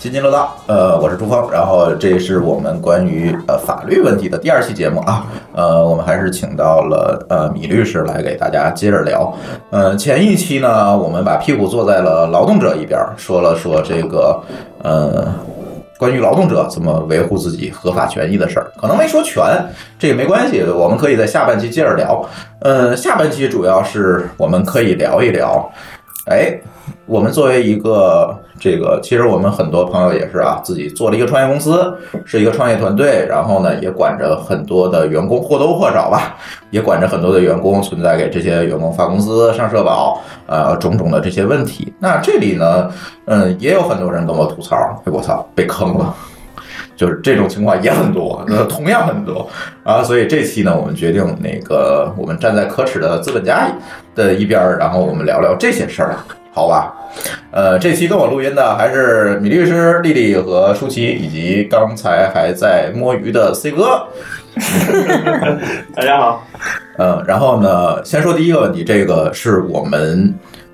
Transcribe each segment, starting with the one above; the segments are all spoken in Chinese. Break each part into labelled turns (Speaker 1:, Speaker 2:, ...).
Speaker 1: 津津乐道，呃，我是朱峰，然后这是我们关于呃法律问题的第二期节目啊，呃，我们还是请到了呃米律师来给大家接着聊，呃，前一期呢，我们把屁股坐在了劳动者一边儿，说了说这个呃关于劳动者怎么维护自己合法权益的事儿，可能没说全，这也没关系，我们可以在下半期接着聊，呃，下半期主要是我们可以聊一聊，哎，我们作为一个这个，其实我们很多朋友也是啊，自己做了一个创业公司，是一个创业团队，然后呢，也管着很多的员工，或多或少吧，也管着很多的员工，存在给这些员工发工资、上社保，呃，种种的这些问题。那这里呢，嗯，也有很多人跟我吐槽，哎，我操，被坑了。就是这种情况也很多，呃，同样很多啊，所以这期呢，我们决定那个，我们站在可耻的资本家的一边儿，然后我们聊聊这些事儿，好吧？呃，这期跟我录音的还是米律师、丽丽和舒淇，以及刚才还在摸鱼的 C 哥。
Speaker 2: 大家好，
Speaker 1: 嗯，然后呢，先说第一个问题，这个是我们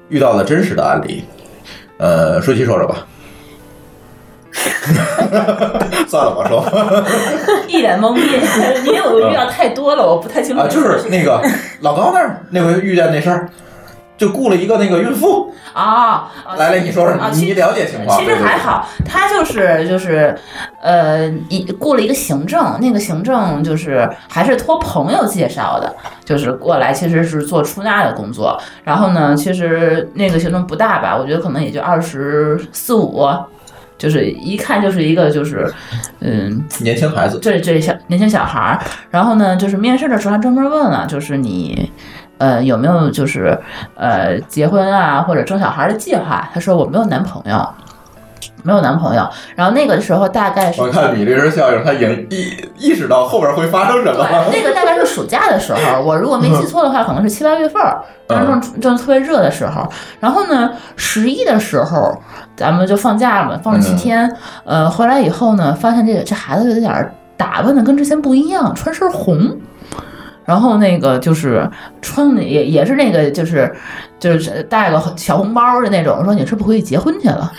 Speaker 1: 遇到的真实的案例。呃，舒淇说说吧。 算了，我说。
Speaker 3: 一脸 懵逼，因为我遇到太多了，我不太清楚。
Speaker 1: 啊，就是那 个老高那儿那回遇见那事儿，就雇了一个那个孕妇。
Speaker 3: 啊，啊
Speaker 1: 来来，你说说，
Speaker 3: 啊
Speaker 1: 你
Speaker 3: 其
Speaker 1: 你了解情况？
Speaker 3: 其实
Speaker 1: 对对对
Speaker 3: 还好，他就是就是，呃，一雇了一个行政，那个行政就是还是托朋友介绍的，就是过来其实是做出纳的工作。然后呢，其实那个行政不大吧，我觉得可能也就二十四五，就是一看就是一个就是，嗯，
Speaker 1: 年轻孩子。
Speaker 3: 这这小年轻小孩儿，然后呢，就是面试的时候还专门问了，就是你，呃，有没有就是呃结婚啊或者生小孩儿的计划？他说我没有男朋友，没有男朋友。然后那个时候大概是
Speaker 1: 我看米律师效应，他影意意识到后边会发生什么了。
Speaker 3: 那个大概是暑假的时候，我如果没记错的话，可能是七八月份儿，当时正正特别热的时候。然后呢，十一的时候，咱们就放假了，放了七天。呃，回来以后呢，发现这个这孩子有点儿打扮的跟之前不一样，穿身红。然后那个就是穿的也也是那个就是就是带个小红包的那种，说你是不是回去结婚去了？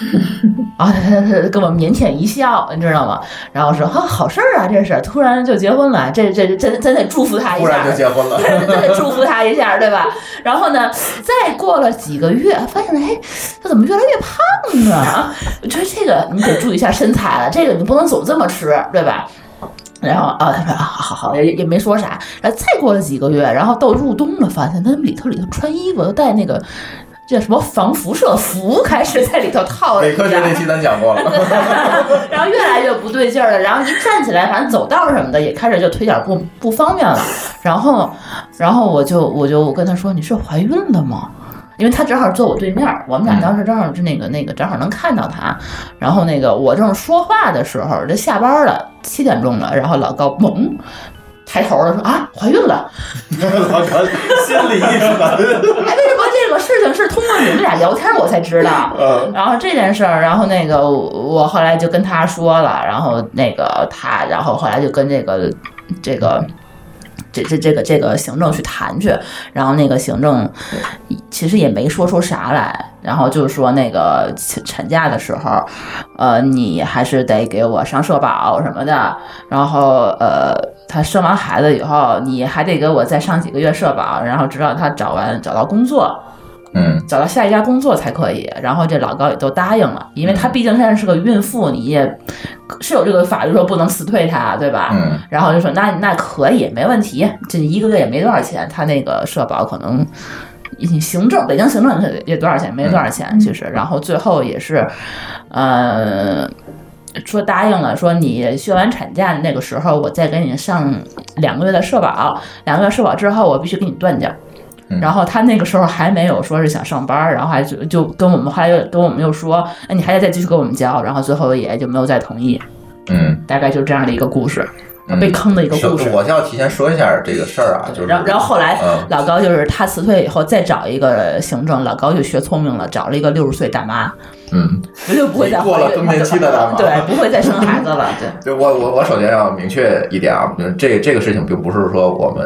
Speaker 3: 啊，他他他跟我腼腆一笑，你知道吗？然后说啊，好事儿啊，这是突然就结婚了，这这这真真得祝福他一
Speaker 1: 突
Speaker 3: 下
Speaker 1: 然就，结婚 了，
Speaker 3: 真得祝福他一下，对吧？然后呢，再过了几个月，发现哎，他怎么越来越胖啊？我觉得这个你得注意一下身材了，这个你不能总这么吃，对吧？然后啊，他说啊，好好好，也也没说啥。然后再过了几个月，然后到入冬了，发现他里头里头穿衣服都带那个叫什么防辐射服，开始在里头套着一
Speaker 1: 伪科
Speaker 3: 样。
Speaker 1: 学那期咱讲过了。
Speaker 3: 然后越来越不对劲儿了，然后一站起来，反正走道什么的也开始就腿脚不不方便了。然后，然后我就我就我跟他说：“你是怀孕了吗？”因为他正好坐我对面儿，我们俩当时正好是那个那个正好能看到他。然后那个我正说话的时候，这下班了，七点钟了，然后老高猛抬头了说：“啊，怀孕了。”
Speaker 1: 老高心理意识到，
Speaker 3: 哎，为什么这个事情是通过你们俩聊天我才知道？
Speaker 1: 嗯
Speaker 3: 然后这件事儿，然后那个我我后来就跟他说了，然后那个他，然后后来就跟这个这个。这这这个这个行政去谈去，然后那个行政其实也没说出啥来，然后就是说那个请产假的时候，呃，你还是得给我上社保什么的，然后呃，他生完孩子以后，你还得给我再上几个月社保，然后直到他找完找到工作，
Speaker 1: 嗯，
Speaker 3: 找到下一家工作才可以。然后这老高也都答应了，因为他毕竟现在是个孕妇，你也是有这个法律说不能辞退他，对吧？
Speaker 1: 嗯
Speaker 3: 然后就说那那可以，没问题，这一个月也没多少钱，他那个社保可能行政北京行政也也多少钱，没多少钱其实，然后最后也是，呃。说答应了，说你休完产假那个时候，我再给你上两个月的社保，两个月社保之后，我必须给你断掉。然后他那个时候还没有说是想上班，然后还就就跟我们后来又跟我们又说，那你还得再继续给我们交，然后最后也就没有再同意，
Speaker 1: 嗯，
Speaker 3: 大概就这样的一个故事，
Speaker 1: 嗯
Speaker 3: 啊被坑的一个故事。
Speaker 1: 我要提前说一下这个事儿啊，就是
Speaker 3: 然后，然后后来
Speaker 1: 嗯
Speaker 3: 老高就是他辞退以后再找一个行政，老高就学聪明了，找了一个六十岁大妈，
Speaker 1: 嗯，
Speaker 3: 绝对不会再
Speaker 1: 过了更年期的大妈
Speaker 3: 对，不会再生孩子了，对。
Speaker 1: 对我我我首先要明确一点啊，就是这这个事情并不是说我们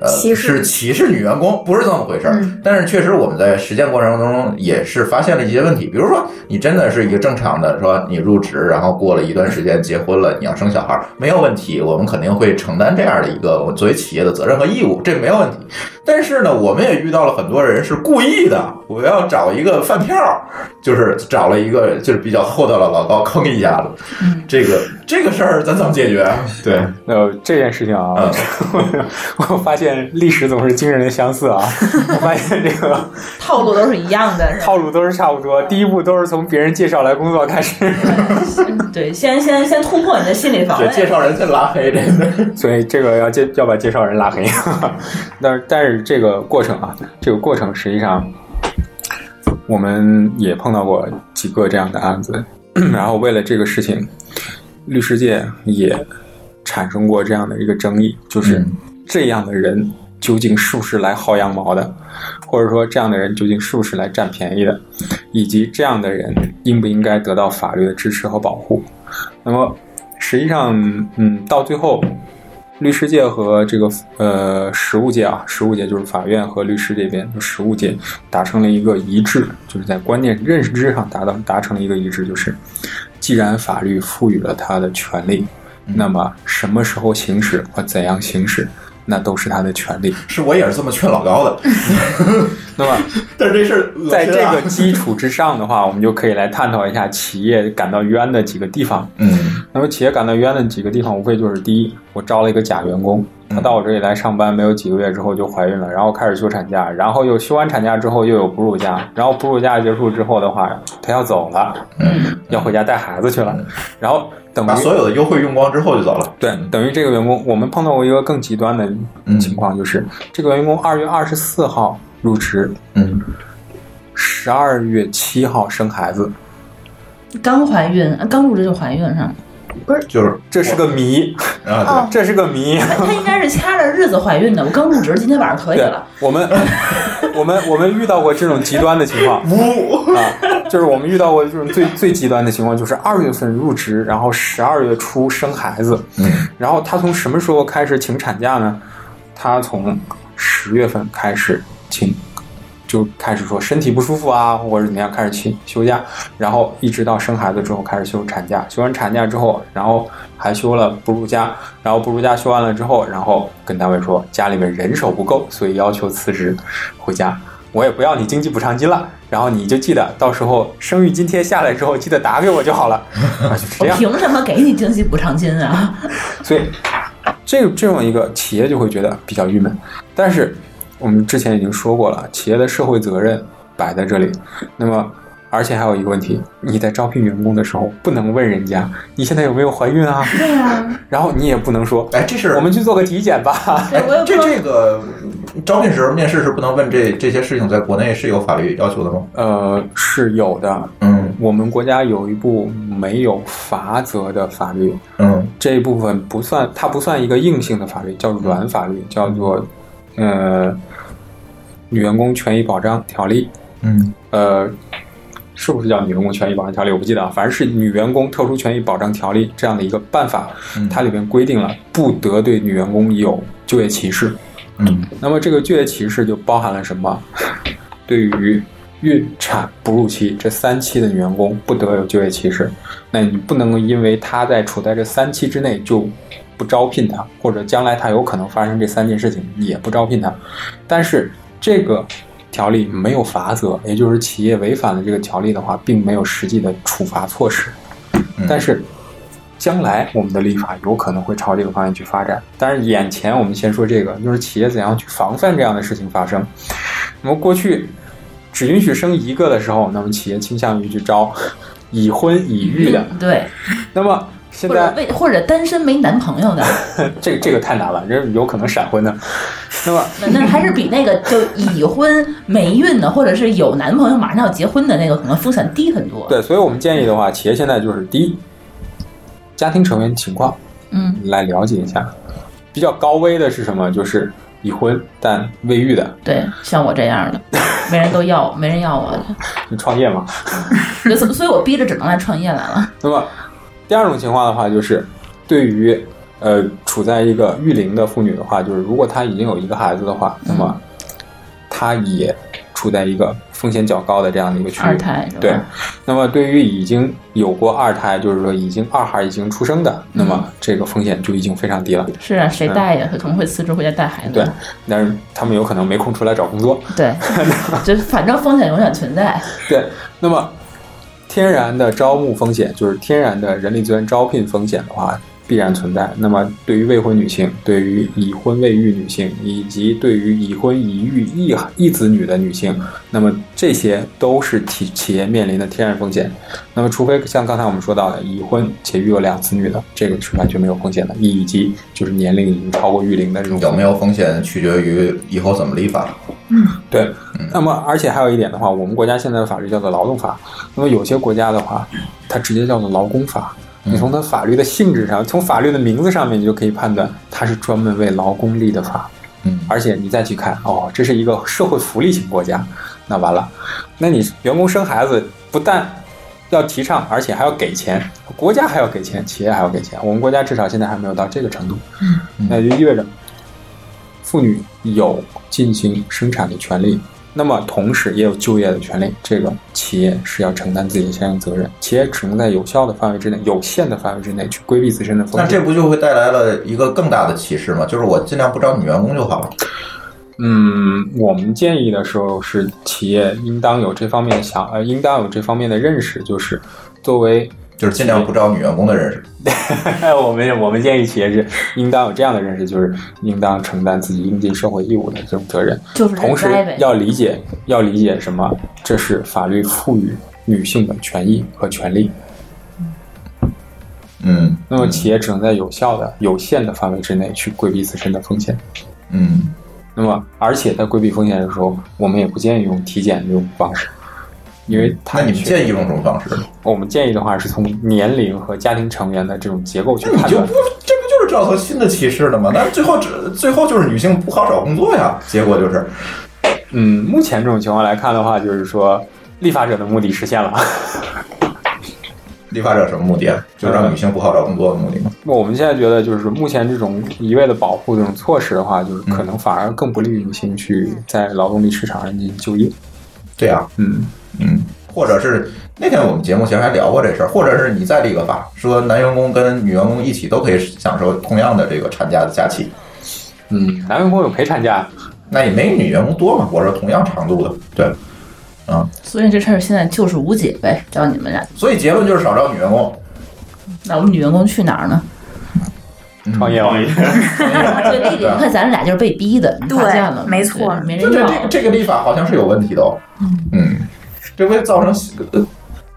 Speaker 1: 呃
Speaker 4: 歧视
Speaker 1: 是歧视女员工，不是这么回事儿。
Speaker 4: 嗯
Speaker 1: 但是确实我们在实践过程中也是发现了一些问题，比如说你真的是一个正常的说你入职，然后过了一段时间结婚了，你要生小孩儿没有问题，我们肯定会承担这样的一个我作为企业的责任和义务，这没有问题。但是呢，我们也遇到了很多人是故意的，我要找一个饭票儿，就是找了一个就是比较厚道的老高坑一下子。这个这个事儿咱怎么解决？啊对，
Speaker 5: 那这件事情啊，
Speaker 1: 嗯
Speaker 5: 我发现历史总是惊人的相似啊！我发现这个
Speaker 3: 套路都是一样 的，是吧
Speaker 5: 套路都是差不多，第一步都是从别人介绍来工作开始，
Speaker 3: 对，先先先突破你的心理防
Speaker 1: 这介
Speaker 3: 卫。
Speaker 1: 绍人先拉黑这个。
Speaker 5: 所以这个要介要把介绍人拉黑。 但是但是这个过程啊，这个过程实际上我们也碰到过几个这样的案子， 然后为了这个事情，律师界也产生过这样的一个争议，就是
Speaker 1: 嗯
Speaker 5: 这样的人究竟是不是来薅羊毛的，或者说这样的人究竟是不是来占便宜的，以及这样的人应不应该得到法律的支持和保护。那么实际上，嗯，到最后。律师界和这个呃实务界啊，实务界就是法院和律师这边，就实务界达成了一个一致，就是在观念认知上达到达成了一个一致，就是既然法律赋予了他的权利，那么什么时候行使或怎样行使，那都是他的权利。
Speaker 1: 是我也是这么劝老高的，
Speaker 5: 那么
Speaker 1: 但是这事儿恶心啊
Speaker 5: 在这个基础之上的话，我们就可以来探讨一下企业感到冤的几个地方。
Speaker 1: 嗯
Speaker 5: 那么企业感到冤的几个地方，无非就是第一，我招了一个假员工，他
Speaker 1: 嗯
Speaker 5: 到我这里来上班没有几个月之后就怀孕了，然后开始休产假，然后又休完产假之后又有哺乳假，然后哺乳假结束之后的话，他要走了，
Speaker 1: 嗯，
Speaker 5: 要回家带孩子去了，然后等于
Speaker 1: 把所有的优惠用光之后就走了。
Speaker 5: 对等于这个员工，我们碰到过一个更极端的
Speaker 1: 嗯
Speaker 5: 情况，就是这个员工二月二十四号入职，
Speaker 1: 嗯，
Speaker 5: 十二月七号生孩子，
Speaker 3: 刚怀孕，呃刚入职就怀孕是吧？
Speaker 1: 就是
Speaker 5: 这是个谜，
Speaker 1: 啊，
Speaker 5: 这是个谜。
Speaker 3: 她应该是掐着日子怀孕的。我刚入职，今天晚上可以
Speaker 5: 对
Speaker 3: 了。，
Speaker 5: 我们我们我们遇到过这种极端的情况
Speaker 1: 对，呜，
Speaker 5: 啊，就是我们遇到过这种最最极端的情况，就是二月份入职，然后十二月初生孩子，
Speaker 1: 嗯
Speaker 5: 然后他从什么时候开始请产假呢？他从十月份开始请，就开始说身体不舒服啊，或者怎么样开始请休假，然后一直到生孩子之后开始休产假，休完产假之后，然后还休了哺乳假，然后哺乳假休完了之后，然后跟单位说家里面人手不够，所以要求辞职回家。我也不要你经济补偿金了，然后你就记得到时候生育津贴下来之后，记得打给我就好了。啊，就是
Speaker 3: 我
Speaker 5: 这样。
Speaker 3: 凭什么给你经济补偿金啊？
Speaker 5: 所以这这种一个企业就会觉得比较郁闷。但是我们之前已经说过了，企业的社会责任摆在这里，那么。而且还有一个问题，你在招聘员工的时候不能问人家你现在有没有怀孕啊？ 对啊。然后你也不能说，
Speaker 1: 哎，这是
Speaker 5: 我们去做个体检吧。
Speaker 3: 对，我也
Speaker 1: 这
Speaker 3: 不
Speaker 1: 这个招聘时候面试是不能问这这些事情，在国内是有法律要求的吗？
Speaker 5: 呃，是有的。
Speaker 1: 嗯
Speaker 5: 我们国家有一部没有法则的法律，
Speaker 1: 嗯
Speaker 5: 这一部分不算，它不算一个硬性的法律，叫软法律，叫做呃《员工权益保障条例》。
Speaker 1: 嗯
Speaker 5: 呃，是不是叫《女员工权益保障条例》？我不记得啊，反正是《女员工特殊权益保障条例》这样的一个办法，
Speaker 1: 嗯
Speaker 5: 它里面规定了不得对女员工有就业歧视。
Speaker 1: 嗯
Speaker 5: 那么这个就业歧视就包含了什么？ 对于孕产、哺乳期这三期的女员工不得有就业歧视，那你不能够因为她在处在这三期之内就不招聘她，或者将来她有可能发生这三件事情你也不招聘她。但是这个条例没有罚则，也就是企业违反了这个条例的话，并没有实际的处罚措施。
Speaker 1: 嗯
Speaker 5: 但是将来我们的立法有可能会朝这个方向去发展。但是眼前我们先说这个，就是企业怎样去防范这样的事情发生。那么过去只允许生一个的时候，那么企业倾向于去招已婚已育的。
Speaker 3: 对，
Speaker 5: 那么现
Speaker 3: 或者
Speaker 5: 在
Speaker 3: 为或者单身没男朋友的，
Speaker 5: 这个这个太难了，这有可能闪婚的。那么
Speaker 3: 那那还是比那个就已婚没孕的，或者是有男朋友马上要结婚的那个，可能风险低很多。
Speaker 5: 对，所以我们建议的话，企业现在就是第一，家庭成员情况
Speaker 3: 嗯，
Speaker 5: 来了解一下。比较高危的是什么？就是已婚但未育的，
Speaker 3: 对，像我这样的，没人都要，没人要我的，
Speaker 5: 你创业嘛。
Speaker 3: 就所所以我逼着只能来创业来了。
Speaker 5: 那么第二种情况的话，就是对于呃处在一个育龄的妇女的话，就是如果她已经有一个孩子的话，那
Speaker 3: 嗯
Speaker 5: 么她也处在一个风险较高的这样的一个区域。
Speaker 3: 二胎是吧？
Speaker 5: 对，那么对于已经有过二胎，就是说已经二孩已经出生的，那么这个风险就已经嗯非常低了。
Speaker 3: 是啊，谁带呀？可能会辞职回家带孩子。
Speaker 5: 对，但是他们有可能没空出来找工作。
Speaker 3: 对， 就是反正风险永远存在。
Speaker 5: 对，那么天然的招募风险，就是天然的人力资源招聘风险的话，必然存在。那么对于未婚女性、对于已婚未育女性，以及对于已婚已育一一子女的女性，那么这些都是企企业面临的天然风险。那么，除非像刚才我们说到的已婚且育有两子女的，这个是完全没有风险的，以及就是年龄已经超过育龄的这种
Speaker 1: 有没有风险取决于以后怎么立法。
Speaker 5: 对，那么而且还有一点的话，我们国家现在的法律叫做劳动法，那么有些国家的话，它直接叫做劳工法。
Speaker 1: 嗯
Speaker 5: 你从它法律的性质上，从法律的名字上面，你就可以判断它是专门为劳工立的法。
Speaker 1: 嗯
Speaker 5: 而且你再去看，哦，这是一个社会福利型国家，那完了，那你员工生孩子不但要提倡，而且还要给钱，国家还要给钱，企业还要给钱。我们国家至少现在还没有到这个程度，
Speaker 1: 嗯
Speaker 5: 那就意味着妇女有进行生产的权利，那么同时也有就业的权利。这个企业是要承担自己的相应责任，企业只能在有效的范围之内、有限的范围之内去规避自身的风
Speaker 1: 那
Speaker 5: 险。
Speaker 1: 这不就会带来了一个更大的歧视吗？就是我尽量不招女员工就好了。
Speaker 5: 嗯，我们建议的时候是，企业应当有这方面的想，呃，应当有这方面的认识，就是作为，
Speaker 1: 就是尽量不招女员工的人是，
Speaker 5: 我们我们建议企业是应当有这样的认识，就是应当承担自己应尽社会义务的这种责任，
Speaker 3: 就是人
Speaker 5: 同时
Speaker 3: 栽呗
Speaker 5: 要理解要理解什么，这是法律赋予女性的权益和权利。
Speaker 1: 嗯，
Speaker 5: 那么企业只能在有效的、有限的范围之内去规避自身的风险。
Speaker 1: 嗯，
Speaker 5: 那么，而且在规避风险的时候，我们也不建议用体检这种方式，因为它
Speaker 1: 那你们
Speaker 5: 确
Speaker 1: 建议用什么方式？
Speaker 5: 我们建议的话是从年龄和家庭成员的这种结构去
Speaker 1: 那你
Speaker 5: 判
Speaker 1: 就
Speaker 5: 断
Speaker 1: 不。这不就是造成新的歧视了吗？那最后只最后就是女性不好找工作呀，结果就是
Speaker 5: 嗯，目前这种情况来看的话，就是说立法者的目的实现了。
Speaker 1: 立法者什么目的啊？就是
Speaker 5: 嗯
Speaker 1: 让女性不好找工作的目的吗？
Speaker 5: 我们现在觉得，就是目前这种一味的保护这种措施的话，就是
Speaker 1: 嗯
Speaker 5: 可能反而更不利于女性去在劳动力市场上进行就业。
Speaker 1: 对呀、
Speaker 5: 嗯，
Speaker 1: 嗯，或者是那天我们节目其实还聊过这事儿，或者是你再立个法，说男员工跟女员工一起都可以享受同样的这个产假的假期，
Speaker 5: 嗯，男员工有陪产假，
Speaker 1: 那也没女员工多嘛。我说同样长度的，对，
Speaker 3: 所以这事儿现在就是无解呗，叫你们俩。
Speaker 1: 所以结论就是少招女员工。
Speaker 3: 那我们女员工去哪儿呢？
Speaker 5: 创业
Speaker 2: 创
Speaker 5: 网
Speaker 2: 业，
Speaker 3: 对，这点你看咱俩就是被逼的，你发
Speaker 4: 对
Speaker 3: 现了吗
Speaker 4: 没错
Speaker 3: 对没
Speaker 1: 这
Speaker 3: 人
Speaker 1: 这
Speaker 3: 要。
Speaker 1: 这这个立法好像是有问题的、哦，嗯，这不会造成呃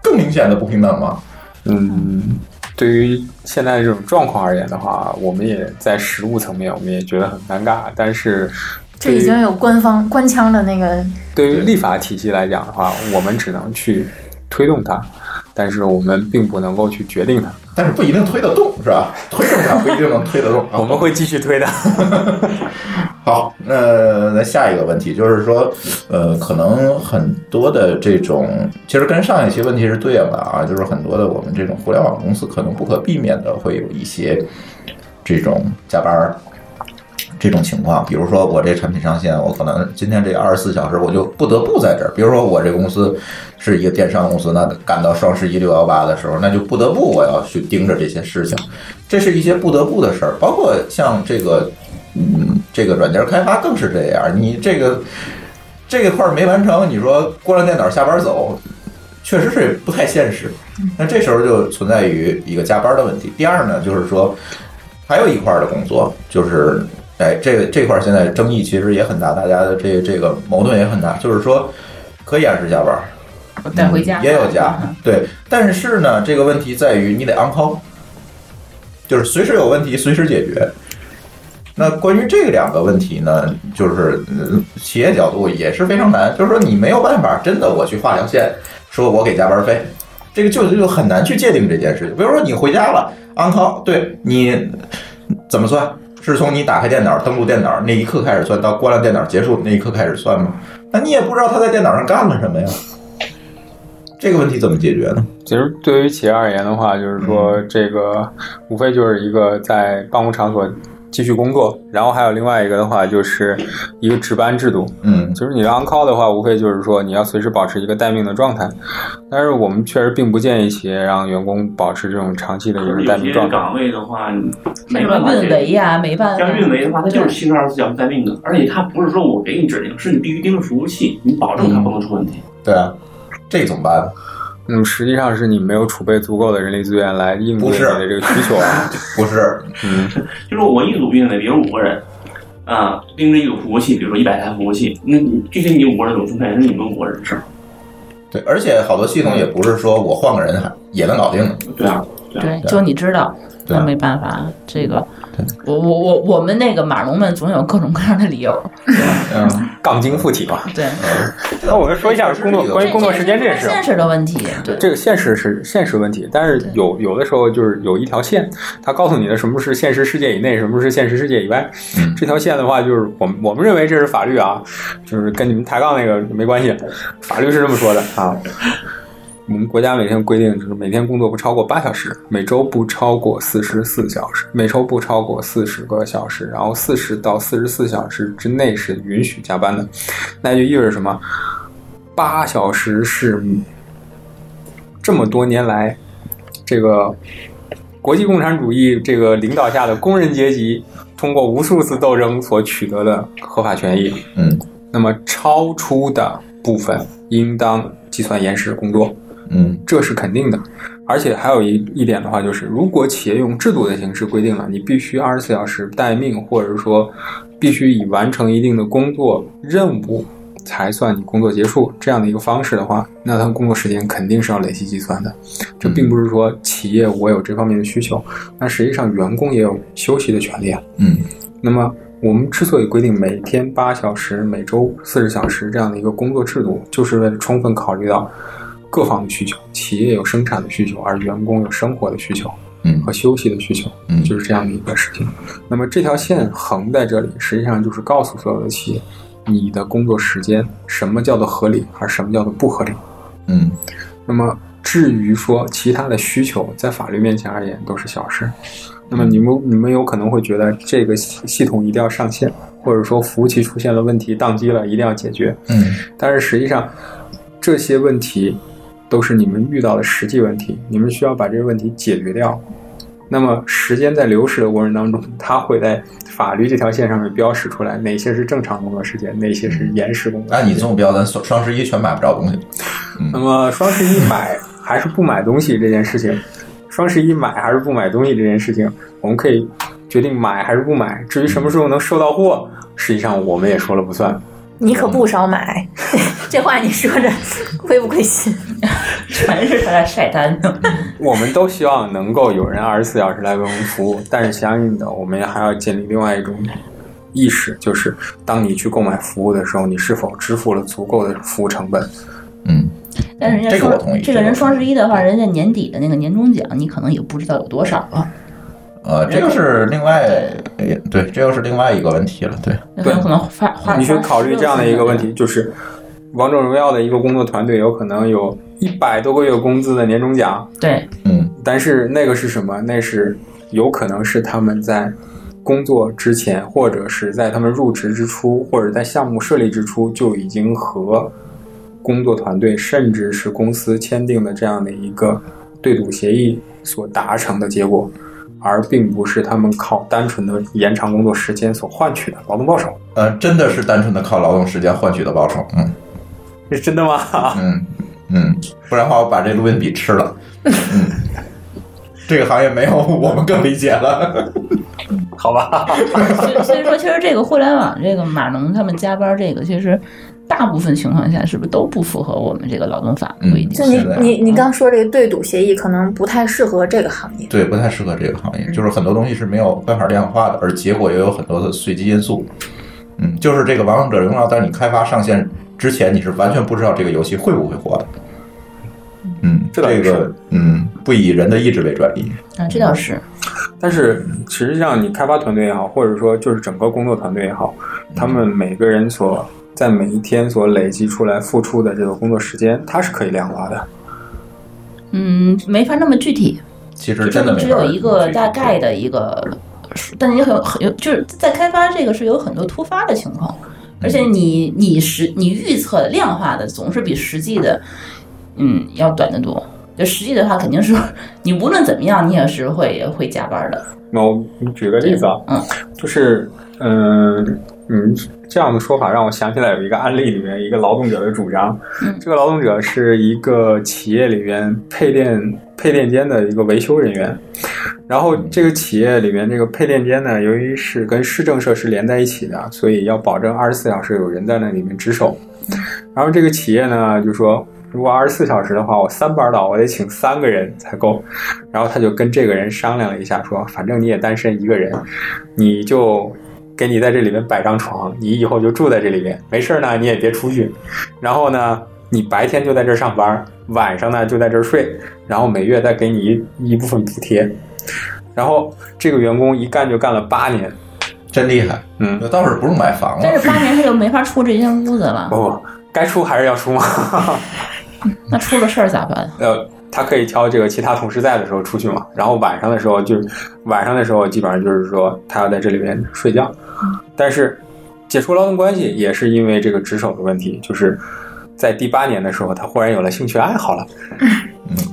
Speaker 1: 更明显的不平等吗？
Speaker 5: 嗯，对于现在这种状况而言的话，我们也在实物层面，我们也觉得很尴尬。但是
Speaker 4: 这
Speaker 5: 对于，
Speaker 4: 已经有官方官腔的那个
Speaker 5: 对于立法体系来讲的话，我们只能去推动它，但是我们并不能够去决定它。
Speaker 1: 但是不一定推得动，是吧？推动它不一定能推得动。
Speaker 5: 哦我们会继续推的。
Speaker 1: 好，那那下一个问题就是说，呃，可能很多的这种，其实跟上一期问题是对应的啊，就是很多的我们这种互联网公司可能不可避免的会有一些这种加班儿这种情况，比如说我这产品上线，我可能今天这二十四小时我就不得不在这儿。比如说我这公司是一个电商公司，那赶到双十一、六幺八的时候，那就不得不我要去盯着这些事情，这是一些不得不的事儿。包括像这个，嗯，这个软件开发更是这样，你这个这个块儿没完成，你说关了电脑下班走，确实是不太现实。那这时候就存在于一个加班的问题。第二呢，就是说还有一块儿的工作，就是哎，这个这块儿现在争议其实也很大，大家的这这个矛盾也很大，就是说可以按时加班，
Speaker 3: 我带回家、
Speaker 1: 嗯也有 假，对。但是呢，这个问题在于你得 on call，就是随时有问题随时解决。那关于这两个问题呢，就是嗯企业角度也是非常难，就是说你没有办法真的我去画条线，说我给加班费，这个就就很难去界定这件事情。比如说你回家了，on call，对你怎么算？是从你打开电脑、登录电脑那一刻开始算，到关了电脑结束那一刻开始算吗？那你也不知道他在电脑上干了什么呀？这个问题怎么解决呢？
Speaker 5: 其实对于企业而言的话，就是说这个无非就是一个在办公场所继续工作，然后还有另外一个的话就是一个值班制度。
Speaker 1: 嗯
Speaker 5: 就是你的 on call 的话，无非就是说你要随时保持一个待命的状态，但是我们确实并不建议企业让员工保持这种长期的一
Speaker 2: 可是
Speaker 5: 个待
Speaker 2: 有些
Speaker 5: 命状态。
Speaker 2: 岗位的话，你没
Speaker 3: 什
Speaker 2: 办
Speaker 3: 么
Speaker 2: 法
Speaker 3: 运维
Speaker 2: 给。
Speaker 3: 呀、没办法，
Speaker 2: 像运维的话，它就是七乘二十四小时待命的，而且它不是说我给你指令，是你必须盯着服务器，你保证它不能出问题。
Speaker 1: 对啊，这怎么办呢？
Speaker 5: 嗯，实际上是你没有储备足够的人力资源来应对
Speaker 1: 不
Speaker 5: 你
Speaker 1: 是
Speaker 5: 的这个需求啊。
Speaker 1: 不是，
Speaker 5: 嗯，
Speaker 2: 就是我一组运维，比如五个人，啊，盯着一组服务器，比如说一百台服务器，那你具体你五个人怎么分配，那是你们五个人的事儿，
Speaker 1: 对，而且好多系统也不是说我换个人还也能搞定的。
Speaker 2: 对啊，
Speaker 3: 对，就你知道，
Speaker 1: 对
Speaker 3: 那啊没办法，这个我我我我们那个码农们总有各种各样的理由，
Speaker 1: 嗯，
Speaker 5: 杠精附体嘛。
Speaker 3: 对，
Speaker 5: 那我就说一下工作关于工作时间这件事啊。
Speaker 3: 现实的问题，对，
Speaker 5: 这个现实是现实问题，但是有有的时候就是有一条线，它告诉你的什么是现实世界以内，什么是现实世界以外。
Speaker 1: 嗯
Speaker 5: 这条线的话，就是我们我们认为这是法律啊，就是跟你们抬杠那个没关系，法律是这么说的啊。我们国家每天规定就是每天工作不超过八小时，每周不超过四十四小时，每周不超过四十个小时，然后四十到四十四小时之内是允许加班的。那就意味着什么？八小时是这么多年来，这个国际共产主义这个领导下的工人阶级通过无数次斗争所取得的合法权益。
Speaker 1: 嗯
Speaker 5: 那么超出的部分应当计算延时工作，
Speaker 1: 嗯
Speaker 5: 这是肯定的。而且还有一一点的话，就是如果企业用制度的形式规定了你必须二十四小时待命，或者说必须已完成一定的工作任务才算你工作结束这样的一个方式的话，那它工作时间肯定是要累积计算的。这并不是说企业我有这方面的需求，那实际上员工也有休息的权利啊。
Speaker 1: 嗯
Speaker 5: 那么我们之所以规定每天八小时、每周四十小时这样的一个工作制度，就是为了充分考虑到各方的需求，企业有生产的需求，而员工有生活的需求
Speaker 1: 嗯
Speaker 5: 和休息的需求，
Speaker 1: 嗯
Speaker 5: 就是这样的一个事情。那么这条线横在这里，实际上就是告诉所有的企业，你的工作时间什么叫做合理，而什么叫做不合理。
Speaker 1: 嗯
Speaker 5: 那么至于说其他的需求，在法律面前而言都是小事。那么你们你们有可能会觉得这个系系统一定要上线，或者说服务器出现了问题宕机了，一定要解决。
Speaker 1: 嗯
Speaker 5: 但是实际上，这些问题都是你们遇到的实际问题，你们需要把这些问题解决掉。那么时间在流逝的过程当中，它会在法律这条线上面标识出来哪些是正常工作时间，哪些是延时工作时间。
Speaker 1: 按你这么标，咱双双十一全买不着东西。
Speaker 5: 那么双十一买还是不买东西这件事情，双十一买还是不买东西这件事情，我们可以决定买还是不买。至于什么时候能收到货，实际上我们也说了不算。
Speaker 4: 你可不少买，嗯 这话你说 着亏不亏心？
Speaker 3: 全是他在晒单，
Speaker 5: 我们都希望能够有人二十四小时来为我们服务，但是相应的，我们还要建立另外一种意识，就是当你去购买服务的时候，你是否支付了足够的服务成本？
Speaker 1: 嗯，
Speaker 3: 但人家
Speaker 1: 这个我
Speaker 3: 双
Speaker 1: 同意
Speaker 3: 这个人双十一的话，人家年底的那个年终奖，你可能也不知道有多少了，
Speaker 1: 呃，这又是另外，哎对，这又是另外一个问题了。对，
Speaker 3: 那很有可能发花。
Speaker 5: 你去
Speaker 3: 花
Speaker 5: 考虑这样的一个问
Speaker 3: 16
Speaker 5: 题，就是王者荣耀的一个工作团队有可能有一百多个月工资的年终奖，
Speaker 3: 次，对，
Speaker 1: 嗯
Speaker 5: 但是那个是什么？那是有可能是他们在工作之前，或者是在他们入职之初，或者在项目设立之初就已经和工作团队甚至是公司签订的这样的一个对赌协议所达成的结果，而并不是他们靠单纯的延长工作时间所换取的劳动报酬。
Speaker 1: 呃，真的是单纯的靠劳动时间换取的报酬。嗯
Speaker 5: 这 是真的吗？
Speaker 1: 嗯嗯，不然的话我把这录音笔吃了。嗯，这个行业没有我们更理解了。
Speaker 6: 好 吧，
Speaker 3: 所以所以说，其实这个互联网这个码农他们加班这个，其实大部分情况下是不是都不符合我们这个劳动法规定？
Speaker 4: 就你
Speaker 1: 是的
Speaker 4: 你你刚说这个对赌协议，可能不太适合这个行业。
Speaker 1: 对，不太适合这个行业，就是很多东西是没有办法量化的，而结果也有很多的随机因素。嗯，就是这个《王者荣耀》在你开发上线之前，你是完全不知道这个游戏会不会火的。嗯，这
Speaker 5: 这倒是
Speaker 1: 个嗯，不以人的意志为转移。
Speaker 3: 啊，这倒是，
Speaker 5: 但是实际上，你开发团队也好，或者说就是整个工作团队也好，他
Speaker 1: 嗯
Speaker 5: 们每个人所在每一天所累积出来付出的这个工作时间，它是可以量化的。
Speaker 3: 嗯，没法那么具体，
Speaker 1: 其实
Speaker 3: 就
Speaker 1: 真
Speaker 3: 是
Speaker 1: 的
Speaker 3: 你
Speaker 1: 没
Speaker 3: 只
Speaker 1: 法
Speaker 3: 有一个大概
Speaker 1: 对
Speaker 3: 的一个数，但也很有很有，就是在开发这个是有很多突发的情
Speaker 1: 嗯
Speaker 3: 况，而且你你实你预测量化的总是比实际的，嗯，要短得多。就实际的话，肯定是你无论怎么样，你也是会会加班的。
Speaker 5: 那我举个例子啊，
Speaker 3: 嗯
Speaker 5: 就是嗯嗯，这样的说法让我想起来有一个案例里面一个劳动者的主张，
Speaker 3: 嗯
Speaker 5: 这个劳动者是一个企业里面配电配电间的一个维修人员，然后这个企业里面这个配电间呢，由于是跟市政设施连在一起的，所以要保证二十四小时有人在那里面值守，然后这个企业呢就说。如果二十四小时的话，我三班倒，我得请三个人才够。然后他就跟这个人商量了一下，说：“反正你也单身一个人，你就给你在这里面摆张床，你以后就住在这里面，没事儿呢你也别出去。然后呢，你白天就在这儿上班，晚上呢就在这儿睡，然后每月再给你一一部分补贴。然后这个员工一干就干了八年，
Speaker 1: 真厉害。
Speaker 5: 嗯，
Speaker 1: 那倒是不用买房
Speaker 3: 但
Speaker 1: 了，
Speaker 3: 是八年他就没法出这间屋子了
Speaker 5: 不，不，该出还是要出嘛。
Speaker 3: 那出了事儿咋办？
Speaker 5: 呃，他可以挑这个其他同事在的时候出去嘛，然后晚上的时候就是晚上的时候，基本上就是说他要在这里边睡觉。但是解除劳动关系也是因为这个职守的问题，就是在第八年的时候，他忽然有了兴趣爱好了，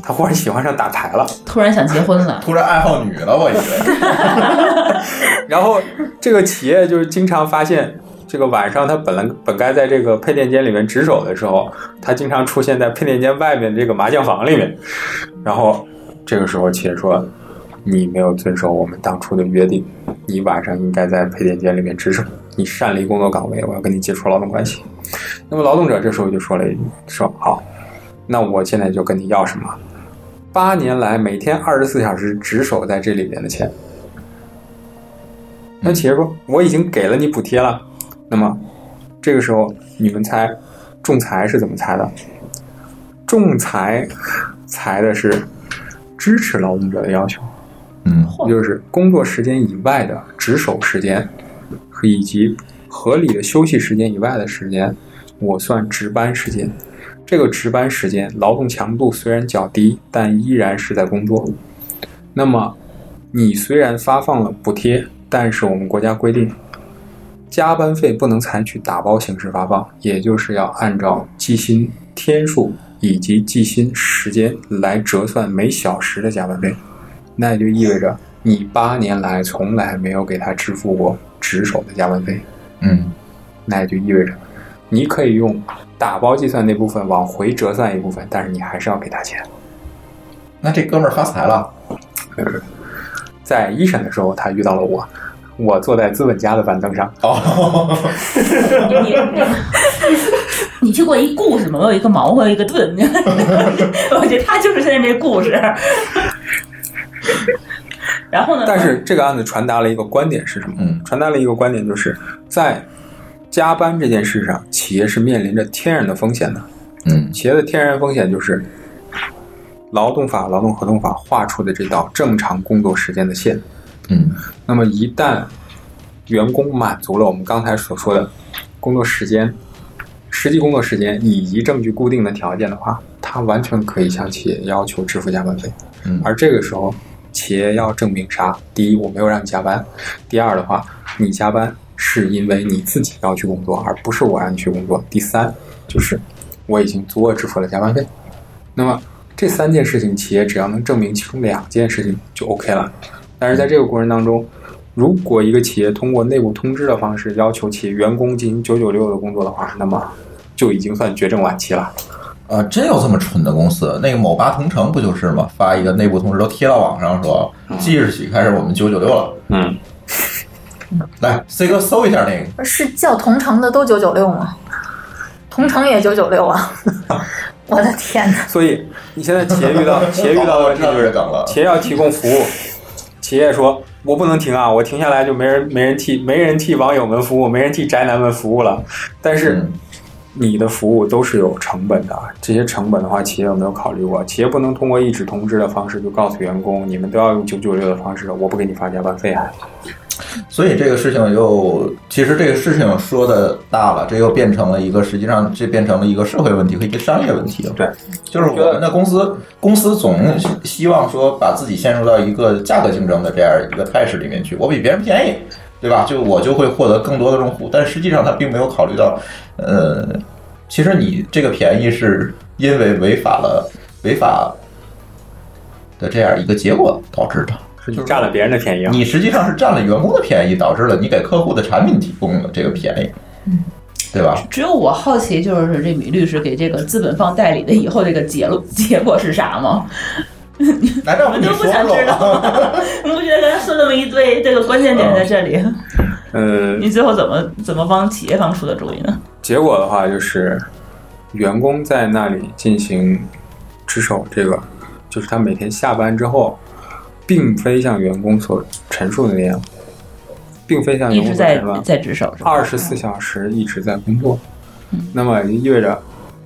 Speaker 5: 他忽然喜欢上打牌了。
Speaker 3: 突然想结婚了，
Speaker 1: 突然爱好女了，我以为。
Speaker 5: 然后这个企业就是经常发现，这个晚上他本来本该在这个配电间里面值守的时候，他经常出现在配电间外面这个麻将房里面。然后这个时候企业说：“你没有遵守我们当初的约定，你晚上应该在配电间里面值守，你擅离工作岗位，我要跟你解除劳动关系。”那么劳动者这时候就说了一句：“说好，那我现在就跟你要什么？八年来每天二十四小时值守在这里面的钱。”那企业说我已经给了你补贴了，那么这个时候你们猜仲裁是怎么裁的？仲裁裁的是支持劳动者的要求，
Speaker 1: 嗯，
Speaker 5: 就是工作时间以外的值守时间，和以及合理的休息时间以外的时间，我算值班时间。这个值班时间劳动强度虽然较低，但依然是在工作。那么，你虽然发放了补贴，但是我们国家规定，加班费不能采取打包形式发放，也就是要按照计薪天数以及计薪时间来折算每小时的加班费。那也就意味着你八年来从来没有给他支付过值守的加班费，
Speaker 1: 嗯，
Speaker 5: 那也就意味着你可以用打包计算那部分往回折算一部分，但是你还是要给他钱。
Speaker 1: 那这哥们儿发财了，
Speaker 5: 在一审的时候，他遇到了我，我坐在资本家的板凳上，
Speaker 1: 哦，
Speaker 3: 你你听过一故事吗？我有一个毛，我有一个盾， 我觉得他就是现在这故事。然后呢？
Speaker 5: 但是这个案子传达了一个观点是什么？
Speaker 1: 嗯
Speaker 5: 传达了一个观点，就是在加班这件事上，企业是面临着天然的风险的。
Speaker 1: 嗯
Speaker 5: 企业的天然风险就是劳动法、劳动合同法画出的这道正常工作时间的线。
Speaker 1: 嗯
Speaker 5: 那么一旦员工满足了我们刚才所说的工作时间、实际工作时间以及证据固定的条件的话，他完全可以向企业要求支付加班费。
Speaker 1: 嗯
Speaker 5: 而这个时候，企业要证明啥？第一，我没有让你加班；第二的话，你加班是因为你自己要去工作，而不是我让你去工作；第三，就是我已经足额支付了加班费。那么这三件事情，企业只要能证明其中两件事情就 OK 了。但是在这个过程当中，如果一个企业通过内部通知的方式要求其员工进行九九六的工作的话，那么就已经算绝症晚期了。
Speaker 1: 啊，真有这么蠢的公司？那个某八同城不就是吗？发一个内部通知都贴到网上说，即日起开始我们九九六了。
Speaker 5: 嗯，
Speaker 1: 来，C 哥搜一下那个，
Speaker 4: 是叫同城的都九九六吗？同城也九九六 啊！我的天哪！
Speaker 5: 所以你现在企业遇到企啊业遇到的问题
Speaker 1: 这
Speaker 5: 就
Speaker 1: 个
Speaker 5: 是
Speaker 1: 梗了。
Speaker 5: 企业要提供服务，企业说我不能停啊，我停下来就没人没人替没人替网友们服务，没人替宅男们服务了。但是
Speaker 1: 嗯
Speaker 5: 你的服务都是有成本的，啊这些成本的话，企业有没有考虑过？企业不能通过一纸通知的方式就告诉员工，你们都要用九九六的方式，我不给你发加班费啊。
Speaker 1: 所以这个事情又，其实这个事情说的大了，这又变成了一个，实际上这变成了一个社会问题和一个商业问题了。
Speaker 5: 对，
Speaker 1: 就是我们的公司，公司总希望说把自己陷入到一个价格竞争的这样一个态势里面去，我比别人便宜，对吧？就我就会获得更多的用户，但实际上他并没有考虑到，呃，其实你这个便宜是因为违法了违法的这样一个结果导致的。
Speaker 5: 是你占了别人的便宜啊！
Speaker 1: 你实际上是占了员工的便宜，导致了你给客户的产品提供了这个便宜，
Speaker 5: 嗯
Speaker 1: 对吧？
Speaker 3: 只有我好奇，就是这米律师给这个资本方代理的以后这个结论结果是啥吗？
Speaker 1: 难道你
Speaker 3: 都不
Speaker 1: 说
Speaker 3: 想知道
Speaker 1: 了？
Speaker 3: 吗？你不觉得刚才说那么一堆，这个关键点在这里，
Speaker 1: 嗯
Speaker 5: 呃，
Speaker 3: 你最后怎么怎么帮企业方出的主意呢？
Speaker 5: 结果的话就是，员工在那里进行值守，这个就是他每天下班之后，并非像员工所陈述的那样，并非像员
Speaker 3: 一直
Speaker 5: 工所
Speaker 3: 在
Speaker 5: 陈述
Speaker 3: 在职守是吧？
Speaker 5: 二十四小时一直在工作，
Speaker 3: 嗯
Speaker 5: 那么也意味着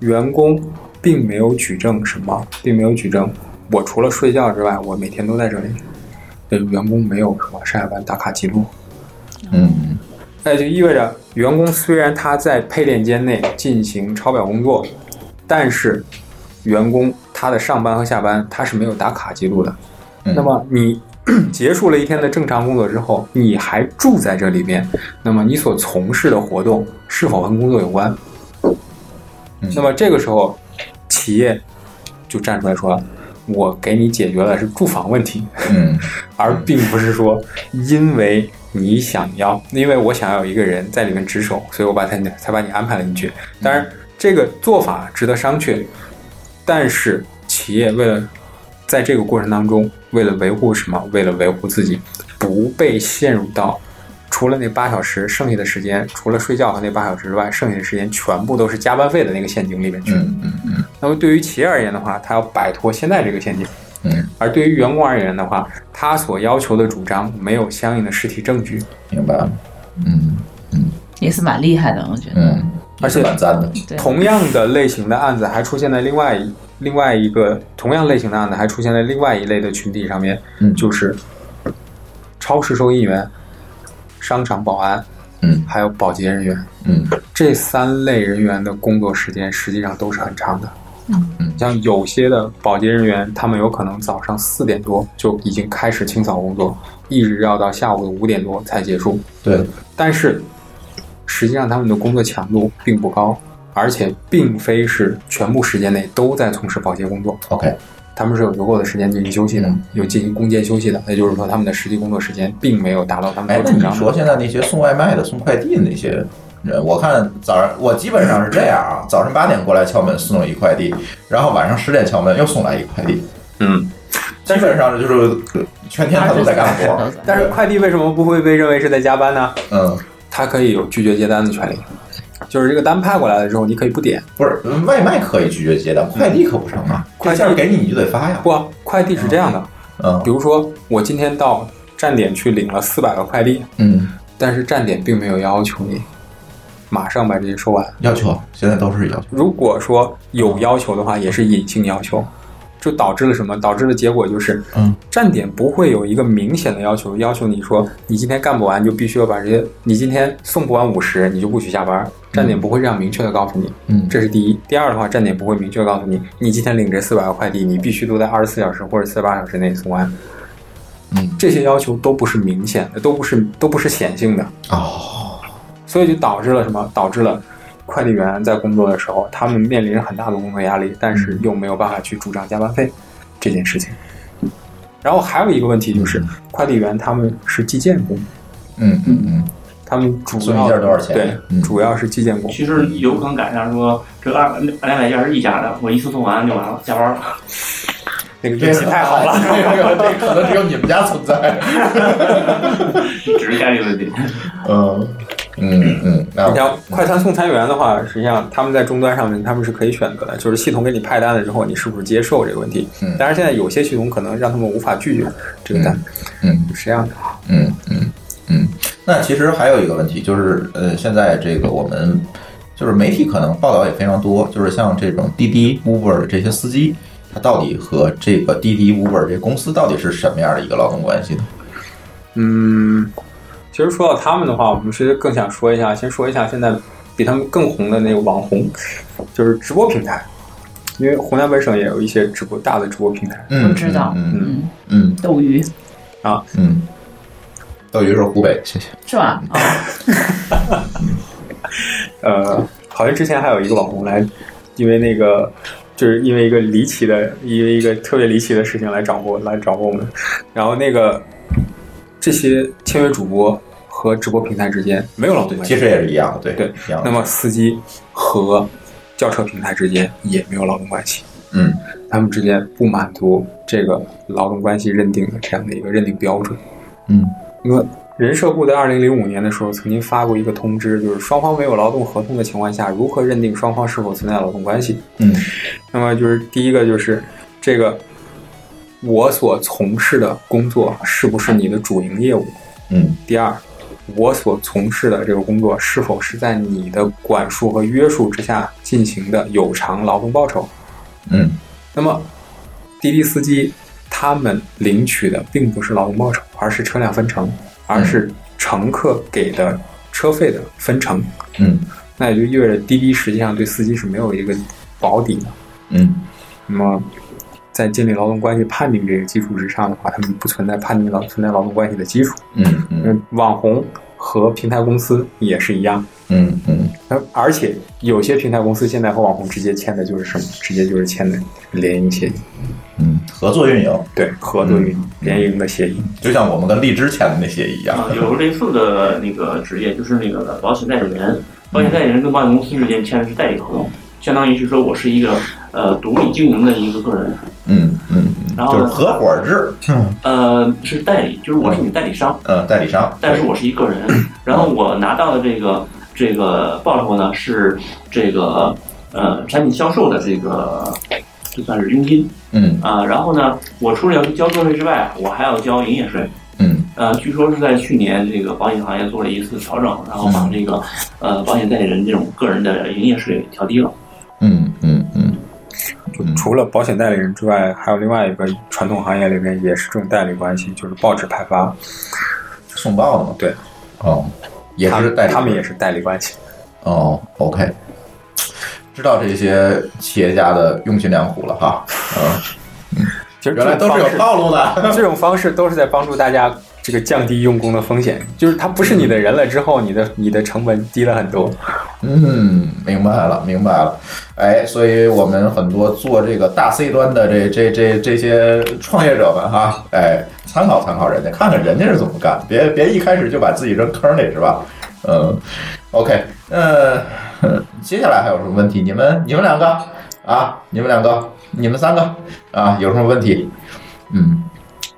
Speaker 5: 员工并没有举证什么，并没有举证我除了睡觉之外，我每天都在这里，对员工没有什么上下班打卡记录。
Speaker 1: 嗯，
Speaker 5: 那就意味着员工虽然他在配电间内进行抄表工作，但是员工他的上班和下班他是没有打卡记录的。
Speaker 1: 嗯
Speaker 5: 那么你 结束了一天的正常工作之后，你还住在这里面，那么你所从事的活动是否跟工作有关
Speaker 1: 嗯？
Speaker 5: 那么这个时候，企业就站出来说了：“我给你解决了是住房问题。”
Speaker 1: 嗯
Speaker 5: 而并不是说因为你想要，因为我想要有一个人在里面值守，所以我把他才把你安排了进去。当然，这个做法值得商榷，但是企业为了在这个过程当中，为了维护什么？为了维护自己不被陷入到。除了那八小时，剩下的时间，除了睡觉和那八小时之外，剩下的时间全部都是加班费的那个陷阱里面去。
Speaker 1: 嗯嗯
Speaker 5: 那么对于企业而言的话，它要摆脱现在这个陷阱；
Speaker 1: 嗯，
Speaker 5: 而对于员工而言的话，他所要求的主张没有相应的实体证据，
Speaker 1: 明白了。嗯
Speaker 3: 也是蛮厉害的，我觉得。
Speaker 1: 嗯，
Speaker 5: 而且
Speaker 1: 也是蛮赞的。
Speaker 3: 对，
Speaker 5: 同样的类型的案子还出现在另外一另外一个同样类型的案子还出现在另外一类的群体上面，
Speaker 1: 嗯
Speaker 5: 就是超市收银员、商场保安，
Speaker 1: 嗯
Speaker 5: 还有保洁人员。
Speaker 1: 嗯
Speaker 5: 这三类人员的工作时间实际上都是很长的。
Speaker 1: 嗯
Speaker 5: 像有些的保洁人员，他们有可能早上四点多就已经开始清扫工作，一直要到下午的五点多才结束。
Speaker 1: 对，
Speaker 5: 但是实际上他们的工作强度并不高，而且并非是全部时间内都在从事保洁工作，
Speaker 1: OK，
Speaker 5: 他们是有足够的时间进行休息的，
Speaker 1: 嗯
Speaker 5: 有进行攻坚休息的。也就是说，他们的实际工作时间并没有达到他们
Speaker 1: 哎
Speaker 5: 所，
Speaker 1: 那
Speaker 5: 主
Speaker 1: 你
Speaker 5: 张
Speaker 1: 说
Speaker 5: 的。
Speaker 1: 现在那些送外卖的、送快递的那些人，我看早上我基本上是这样啊，早上八点过来敲门送了一快递，然后晚上十点敲门又送来一快递，
Speaker 5: 嗯，
Speaker 1: 基本上就是全天他都在干活。
Speaker 5: 但是快递为什么不会被认为是在加班呢？
Speaker 1: 嗯。
Speaker 5: 他可以有拒绝接单的权利，就是这个单派过来了之后，你可以不点。
Speaker 1: 不是嗯外卖可以拒绝接单，快递可不成啊！
Speaker 5: 快
Speaker 1: 快
Speaker 5: 递
Speaker 1: 件儿给你你就得发呀。
Speaker 5: 不，嗯啊快递是这样的，
Speaker 1: 嗯
Speaker 5: 比如说我今天到站点去领了四百个快递，
Speaker 1: 嗯，
Speaker 5: 但是站点并没有要求你马上把这些收完。
Speaker 1: 要求现在都是要求。
Speaker 5: 如果说有要求的话，也是隐性要求，就导致了什么？导致的结果就是，
Speaker 1: 嗯，
Speaker 5: 站点不会有一个明显的要求，要求你说你今天干不完你就必须要把这些，你今天送不完五十你就不许下班。站点不会这样明确的告诉你，
Speaker 1: 嗯
Speaker 5: 这是第一。第二的话，站点不会明确告诉你，你今天领这四百个快递，你必须都在二十四小时或者四十八小时内送完。
Speaker 1: 嗯，
Speaker 5: 这些要求都不是明显的，都不是都不是显性的，
Speaker 1: 哦，
Speaker 5: 所以就导致了什么？导致了快递员在工作的时候，他们面临着很大的工作压力，但
Speaker 1: 嗯
Speaker 5: 是又没有办法去主张加班费这件事情。
Speaker 1: 嗯
Speaker 5: 然后还有一个问题就是，快递员他们是计件工，
Speaker 1: 嗯嗯嗯，
Speaker 5: 他他们主
Speaker 1: 所以一
Speaker 5: 要
Speaker 1: 件多少钱
Speaker 5: 对，
Speaker 1: 嗯
Speaker 5: 主要是基建工。
Speaker 2: 其实有可能改下说这个二两百件是一家的，我一次送完就完了，下班 了。
Speaker 5: 那个运气太好了，
Speaker 1: 这个可能只有你们家存 在。
Speaker 2: 只是概率问题。
Speaker 1: 嗯嗯嗯，那
Speaker 5: 你像快餐送餐员的话，实际上他们在终端上面他们是可以选择的，就是系统给你派单了之后，你是不是接受这个问题
Speaker 1: 嗯。
Speaker 5: 当然，现在有些系统可能让他们无法拒绝这个单，
Speaker 1: 嗯
Speaker 5: 是这样的。
Speaker 1: 嗯嗯嗯，那其实还有一个问题就是，呃，现在这个我们就是媒体可能报道也非常多，就是像这种滴滴、Uber 的这些司机，他到底和这个滴滴、Uber 这公司到底是什么样的一个劳动关系呢？
Speaker 5: 嗯，其实说到他们的话，我们其实更想说一下，先说一下现在比他们更红的那个网红，就是直播平台，因为湖南本省也有一些直播大的直播平台
Speaker 1: 嗯，
Speaker 3: 知道
Speaker 1: 嗯
Speaker 3: 嗯，
Speaker 1: 嗯
Speaker 3: 斗鱼
Speaker 5: 啊，
Speaker 1: 嗯嗯，斗鱼是湖北，谢谢。
Speaker 3: 是吧？啊，
Speaker 5: 呃，好像之前还有一个网红来，因为那个。就是因为一个离奇的，因为一个特别离奇的事情来找我，来找我们。然后那个这些签约主播和直播平台之间没有劳动关系
Speaker 1: 其，实也是一样的，对
Speaker 5: 对
Speaker 1: 一样的
Speaker 5: 那么司机和轿车平台之间也没有劳动关系。
Speaker 1: 嗯
Speaker 5: 他们之间不满足这个劳动关系认定的这样的一个认定标准。
Speaker 1: 嗯
Speaker 5: 因为人社部在二零零五年的时候曾经发过一个通知，就是双方没有劳动合同的情况下，如何认定双方是否存在劳动关系？
Speaker 1: 嗯
Speaker 5: 那么就是第一个就是这个我所从事的工作是不是你的主营业务？
Speaker 1: 嗯
Speaker 5: 第二，我所从事的这个工作是否是在你的管束和约束之下进行的有偿劳动报酬？
Speaker 1: 嗯
Speaker 5: 那么滴滴司机他们领取的并不是劳动报酬，而是车辆分成，而是乘客给的车费的分成。
Speaker 1: 嗯
Speaker 5: 那也就意味着滴滴实际上对司机是没有一个保底的。
Speaker 1: 嗯
Speaker 5: 那么在建立劳动关系判定这个基础之上的话，他们不存在判定劳存在劳动关系的基础。
Speaker 1: 嗯嗯
Speaker 5: 嗯，网红和平台公司也是一样。
Speaker 1: 嗯嗯
Speaker 5: 而而且有些平台公司现在和网红直接签的就是什么？直接就是签的联营协议，
Speaker 1: 嗯，合作运营，
Speaker 5: 对，合作运营、联营的协议。
Speaker 1: 就像我们跟荔枝签的那些一样
Speaker 2: 啊，。有类似的那个职业，就是那个保险代理人，保险代理人跟保险公司之间签的是代理合同，相当于是说我是一个呃独立经营的一个个人，
Speaker 1: 嗯嗯，嗯
Speaker 2: 然
Speaker 1: 就
Speaker 2: 后
Speaker 1: 是
Speaker 2: 呢
Speaker 1: 合伙制，
Speaker 2: 呃是代理，就是我是你代理商，
Speaker 1: 嗯，代理商。
Speaker 2: 但是我是一个人，然后我拿到的这个这个报酬呢是这个呃产品销售的这个这算是佣金
Speaker 1: 嗯
Speaker 2: 啊、然后呢我除了要交个税之外，我还要交营业税，
Speaker 1: 嗯
Speaker 2: 呃，据说是在去年这个保险行业做了一次调整，然后
Speaker 1: 嗯
Speaker 2: 把这个呃保险代理人这种个人的营业税调低了。
Speaker 1: 嗯嗯嗯
Speaker 5: 就除了保险代理人之外，还有另外一个传统行业里面也是这种代理关系，就是报纸派发，
Speaker 1: 送报的嘛。
Speaker 5: 对，
Speaker 1: 哦，也
Speaker 5: 他
Speaker 1: 是
Speaker 5: 们
Speaker 1: 代理人，
Speaker 5: 他们也是代理关系。
Speaker 1: 哦，OK，知道这些企业家的用心良苦了哈。嗯，
Speaker 5: 其实这
Speaker 1: 原来
Speaker 5: 种
Speaker 1: 都
Speaker 5: 方
Speaker 1: 是有
Speaker 5: 式，
Speaker 1: 套路的。
Speaker 5: 这种方式都是在帮助大家这个降低用工的风险，就是他不是你的人了之后，你的你的成本低了很多。
Speaker 1: 嗯，明白了，明白了。哎，所以我们很多做这个大 C 端的这这这这些创业者们哈，哎，参考参考人家，看看人家是怎么干，别别一开始就把自己扔坑里是吧？嗯，OK，那、呃、接下来还有什么问题？你们你们两个啊，你们两个，你们三个啊，有什么问题？嗯，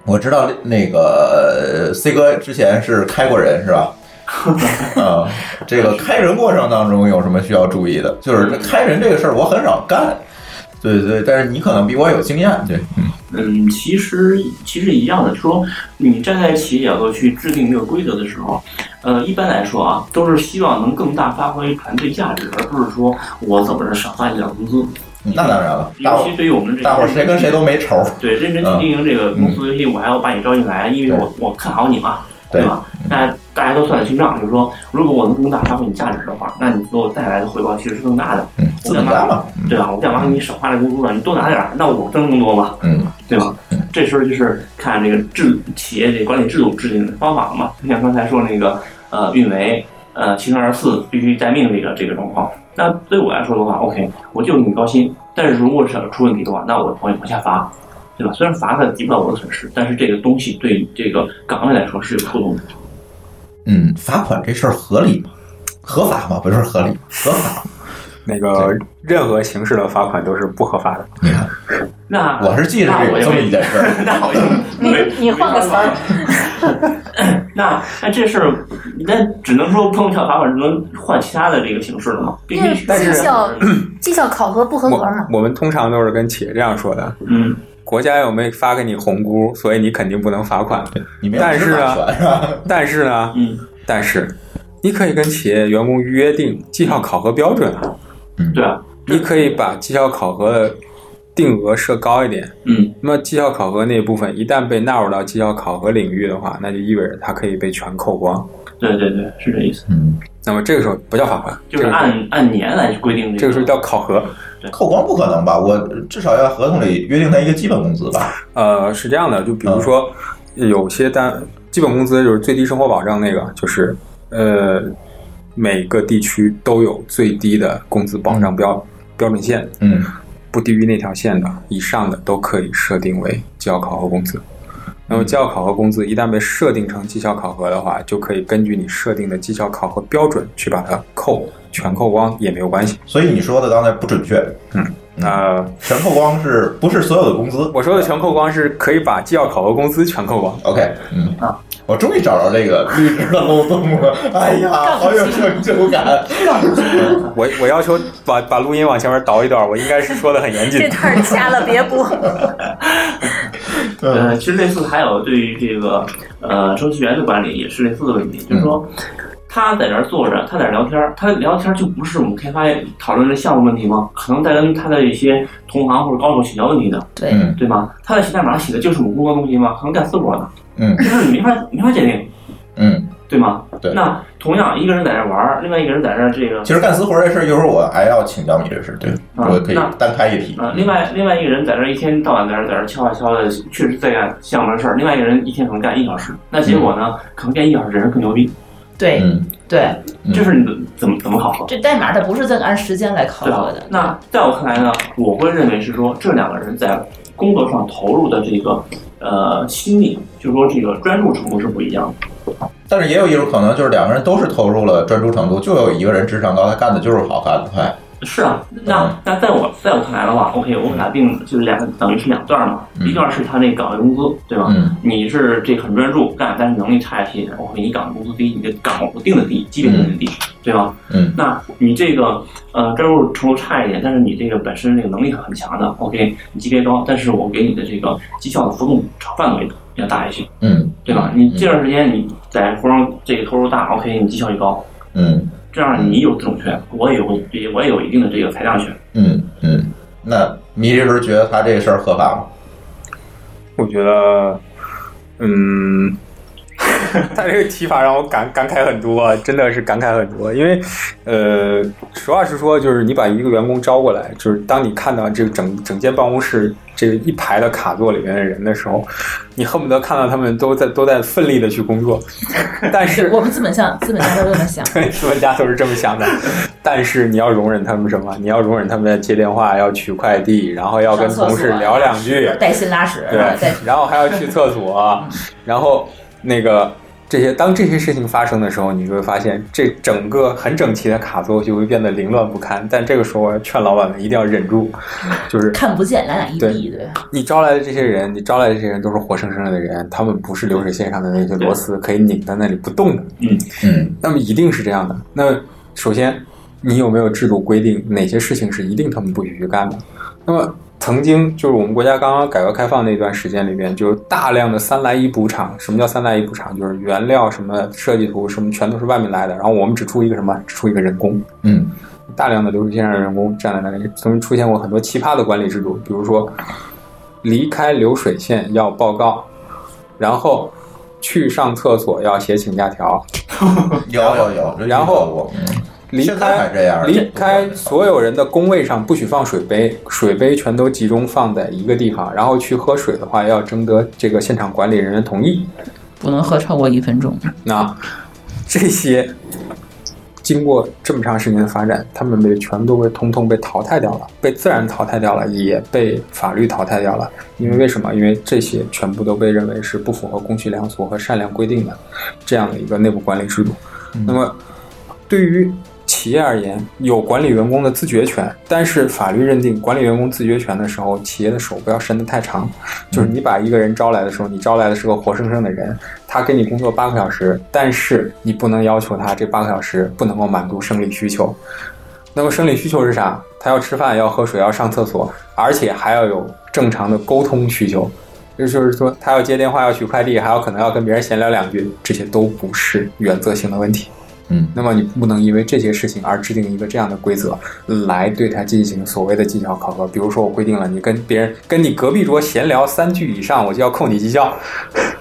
Speaker 1: 我知道那个呃 C 哥之前是开过人是吧？ 啊，这个开人过程当中有什么需要注意的？就是这开人这个事儿，我很少干。对对，但是你可能比我有经验。对，
Speaker 2: 嗯，其实其实一样的，说你站在企业角度去制定这个规则的时候，呃，一般来说啊，都是希望能更大发挥团队价值，而不是说我怎么着少发一点工资。
Speaker 1: 那当然了，大
Speaker 2: 尤
Speaker 1: 伙
Speaker 2: 其对于我们这个
Speaker 1: 大伙儿谁跟谁都嗯没仇。
Speaker 2: 对认真去经营这个公司，尤其我还要把你招进来，因为我我看好你嘛，
Speaker 1: 对
Speaker 2: 吧？那大家都算得清账，就是说，如果我能更大发挥你价值的话，那你给我带来的回报其实是更大的，
Speaker 1: 嗯，资本家嘛，
Speaker 2: 对吧？我干嘛给你少花点工资呢？你多拿点儿，那我挣更多嘛，
Speaker 1: 嗯
Speaker 2: 对吧？这时候就是看这个制企业这管理制度制定的方法嘛，就像刚才说那个呃运维呃七乘二十四必须待命这个这个状况。那对我来说的话，OK，我就给你高薪，但是如果是出问题的话，那我我往下罚，对吧？虽然罚的抵不了我的损失，但是这个东西对这个岗位来说是有触动的。
Speaker 1: 嗯，罚款这事儿合理吗？合法吗？不是合理，合法。
Speaker 5: 那个任何形式的罚款都是不合法的。
Speaker 1: 你看，
Speaker 2: 那
Speaker 1: 我是记着
Speaker 2: 那
Speaker 1: 有
Speaker 2: 我
Speaker 1: 这
Speaker 2: 就
Speaker 1: 么一件事儿，
Speaker 2: 那好
Speaker 4: 你
Speaker 2: 没
Speaker 4: 你换个词儿，
Speaker 2: 那那这事儿，那只能说碰巧罚款，只能换其他的这个形式了嘛？必须
Speaker 4: 因为绩效 绩效考核不合格嘛
Speaker 5: 我。我们通常都是跟企业这样说的：
Speaker 2: 嗯，
Speaker 5: 国家又没发给你红箍，所以你肯定不能罚款。
Speaker 1: 你没有
Speaker 5: 但是
Speaker 1: 执法
Speaker 5: 啊
Speaker 1: 权是 吧？
Speaker 5: 但是呢，
Speaker 2: 嗯，
Speaker 5: 但是你可以跟企业员工约定绩效考核标准啊，
Speaker 2: 对啊，
Speaker 5: 你可以把绩效考核的定额设高一点。
Speaker 2: 嗯，
Speaker 5: 那么绩效考核那部分一旦被纳入到绩效考核领域的话，那就意味着它可以被全扣光。
Speaker 2: 对对对，是这意思，
Speaker 1: 嗯，
Speaker 5: 那么这个时候不叫罚款，
Speaker 2: 就是
Speaker 5: 这个时候
Speaker 2: 按按年来规定这
Speaker 5: 这个
Speaker 2: 个。
Speaker 5: 时候叫考核。
Speaker 1: 扣光不可能吧？我至少要合同里约定他一个基本工资吧？
Speaker 5: 呃，是这样的，就比如说、有些单基本工资就是最低生活保障那个，就是呃每个地区都有最低的工资保障标、标准线，
Speaker 1: 嗯，
Speaker 5: 不低于那条线的以上的都可以设定为绩效考核工资。那么绩效考核工资一旦被设定成绩效考核的话，就可以根据你设定的绩效考核标准去把它扣全扣光也没有关系。
Speaker 1: 所以你说的刚才不准确，
Speaker 5: 那、
Speaker 1: 全扣光是不是所有的工资
Speaker 5: 我说的全扣光是可以把绩效考核工资全扣光。
Speaker 1: ？OK，嗯我终于找着这个律师的漏洞了，哎呀，好有成就感！
Speaker 5: 我我要求把把录音往前面倒一段，我应该是说的很严谨
Speaker 4: 这
Speaker 5: 的。
Speaker 4: 段儿掐了别播。
Speaker 1: 嗯
Speaker 2: 呃，其实类似还有对于这个呃程序员的管理也是类似的问题，就是说
Speaker 5: 嗯
Speaker 2: 他在那儿坐着，他在那儿聊天儿，他聊天儿就不是我们开发讨论的项目问题吗？可能在跟他的一些同行或者高手请教问题的，
Speaker 3: 对，
Speaker 1: 嗯
Speaker 2: 对吗？他在写代码写的就是我们工作的东西吗？可能干私活呢，
Speaker 1: 嗯
Speaker 2: 这事儿你没法 没法鉴定，
Speaker 1: 嗯，
Speaker 2: 对吗？
Speaker 1: 对
Speaker 2: 那同样一个人在那儿玩儿，另外一个人在那儿这个
Speaker 1: 其实干私活这事儿，一会儿我还要请教你律师，对
Speaker 2: 啊
Speaker 1: 我可以
Speaker 2: 那
Speaker 1: 单开一题。
Speaker 2: 啊，另外另外一个人在这儿一天到晚在这儿在这儿敲啊敲的，确实在干项目的事儿。另外一个人一天可能干一小时，那结果呢？可能干一小时这人更牛逼，
Speaker 3: 对、
Speaker 1: 嗯，
Speaker 3: 对，
Speaker 1: 嗯
Speaker 2: 这是你的怎么怎么考核？
Speaker 3: 这代码它不是在按时间来考
Speaker 2: 对吧
Speaker 3: 核的？，
Speaker 2: 那在我看来呢，我会认为是说这两个人在工作上投入的这个呃心力，就是说这个专注程度是不一样的。
Speaker 1: 但是也有一种可能，就是两个人都是投入了专注程度，就有一个人智商高，他干的哎就是好，干得快。
Speaker 2: 是啊，那
Speaker 1: 嗯
Speaker 2: 那在我在我看来的话，OK，我给他定就是两个等于是两段儿嘛，
Speaker 1: 嗯
Speaker 2: 一段儿是他那岗位工资，对吧？
Speaker 1: 嗯
Speaker 2: 你是这很专注干，但是能力差一些，我给你岗位工资低，你的岗我定的低，基本定的低，对吧？
Speaker 1: 嗯
Speaker 2: 那你这个呃专注程度差一点，但是你这个本身这个能力很强的，OK，你级别高，但是我给你的这个绩效的浮动范围要大一些，
Speaker 1: 嗯，
Speaker 2: 对吧？你这段时间你在活上这个投入大，OK，你绩效就高，
Speaker 1: 嗯
Speaker 2: 这样你有自主权，我也有我也有一定的这个裁量权。
Speaker 1: 嗯嗯，那迷律师觉得他这事儿合法吗？
Speaker 5: 我觉得，嗯， 他这个提法让我感感慨很多啊，真的是感慨很多。因为，呃，实话实说，就是你把一个员工招过来，就是当你看到这个整整间办公室这个一排的卡座里面的人的时候，你恨不得看到他们都在都在奋力的去工作，但是
Speaker 3: 对我们资本上资本家都这么想。
Speaker 5: 对，资本家都是这么想的。但是你要容忍他们什么？你要容忍他们接电话，要取快递，然后要跟
Speaker 3: 上厕
Speaker 5: 同事
Speaker 3: 所
Speaker 5: 聊两句，
Speaker 3: 带薪拉屎，
Speaker 5: 对
Speaker 3: 带，
Speaker 5: 然后还要去厕所， 然后那个这些，当这些事情发生的时候，你就会发现这整个很整齐的卡座就会变得凌乱不堪。但这个时候，我要劝老板们一定要忍住，就是
Speaker 3: 看不见，两眼一闭，对吧？
Speaker 5: 你招来的这些人，你招来的这些人都是活生生的人，他们不是流水线上的那些螺丝可以拧在那里不动的。
Speaker 1: 嗯
Speaker 5: 那么一定是这样的。那首先，你有没有制度规定哪些事情是一定他们不许去干的？那么曾经就是我们国家刚刚改革开放那段时间里面，就有大量的三来一补厂。什么叫三来一补厂？就是原料、什么设计图、什么全都是外面来的，然后我们只出一个什么，只出一个人工。
Speaker 1: 嗯
Speaker 5: 大量的流水线上的人工站在那里，曾经出现过很多奇葩的管理制度，比如说离开流水线要报告，然后去上厕所要写请假条，
Speaker 1: 有有有，这
Speaker 5: 嗯然后
Speaker 1: 遇到过嗯
Speaker 5: 离
Speaker 1: 现在还
Speaker 5: 开
Speaker 1: 这样
Speaker 5: 离开所有人的工位上不许放水杯，水杯全都集中放在一个地方。然后去喝水的话，要征得这个现场管理人员同意。
Speaker 3: 不能喝超过一分钟。
Speaker 5: 那这些经过这么长时间的发展，他们被全都被通通被淘汰掉了，被自然淘汰掉了，也被法律淘汰掉了。因为为什么？因为这些全部都被认为是不符合公序良俗和善良规定的这样的一个内部管理制度。那么，对于企业而言，有管理员工的自觉权，但是法律认定管理员工自觉权的时候，企业的手不要伸得太长。就是你把一个人招来的时候，你招来的是个活生生的人，他给你工作八个小时，但是你不能要求他这八个小时不能够满足生理需求。那么生理需求是啥？他要吃饭，要喝水，要上厕所，而且还要有正常的沟通需求。也就是说，他要接电话，要取快递，还有可能要跟别人闲聊两句，这些都不是原则性的问题。
Speaker 1: 嗯
Speaker 5: 那么你不能因为这些事情而制定一个这样的规则来对它进行所谓的绩效考核。比如说，我规定了你跟别人跟你隔壁桌闲聊三句以上，我就要扣你绩效。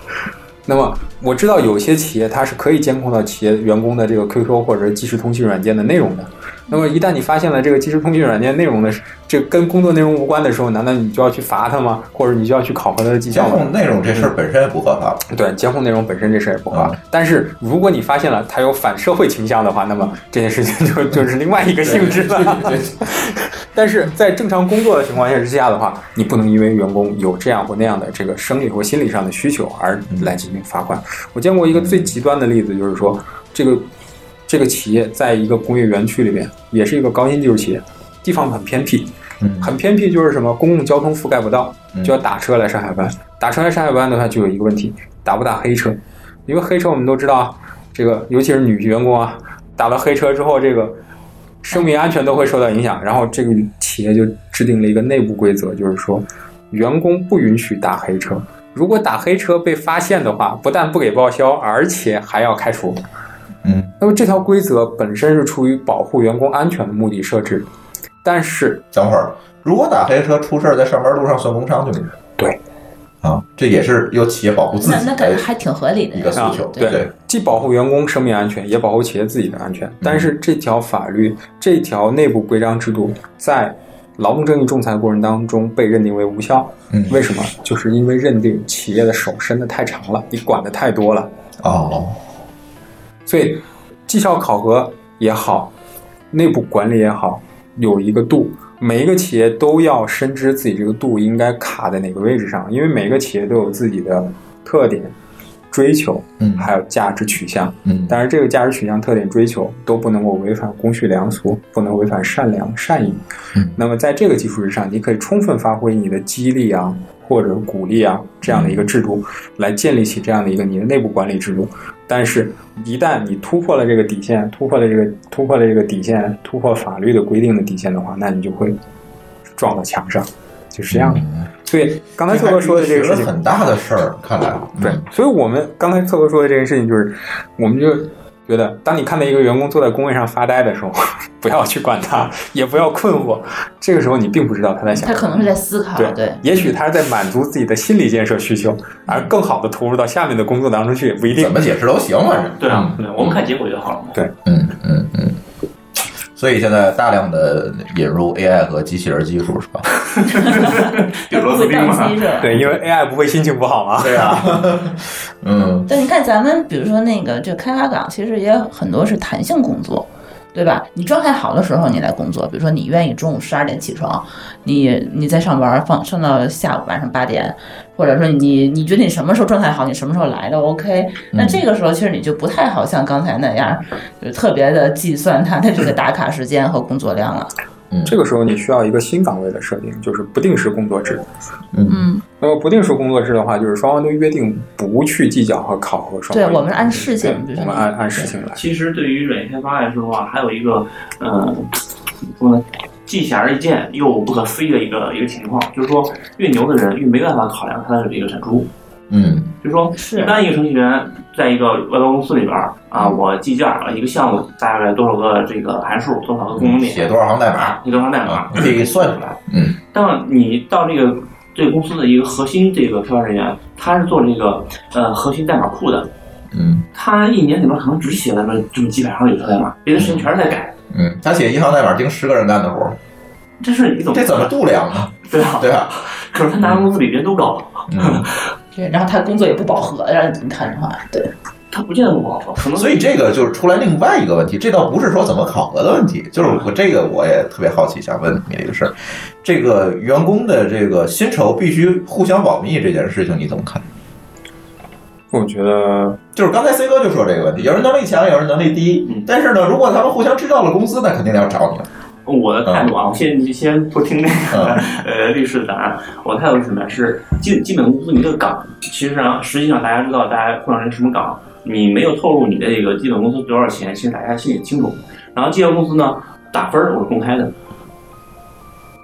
Speaker 5: 那么我知道有些企业它是可以监控到企业员工的这个 QQ 或者是即时通讯软件的内容的。那么一旦你发现了这个即时通讯软件内容的这跟工作内容无关的时候，难道你就要去罚他吗？或者你就要去考核他的绩
Speaker 1: 监
Speaker 5: 效吗？
Speaker 1: 控内容这事儿本身也不合法，
Speaker 5: 对，监控内容本身这事儿也不好，
Speaker 1: 嗯
Speaker 5: 但是如果你发现了它有反社会倾向的话，那么这件事情就 就是另外一个嗯性质了。 但是在正常工作的情况下之下的话，你不能因为员工有这样或那样的这个生理或心理上的需求而来进行罚款。我见过一个最极端的例子，就是说这个这个企业在一个工业园区里面，也是一个高新技术企业，地方很偏僻，
Speaker 1: 嗯
Speaker 5: 很偏僻就是什么公共交通覆盖不到，
Speaker 1: 嗯
Speaker 5: 就要打车来上海湾。打车来上海湾的话，就有一个问题，打不打黑车？因为黑车我们都知道啊，这个尤其是女员工啊，打了黑车之后，这个生命安全都会受到影响。然后这个企业就制定了一个内部规则，就是说员工不允许打黑车。如果打黑车被发现的话，不但不给报销，而且还要开除。
Speaker 1: 嗯
Speaker 5: 那么这条规则本身是出于保护员工安全的目的设置的，但是
Speaker 1: 等会儿如果打黑车出事儿，在上班路上算工伤去吗？
Speaker 5: 对，
Speaker 1: 啊，这也是有企业保护自
Speaker 3: 那
Speaker 1: 己哎
Speaker 3: 那感觉
Speaker 1: 的
Speaker 3: 还挺合理的
Speaker 1: 一个
Speaker 3: 呀。
Speaker 1: 诉求，
Speaker 3: 对
Speaker 1: 对，
Speaker 5: 啊既保护员工生命安全，也保护企业自己的安全。但是这条法律、这条内部规章制度在劳动争议仲裁过程当中被认定为无效。
Speaker 1: 嗯
Speaker 5: 为什么？就是因为认定企业的手伸得太长了，你管得太多了，
Speaker 1: 哦，
Speaker 5: 所以绩效考核也好，内部管理也好，有一个度。每一个企业都要深知自己这个度应该卡在哪个位置上，因为每个企业都有自己的特点、追求，
Speaker 1: 嗯
Speaker 5: 还有价值取向。
Speaker 1: 嗯
Speaker 5: 但是这个价值取向、特点追求都不能够违反公序良俗，不能违反善良善意。
Speaker 1: 嗯
Speaker 5: 那么在这个基础之上，你可以充分发挥你的激励啊，或者鼓励啊这样的一个制度，来建立起这样的一个你的内部管理制度。但是，一旦你突破了这个底线，突破了这个突破了这个底线，突破法律的规定的底线的话，那你就会撞到墙上，就是这样的。所以刚才
Speaker 1: 嗯这
Speaker 5: 特
Speaker 1: 还
Speaker 5: 哥
Speaker 1: 是
Speaker 5: 说的这个
Speaker 1: 学
Speaker 5: 事
Speaker 1: 了
Speaker 5: 情，
Speaker 1: 很大的事儿，看来
Speaker 5: 对
Speaker 1: 嗯，
Speaker 5: 所以我们刚才策哥说的这件事情，就是我们就觉得，当你看到一个员工坐在工位上发呆的时候， 不要去管他，也不要困惑。这个时候你并不知道他在想
Speaker 3: 他
Speaker 5: 什
Speaker 3: 可
Speaker 5: 么，
Speaker 3: 能是在思考，对，嗯
Speaker 5: 也许他是在满足自己的心理建设需求，而更好的投入到下面的工作当中去也不一定
Speaker 1: 怎。么解释都行，反正
Speaker 2: 对啊，对啊，我们看结果就好了嘛。
Speaker 1: 嗯嗯嗯。所以现在大量的引入 AI 和机器人技术 是吧？
Speaker 2: 有螺丝
Speaker 3: 会
Speaker 2: 钉
Speaker 3: 宕
Speaker 2: 嘛
Speaker 3: 机？是吧？
Speaker 5: 对，因为 AI 不会心情不好嘛。
Speaker 1: 对啊， 嗯
Speaker 3: 但你看咱们，比如说那个这开发岗，其实也很多是弹性工作，对吧？你状态好的时候你来工作，比如说你愿意中午十二点起床，你你在上班放上到下午晚上八点，或者说你你觉得你什么时候状态好，你什么时候来都 OK。那这个时候其实你就不太好像刚才那样，就是特别的计算它的这个打卡时间和工作量了。
Speaker 5: 这个时候你需要一个新岗位的设定，就是不定时工作制。
Speaker 1: 嗯
Speaker 3: 嗯，
Speaker 5: 那么不定时工作制的话，就是双方都约定不去计较和考核双
Speaker 3: 对，
Speaker 5: 方。
Speaker 3: 我们是按事情，比
Speaker 5: 对
Speaker 3: 如
Speaker 5: 我
Speaker 3: 说
Speaker 5: 们
Speaker 3: 你
Speaker 5: 按按事情来。
Speaker 2: 其实对于软件开发来说的话，还有一个，呃，怎么说呢？既显而易见又不可思议的一个一个情况，就是说越牛的人越没办法考量他的这个产出。
Speaker 1: 嗯
Speaker 2: 就是说，
Speaker 3: 是
Speaker 2: 一般一个程序员在一个外包公司里边儿啊，我计件儿一个项目大概多少个这个函数，多少个功能
Speaker 1: 嗯，
Speaker 2: 点，
Speaker 1: 写多少行代码
Speaker 2: 啊，你多少代码
Speaker 1: 啊，，你可以算出来。嗯
Speaker 2: 但你到这个这个公司的一个核心这个开发人员，他是做这个呃核心代码库的，
Speaker 1: 嗯
Speaker 2: 他一年里边可能只写了那么这么几百行有效代码，别的事情全是在改。
Speaker 1: 嗯，他写一行代码盯十个人干的活儿，
Speaker 2: 这事儿你怎么
Speaker 1: 这怎么度 量啊？
Speaker 2: 对啊？
Speaker 1: 对吧？
Speaker 2: 可是他拿的工资比别人都高，
Speaker 1: 嗯
Speaker 3: 对，然后他工作也不饱和，让你看的话，对，
Speaker 2: 它不见得不好考，可能
Speaker 1: 所以这个就是出来另外一个问题，这倒不是说怎么考核的问题，就是我这个我也特别好奇，想问你这个事儿，这个员工的这个薪酬必须互相保密这件事情你怎么看？
Speaker 5: 我觉得
Speaker 1: 就是刚才 C 哥就说这个问题，有人能力强，有人能力低，
Speaker 2: 嗯
Speaker 1: 但是呢，如果他们互相知道了工资，那肯定得要找你了。
Speaker 2: 我的态度啊，我先先不听那个 呃律师的答案，我的态度是什么呀？是基基本工资你这个岗，其实上实际上大家知道大家混上是什么岗，你没有透露你的这个基本工资多少钱，其实大家心里清楚。然后基本工资呢打分儿我是公开的，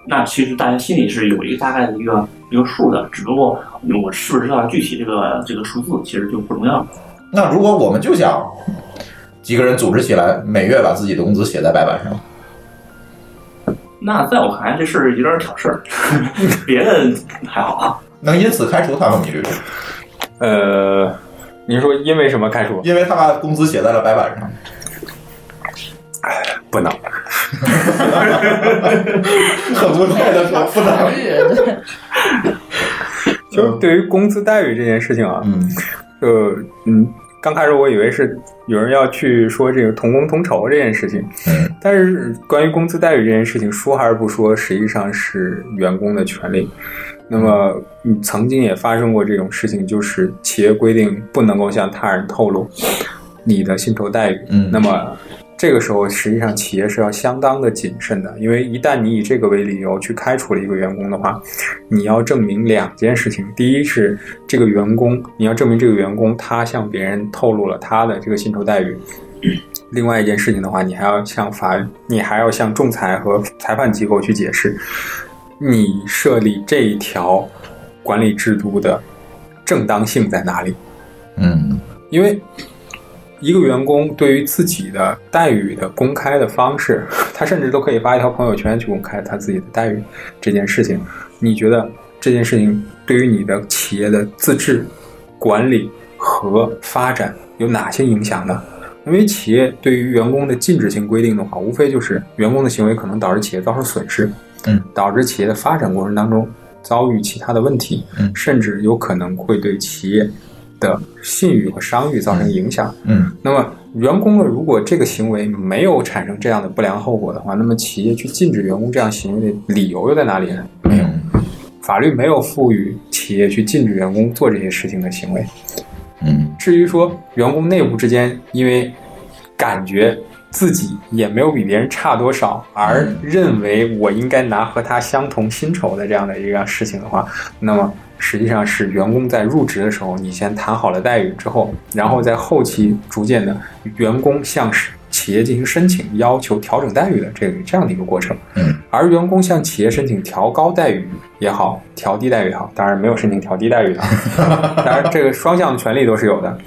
Speaker 2: 那其实大家心里是有一个大概的一个一个数的，只不过我是不是知道具体这个这个数字其实就不重要了。
Speaker 1: 那如果我们就想几个人组织起来，每月把自己的工资写在白板上，
Speaker 2: 那在我看来这事儿有点挑事儿， 别的还好啊。
Speaker 1: 能因此开除他们米律师，
Speaker 5: 呃，您说因为什么开除？
Speaker 1: 因为他把工资写在了白板上。
Speaker 5: 不能，
Speaker 1: 很无奈的说，不
Speaker 3: 法
Speaker 1: 能。
Speaker 3: 律对
Speaker 5: 就是对于工资待遇这件事情啊，
Speaker 1: 嗯
Speaker 5: 就嗯，刚开始我以为是有人要去说这个同工同酬这件事情，
Speaker 1: 嗯
Speaker 5: 但是关于工资待遇这件事情，说还是不说，实际上是员工的权利。那么，嗯曾经也发生过这种事情，就是企业规定不能够向他人透露你的薪酬待遇。
Speaker 1: 嗯
Speaker 5: 那么这个时候，实际上企业是要相当的谨慎的，因为一旦你以这个为理由去开除了一个员工的话，你要证明两件事情：第一是这个员工，你要证明这个员工他向别人透露了他的这个薪酬待遇；另外一件事情的话，你还要向法，你还要向仲裁和裁判机构去解释，你设立这一条管理制度的正当性在哪里。
Speaker 1: 嗯
Speaker 5: 因为一个员工对于自己的待遇的公开的方式，他甚至都可以发一条朋友圈去公开他自己的待遇这件事情。你觉得这件事情对于你的企业的自治、管理和发展有哪些影响呢？因为企业对于员工的禁止性规定的话，无非就是员工的行为可能导致企业遭受损失，
Speaker 1: 嗯，
Speaker 5: 导致企业的发展过程当中遭遇其他的问题，
Speaker 1: 嗯
Speaker 5: 甚至有可能会对企业的信誉和商誉造成影响。
Speaker 1: 嗯
Speaker 5: 那么，员工呢，如果这个行为没有产生这样的不良后果的话，那么企业去禁止员工这样行为的理由又在哪里呢？
Speaker 1: 没有。
Speaker 5: 法律没有赋予企业去禁止员工做这些事情的行为。
Speaker 1: 嗯
Speaker 5: 至于说员工内部之间因为感觉自己也没有比别人差多少，而认为我应该拿和他相同薪酬的这样的一个事情的话，那么实际上是员工在入职的时候，你先谈好了待遇之后，然后在后期逐渐的员工向企业进行申请，要求调整待遇的这个这样的一个过程。
Speaker 1: 嗯
Speaker 5: 而员工向企业申请调高待遇也好，调低待遇也好，当然没有申请调低待遇的，啊当然这个双向权利都是有的。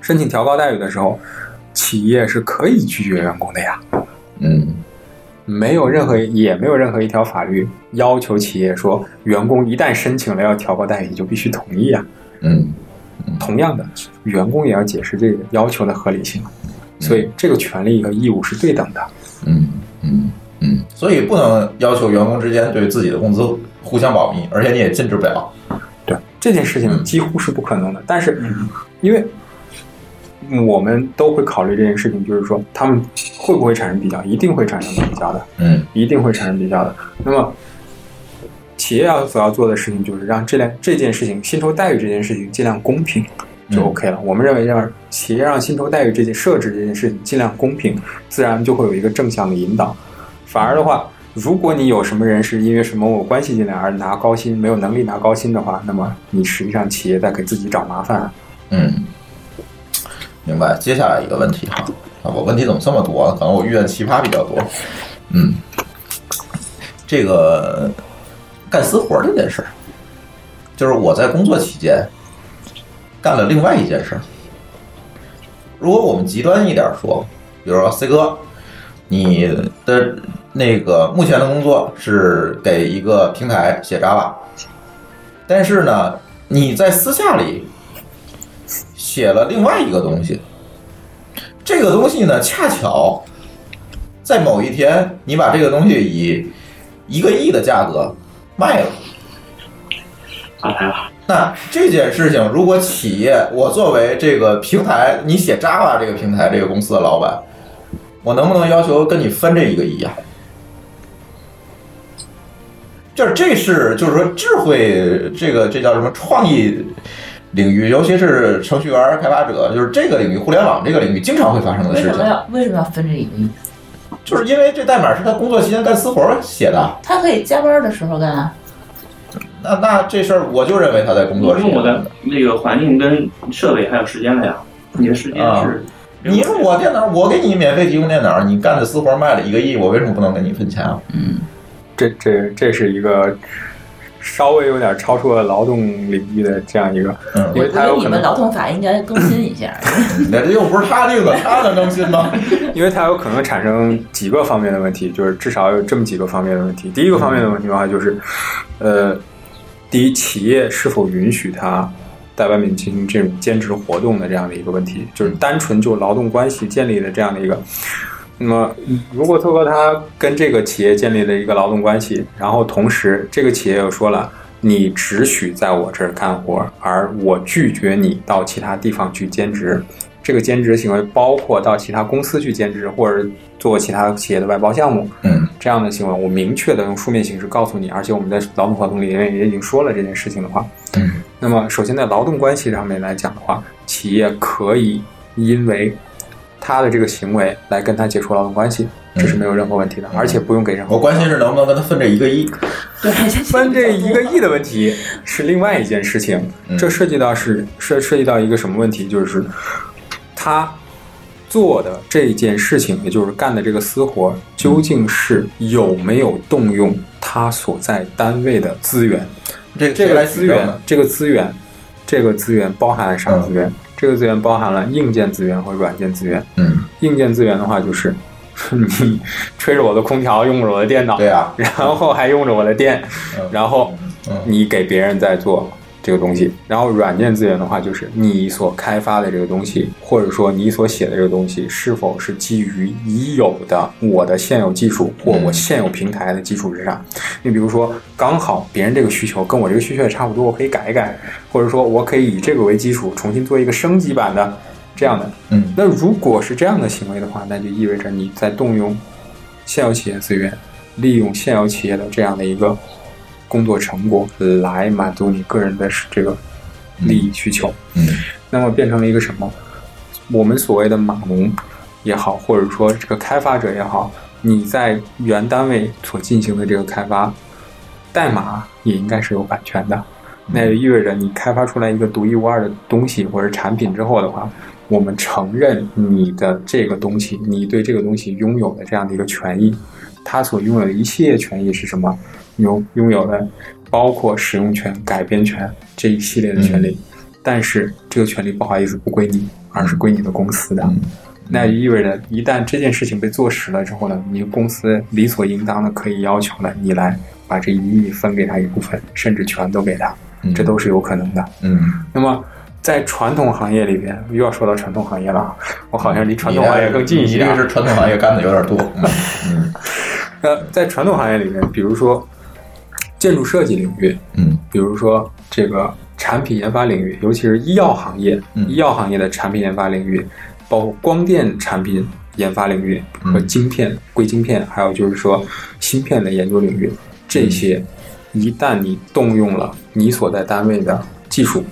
Speaker 5: 申请调高待遇的时候，企业是可以拒绝员工的呀，
Speaker 1: 嗯
Speaker 5: 没有任何也没有任何一条法律要求企业说，员工一旦申请了要调高待遇，你就必须同意啊。
Speaker 1: 嗯
Speaker 5: 同样的，员工也要解释这个要求的合理性，所以这个权利和义务是对等的。
Speaker 1: 嗯嗯嗯，所以不能要求员工之间对自己的工资互相保密，而且你也禁止不了。
Speaker 5: 对这件事情
Speaker 1: 嗯
Speaker 5: 几乎是不可能的。但是，因为嗯我们都会考虑这件事情，就是说他们会不会产生比较，一定会产生比较的，
Speaker 1: 嗯
Speaker 5: 一定会产生比较的。那么，企业要所要做的事情就是让这件这件事情，薪酬待遇这件事情尽量公平。就
Speaker 1: 嗯
Speaker 5: OK 了。我们认为让企业让薪酬待遇这件设置这件事情尽量公平，自然就会有一个正向的引导。反而的话，如果你有什么人是因为什么我关系进来而拿高薪，没有能力拿高薪的话，那么你实际上企业在给自己找麻烦啊。
Speaker 1: 嗯，明白。接下来一个问题哈，啊，我问题怎么这么多啊？可能我遇见奇葩比较多。嗯，这个干私活这件事儿，就是我在工作期间干了另外一件事儿。如果我们极端一点说，比如说 C 哥，你的那个目前的工作是给一个平台写 Java，但是呢，你在私下里写了另外一个东西，这个东西呢，恰巧在某一天，你把这个东西以一个亿的价格卖了，
Speaker 2: 发财了。
Speaker 1: 那这件事情，如果企业，我作为这个平台，你写 Java 这个平台这个公司的老板，我能不能要求跟你分这一个亿啊？就是这是就是说智慧这个这叫什么创意领域，尤其是程序员、开发者，就是这个领域，互联网这个领域经常会发生的
Speaker 3: 为
Speaker 1: 事
Speaker 3: 什么
Speaker 1: 情，
Speaker 3: 要为什么要分这一个亿？
Speaker 1: 就是因为这代码是他工作期间干私活儿写的。
Speaker 3: 他可以加班的时候干啊。
Speaker 1: 那那这事儿，我就认为他在工作时
Speaker 2: 因为
Speaker 1: 间
Speaker 2: 我的那个环境跟设备还有时间了呀，你的时间是，
Speaker 1: 嗯啊你用我电脑，我给你免费提供电脑，你干的私活卖了一个亿，我为什么不能给你分钱啊？
Speaker 5: 这这这是一个稍微有点超出了劳动领域的这样一个，
Speaker 1: 嗯
Speaker 5: 因
Speaker 3: 我
Speaker 5: 为
Speaker 3: 觉
Speaker 5: 它
Speaker 3: 得
Speaker 5: 有
Speaker 3: 你
Speaker 5: 可
Speaker 3: 们
Speaker 5: 能，
Speaker 3: 劳动法应该更新一 下。
Speaker 1: 你这又不是他定的，他能更新吗？
Speaker 5: 因为它有可能产生几个方面的问题，就是至少有这么几个方面的问题。第一个方面的问题的话，就是，呃，第一，企业是否允许他在外面进行这种兼职活动的这样的一个问题，就是单纯就劳动关系建立的这样的一个。那么，如果透过他跟这个企业建立了一个劳动关系，然后同时这个企业又说了，你只许在我这儿干活，而我拒绝你到其他地方去兼职。这个兼职行为包括到其他公司去兼职，或者做其他企业的外包项目。
Speaker 1: 嗯
Speaker 5: 这样的行为，我明确的用书面形式告诉你，而且我们在劳动合同里面也已经说了这件事情的话，
Speaker 1: 嗯，
Speaker 5: 那么首先在劳动关系上面来讲的话，企业可以因为他的这个行为来跟他解除劳动关系，这是没有任何问题的，而且不用给任
Speaker 1: 嗯
Speaker 5: 何
Speaker 1: 我关心是能不能跟他分这一个亿。
Speaker 3: 对，
Speaker 5: 分这一个亿的问题是另外一件事情，
Speaker 1: 嗯
Speaker 5: 这涉及到是涉涉及到一个什么问题，就是他做的这件事情，也就是干的这个私活，究竟是有没有动用他所在单位的资源？
Speaker 1: 这个
Speaker 5: 这
Speaker 1: 谁
Speaker 5: 个
Speaker 1: 来
Speaker 5: 资
Speaker 1: 举证
Speaker 5: 源
Speaker 1: 呢？，
Speaker 5: 这个资源，这个资源包含了啥资源？这个资源包含了硬件资源和软件资源。
Speaker 1: 嗯，
Speaker 5: 硬件资源的话，就是 你吹着我的空调，用着我的电脑，
Speaker 1: 对啊，
Speaker 5: 然后还用着我的电
Speaker 1: 嗯，
Speaker 5: 然后
Speaker 1: 嗯
Speaker 5: 你给别人在做这个东西。然后软件资源的话，就是你所开发的这个东西，或者说你所写的这个东西，是否是基于已有的我的现有技术或我现有平台的基础之上。你比如说，刚好别人这个需求跟我这个需求也差不多，我可以改一改，或者说我可以以这个为基础重新做一个升级版的这样的。
Speaker 1: 嗯
Speaker 5: 那如果是这样的行为的话，那就意味着你在动用现有企业资源，利用现有企业的这样的一个工作成果来满足你个人的这个利益需求。
Speaker 1: 嗯
Speaker 5: 那么变成了一个什么？我们所谓的码农也好，或者说这个开发者也好，你在原单位所进行的这个开发，代码也应该是有版权的。那也意味着你开发出来一个独一无二的东西或者产品之后的话，我们承认你的这个东西，你对这个东西拥有的这样的一个权益，它所拥有的一系列权益是什么？拥拥有的包括使用权、改编权这一系列的权利。但是这个权利不好意思不归你，而是归你的公司的。
Speaker 1: 嗯
Speaker 5: 那也意味着，一旦这件事情被坐实了之后呢，你公司理所应当的可以要求呢，你来把这一亿分给他一部分，甚至全都给他，
Speaker 1: 嗯
Speaker 5: 这都是有可能的。
Speaker 1: 嗯，
Speaker 5: 那么。在传统行业里边，又要说到传统行业了啊，我好像离传统
Speaker 1: 你呢
Speaker 5: 行业更近一些、
Speaker 1: 你
Speaker 5: 啊。
Speaker 1: 这是传统行业干的有点多。嗯
Speaker 5: 呃，在传统行业里面，比如说建筑设计领域，
Speaker 1: 嗯
Speaker 5: 比如说这个产品研发领域，尤其是医药行业，
Speaker 1: 嗯
Speaker 5: 医药行业的产品研发领域，包括光电产品研发领域
Speaker 1: 嗯
Speaker 5: 和晶片、硅晶片，还有就是说芯片的研究领域，这
Speaker 1: 嗯
Speaker 5: 些一旦你动用了你所在单位的技术、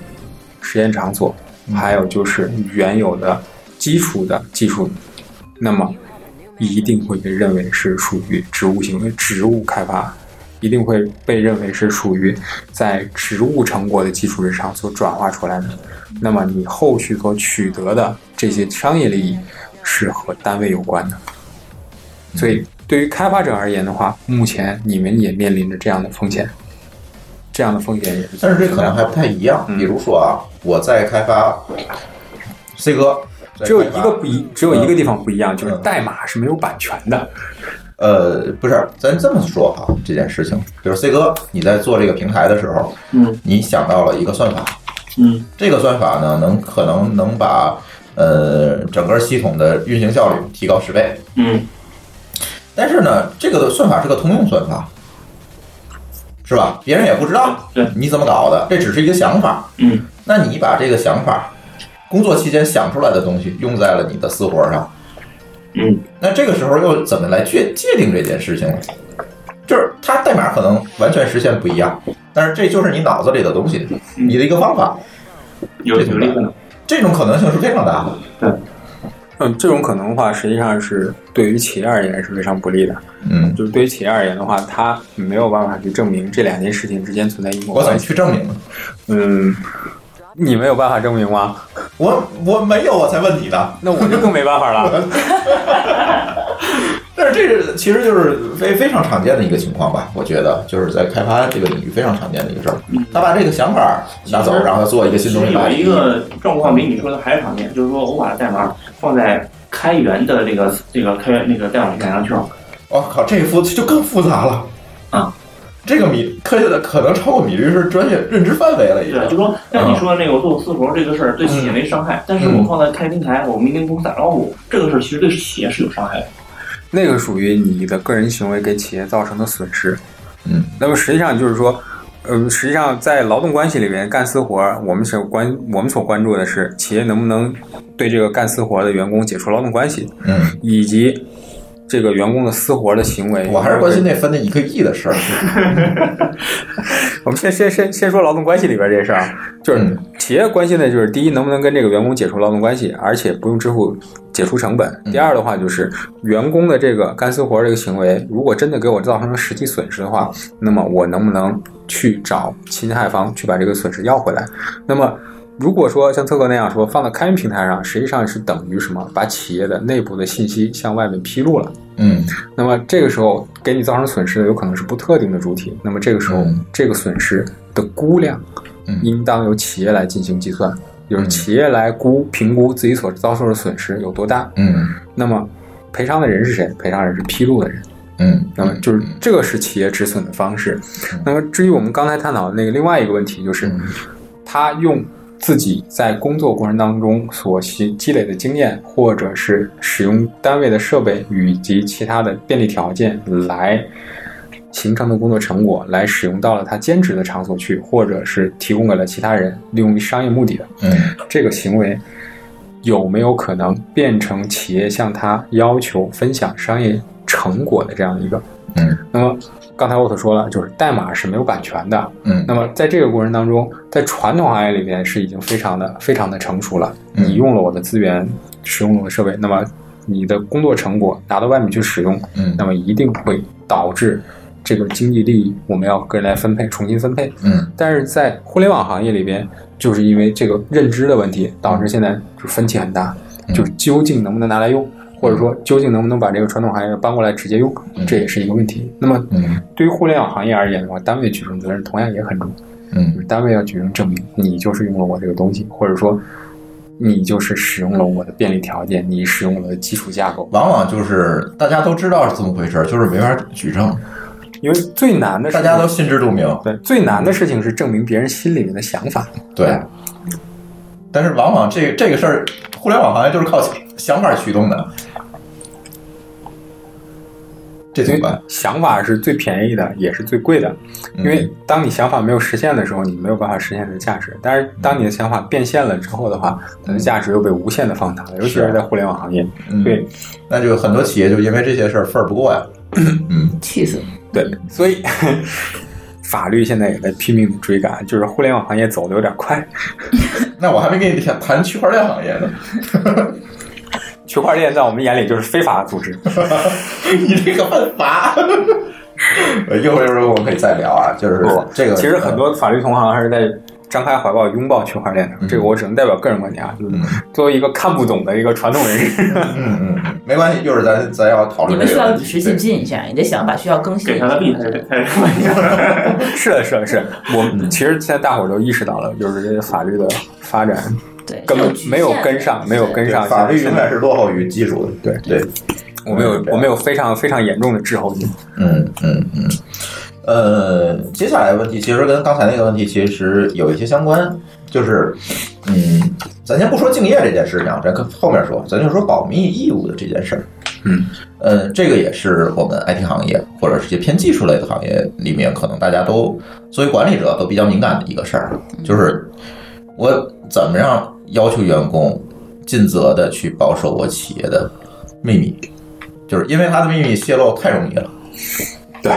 Speaker 5: 实验场所，还有就是原有的基础的技术，那么一定会被认为是属于植物行为、植物开发，一定会被认为是属于在植物成果的基础之上所转化出来的。那么你后续所取得的这些商业利益是和单位有关的。所以对于开发者而言的话，目前你们也面临着这样的风险，这样的风险也是。
Speaker 1: 但是这可能还不太一样。
Speaker 5: 嗯
Speaker 1: 比如说啊，我在开发 C 哥，在
Speaker 5: 只有
Speaker 1: 开
Speaker 5: 一
Speaker 1: 发
Speaker 5: 个不一，只有一个地方不一样，就是
Speaker 1: 嗯
Speaker 5: 代码是没有版权的。
Speaker 1: 呃，不是，咱这么说哈，这件事情，比如 C 哥，你在做这个平台的时候，
Speaker 2: 嗯
Speaker 1: 你想到了一个算法，
Speaker 2: 嗯
Speaker 1: 这个算法呢，能可能能把呃整个系统的运行效率提高十倍。
Speaker 2: 嗯
Speaker 1: 但是呢，这个算法是个通用算法，是吧？别人也不知道
Speaker 2: 对对
Speaker 1: 你怎么搞的，这只是一个想法。
Speaker 2: 嗯，
Speaker 1: 那你把这个想法，工作期间想出来的东西用在了你的私活上，
Speaker 2: 嗯，
Speaker 1: 那这个时候又怎么来界界定这件事情呢？就是它代码可能完全实现不一样，但是这就是你脑子里的东西，
Speaker 2: 嗯
Speaker 1: 你的一个方法，
Speaker 2: 有有这个呢，
Speaker 1: 这种可能性是非常大的。
Speaker 5: 嗯，这种可能的话，实际上是对于企业而言是非常不利的。
Speaker 1: 嗯，
Speaker 5: 就是对于企业而言的话，它没有办法去证明这两件事情之间存在因果
Speaker 1: 我怎么
Speaker 5: 关系。
Speaker 1: 去证明呢？
Speaker 5: 嗯，你没有办法证明吗？
Speaker 1: 我我没有，我才问你的。
Speaker 5: 那我就更没办法 了。
Speaker 1: 但是这是其实就是非非常常见的一个情况吧，我觉得就是在开发这个领域非常常见的一个事儿。他把这个想法拿走，然后做一个
Speaker 2: 嗯其
Speaker 1: 新
Speaker 2: 实
Speaker 1: 东
Speaker 2: 有
Speaker 1: 西。
Speaker 2: 一个状况比你说的还是常见，就是说我把代码放在开源的这个这个开源那个代码改良圈儿，
Speaker 1: 我、哦靠，这复就更复杂了
Speaker 2: 啊！
Speaker 1: 这个米科学的可能超过米律师专业认知范围了，已
Speaker 2: 对，就
Speaker 1: 经。
Speaker 2: 说像你说的那个我做私活这个事儿
Speaker 1: 嗯
Speaker 2: 对企业没伤害，但是我放在开平台，我明天公司打招呼，这个事儿其实对企业是有伤害的。
Speaker 5: 那个属于你的个人行为给企业造成的损失。
Speaker 1: 嗯，
Speaker 5: 那么实际上就是说，嗯，实际上在劳动关系里面干私活儿，我们所关我们所关注的是企业能不能对这个干私活儿的员工解除劳动关系，
Speaker 1: 嗯，
Speaker 5: 以及这个员工的私活儿的行为。
Speaker 1: 我还是关心那分那一个亿的 事儿。
Speaker 5: 我们先先先先说劳动关系里边这事儿啊，就是
Speaker 1: 嗯
Speaker 5: 企业关心的就是第一，能不能跟这个员工解除劳动关系，而且不用支付解除成本；
Speaker 1: 嗯
Speaker 5: 第二的话就是员工的这个干私活儿这个行为，如果真的给我造成了实际损失的话，那么我能不能去找侵害方去把这个损失要回来？那么。如果说像特哥那样说放到开源平台上，实际上是等于什么？把企业的内部的信息向外面披露了。
Speaker 1: 嗯
Speaker 5: 那么这个时候给你造成损失的有可能是不特定的主体，那么这个时候、
Speaker 1: 嗯
Speaker 5: 这个损失的估量
Speaker 1: 嗯，
Speaker 5: 应当由企业来进行计算，就是
Speaker 1: 嗯
Speaker 5: 企业来估评估自己所遭受的损失有多大。
Speaker 1: 嗯
Speaker 5: 那么赔偿的人是谁？赔偿人是披露的人。
Speaker 1: 嗯，
Speaker 5: 那么就是这个是企业止损的方式。那么至于我们刚才探讨的那个另外一个问题，就是
Speaker 1: 嗯
Speaker 5: 他用自己在工作过程当中所积积累的经验，或者是使用单位的设备以及其他的便利条件来。形成的工作成果来使用到了他兼职的场所去，或者是提供给了其他人利用于商业目的的，
Speaker 1: 嗯
Speaker 5: 这个行为有没有可能变成企业向他要求分享商业成果的这样一个？
Speaker 1: 嗯，
Speaker 5: 那么刚才我所说了，就是代码是没有版权的。
Speaker 1: 嗯
Speaker 5: 那么在这个过程当中，在传统行业里边是已经非常的非常的成熟了。
Speaker 1: 嗯
Speaker 5: 你用了我的资源，使用了我的设备，那么你的工作成果拿到外面去使用，
Speaker 1: 嗯
Speaker 5: 那么一定会导致这个经济利益我们要个人来分配，重新分配。
Speaker 1: 嗯
Speaker 5: 但是在互联网行业里边，就是因为这个认知的问题，导致现在就分歧很大，
Speaker 1: 嗯
Speaker 5: 就是究竟能不能拿来用，或者说究竟能不能把这个传统行业搬过来直接用，
Speaker 1: 嗯
Speaker 5: 这也是一个问题。那么
Speaker 1: 嗯
Speaker 5: 对于互联网行业而言的话，单位举证责任同样也很重，就
Speaker 1: 嗯
Speaker 5: 是单位要举证证明你就是用了我这个东西，或者说你就是使用了我的便利条件，你使用了我的基础架构。
Speaker 1: 往往就是大家都知道是这么回事儿，就是没法举证，
Speaker 5: 因为最难的事
Speaker 1: 大
Speaker 5: 情
Speaker 1: 家都心知肚明。
Speaker 5: 对最难的事情是证明别人心里面的想法。
Speaker 1: 对，
Speaker 5: 嗯
Speaker 1: 但是往往这这个事儿，互联网行业就是靠想法驱动的，这怎
Speaker 5: 因
Speaker 1: 么
Speaker 5: 为
Speaker 1: 办？
Speaker 5: 想法是最便宜的，也是最贵的。
Speaker 1: 嗯
Speaker 5: 因为当你想法没有实现的时候，你没有办法实现它的价值。但
Speaker 1: 嗯
Speaker 5: 是当你的想法变现了之后的话，它的价值又被无限的放大了，尤其
Speaker 1: 是啊
Speaker 5: 是在互联网行业。
Speaker 1: 嗯
Speaker 5: 对
Speaker 1: 那就很多企业就因为这些事儿分儿不过呀。嗯
Speaker 3: 气死！
Speaker 5: 对，所以 法律现在也在拼命的追赶，就是互联网行业走的有点快。
Speaker 1: 那我还没跟你谈谈区块链行业呢，
Speaker 5: 区块链在我们眼里就是非法组织。
Speaker 1: 你这个犯法。一会儿我们可以再聊啊，就是这个
Speaker 5: 其实很多法律同行还是在。张开怀抱拥抱区块
Speaker 1: 嗯
Speaker 5: 链的，这个我只能代表个人观点啊，就是作为一个看不懂的一个传统人 士，
Speaker 1: 嗯嗯嗯没关系，一会儿咱咱要讨
Speaker 3: 你
Speaker 1: 论
Speaker 3: 们
Speaker 1: 这
Speaker 3: 需
Speaker 1: 个
Speaker 3: 要
Speaker 1: 问
Speaker 3: 与
Speaker 1: 题。
Speaker 3: 时俱进一下，你的想法需要更新
Speaker 2: 给
Speaker 3: 一
Speaker 2: 他
Speaker 3: 下
Speaker 2: 的。币才是才是关键。
Speaker 5: 是的，是的，是的。我
Speaker 1: 嗯
Speaker 5: 们其实现在大伙儿都意识到了，就是这些法律的发展
Speaker 3: 对，
Speaker 5: 根本没有跟
Speaker 3: 是
Speaker 5: 上，没有跟
Speaker 1: 对
Speaker 5: 上
Speaker 1: 法律
Speaker 5: 现
Speaker 1: 永
Speaker 5: 在
Speaker 1: 远是落后于技术的。对对，
Speaker 5: 我们有我们有非常非常严重的滞后性。
Speaker 1: 嗯嗯嗯，呃，接下来的问题其实跟刚才那个问题其实有一些相关，就是，嗯，咱先不说敬业这件事情啊，咱跟后面说，咱就说保密义务的这件事儿。
Speaker 5: 嗯
Speaker 1: 呃，这个也是我们 IT 行业或者是一些偏技术类的行业里面，可能大家都作为管理者都比较敏感的一个事儿，就是我怎么样要求员工尽责的去保守我企业的秘密，就是因为他的秘密泄露太容易了。嗯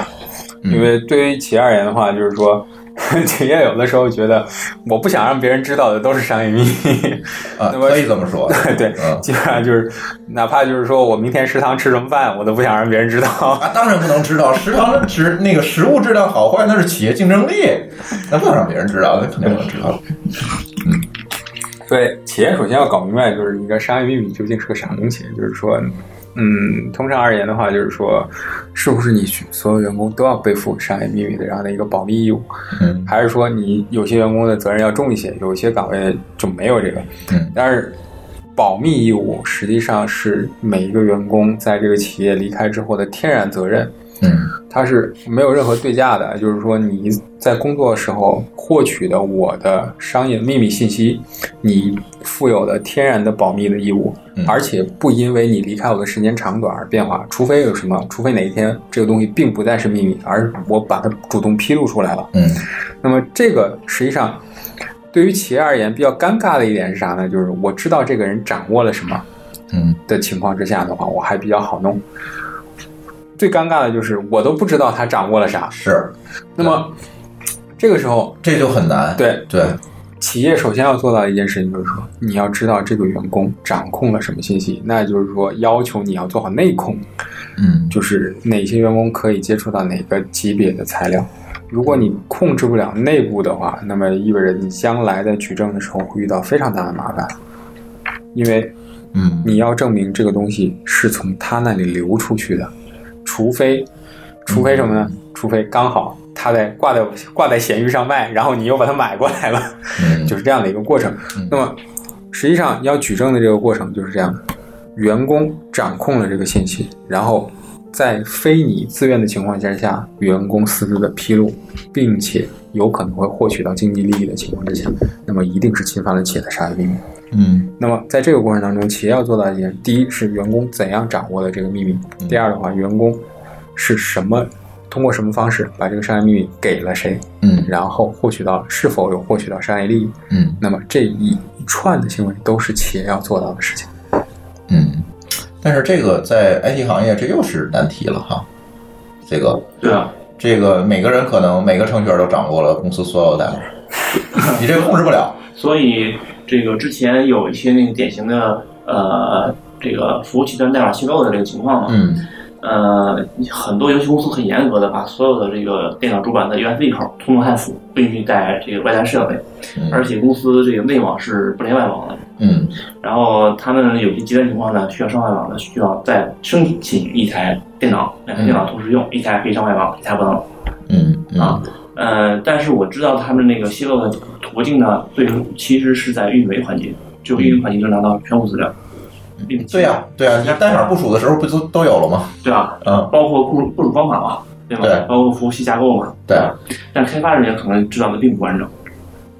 Speaker 5: 因为对于企业而言的话，就是说， 企业有的时候觉得我不想让别人知道的都是商业秘密，
Speaker 1: 啊，
Speaker 5: 那么
Speaker 1: 可以这么说，
Speaker 5: 对
Speaker 1: 嗯，
Speaker 5: 基本上就是哪怕就是说我明天食堂吃什么饭，我都不想让别人知道。
Speaker 1: 啊，当然不能知道食堂的质那个食物质量好坏，那是企业竞争力，那不能让别人知道，那肯定不能知道。
Speaker 5: 对，企业首先要搞明白，就是你的商业秘密究竟是个啥东西。就是说，嗯，通常而言的话，就是说，是不是你所有员工都要背负商业秘密的这样的一个保密义务？
Speaker 1: 嗯
Speaker 5: 还是说你有些员工的责任要重一些，有一些岗位就没有这个。
Speaker 1: 嗯
Speaker 5: 但是保密义务实际上是每一个员工在这个企业离开之后的天然责任，
Speaker 1: 嗯
Speaker 5: 它是没有任何对价的。就是说你在工作时候获取的我的商业秘密信息，你负有的天然的保密的义务
Speaker 1: 嗯，
Speaker 5: 而且不因为你离开我的时间长短而变化，除非有什么，除非哪一天这个东西并不再是秘密，而我把它主动披露出来了。
Speaker 1: 嗯
Speaker 5: 那么这个实际上对于企业而言比较尴尬的一点是啥呢？就是我知道这个人掌握了什么
Speaker 1: 嗯
Speaker 5: 的情况之下的话，我还比较好弄。最尴尬的就是我都不知道他掌握了啥。
Speaker 1: 是，
Speaker 5: 那么这个时候，
Speaker 1: 这就很难。
Speaker 5: 对
Speaker 1: 对，
Speaker 5: 企业首先要做到的一件事情就是说，你要知道这个员工掌控了什么信息，那也就是说要求你要做好内控。
Speaker 1: 嗯
Speaker 5: 就是哪些员工可以接触到哪个级别的材料。如果你控制不了内部的话，那么意味着你将来在举证的时候会遇到非常大的麻烦，因为
Speaker 1: 嗯
Speaker 5: 你要证明这个东西是从他那里流出去的，除非，除非什么呢？
Speaker 1: 嗯
Speaker 5: 除非刚好他在挂在挂在闲鱼上卖，然后你又把它买过来了，
Speaker 1: 嗯，
Speaker 5: 就是这样的一个过程
Speaker 1: 嗯。
Speaker 5: 那么，实际上要举证的这个过程就是这样的：员工掌控了这个信息，然后在非你自愿的情况之下，员工私自的披露，并且有可能会获取到经济利益的情况之下，那么一定是侵犯了企业的商业秘密。
Speaker 1: 嗯
Speaker 5: 那么在这个过程当中，企业要做到一点：第一是员工怎样掌握的这个秘密；
Speaker 1: 嗯
Speaker 5: 第二的话，员工是什么通过什么方式把这个商业秘密给了谁，
Speaker 1: 嗯
Speaker 5: 然后获取到是否有获取到商业利益。
Speaker 1: 嗯
Speaker 5: 那么这一串的行为都是企业要做到的事情。
Speaker 1: 嗯，但是这个在 IT 行业这又是难题了哈，这个
Speaker 2: 对啊，
Speaker 1: 这个每个人可能每个程序员都掌握了公司所有的，你这个控制不了。
Speaker 2: 所以这个之前有一些那个典型的呃这个服务器端代码泄露的这个情况嘛，啊
Speaker 1: 嗯
Speaker 2: 呃，很多游戏公司很严格的把所有的这个电脑主板的 USB 口通通焊死，不允许带这个外带设备，而
Speaker 1: 嗯
Speaker 2: 且公司这个内网是不连外网的。
Speaker 1: 嗯
Speaker 2: 然后他们有些极端情况呢，需要上外网的，需要再申请一台电脑，两台电脑同时用，一台可以上外网，一台不能。
Speaker 1: 嗯
Speaker 5: 啊
Speaker 1: 嗯
Speaker 2: 呃，但是我知道他们那个泄露的途径呢，最其实是在运维环节，只有运维环节能拿到全部资料。
Speaker 1: 嗯对呀、对呀、你代码部署的时候不都都有了吗？
Speaker 2: 对吧？
Speaker 1: 嗯，
Speaker 2: 包括部署部署方法嘛，对吧？
Speaker 1: 对
Speaker 2: 包括服务器架构嘛，
Speaker 1: 对，啊
Speaker 2: 但开发人员可能知道的并不完整。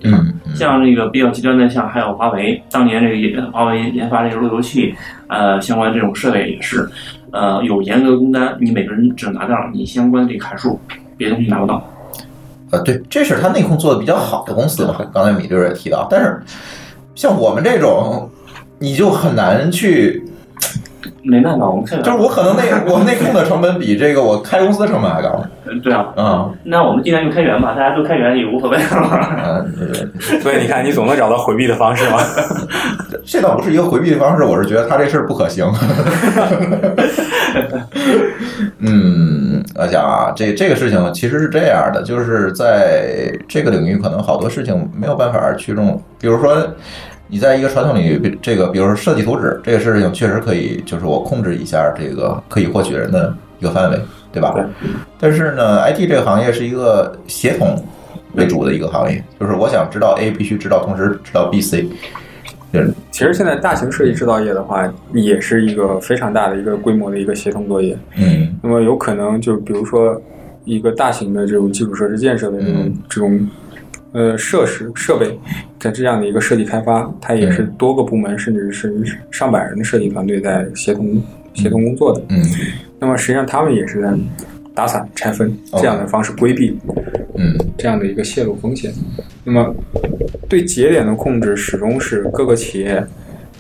Speaker 1: 嗯嗯
Speaker 2: 像那个比较极端的，像还有华为，当年这个也华为研发这个路由器，呃，相关这种设备也是，呃，有严格的工单，你每个人只能拿到你相关的这个函数，别的东西拿不到。
Speaker 1: 呃，对，这是他内控做的比较好的公司嘛。刚才米律也提到，但是像我们这种，你就很难去，
Speaker 2: 没办法，我们开源
Speaker 1: 就是我可能内我内控的成本比这个我开公司的成本还高。
Speaker 2: 呃对啊，
Speaker 1: 嗯
Speaker 2: 那我们尽量就开源吧，大家都开源也无所谓了。
Speaker 1: 嗯，对
Speaker 5: 所以你看，你总能找到回避的方式嘛。
Speaker 1: 这倒不是一个回避的方式，我是觉得他这事儿不可行。 嗯，我想啊，这这个事情其实是这样的，就是在这个领域，可能好多事情没有办法去弄，比如说。你在一个传统领域，比这个比如说设计图纸这个事情，确实可以，就是我控制一下这个可以获取人的一个范围，对吧？但是呢，IT 这个行业是一个协同为主的一个行业，就是我想知道 A，必须知道，同时知道 B、C，就是
Speaker 5: 其实现在大型设计制造业的话，也是一个非常大的一个规模的一个协同作业。
Speaker 1: 嗯
Speaker 5: 那么有可能就比如说一个大型的这种基础设施建设的这种、
Speaker 1: 嗯
Speaker 5: 这种呃设施设备的这样的一个设计开发，它也是多个部门甚至是上百人的设计团队在协同协同工作的。
Speaker 1: 嗯
Speaker 5: 那么实际上他们也是在打散拆分这
Speaker 1: 哦
Speaker 5: 样的方式规避
Speaker 1: 嗯
Speaker 5: 这样的一个泄露风险。那么对节点的控制始终是各个企业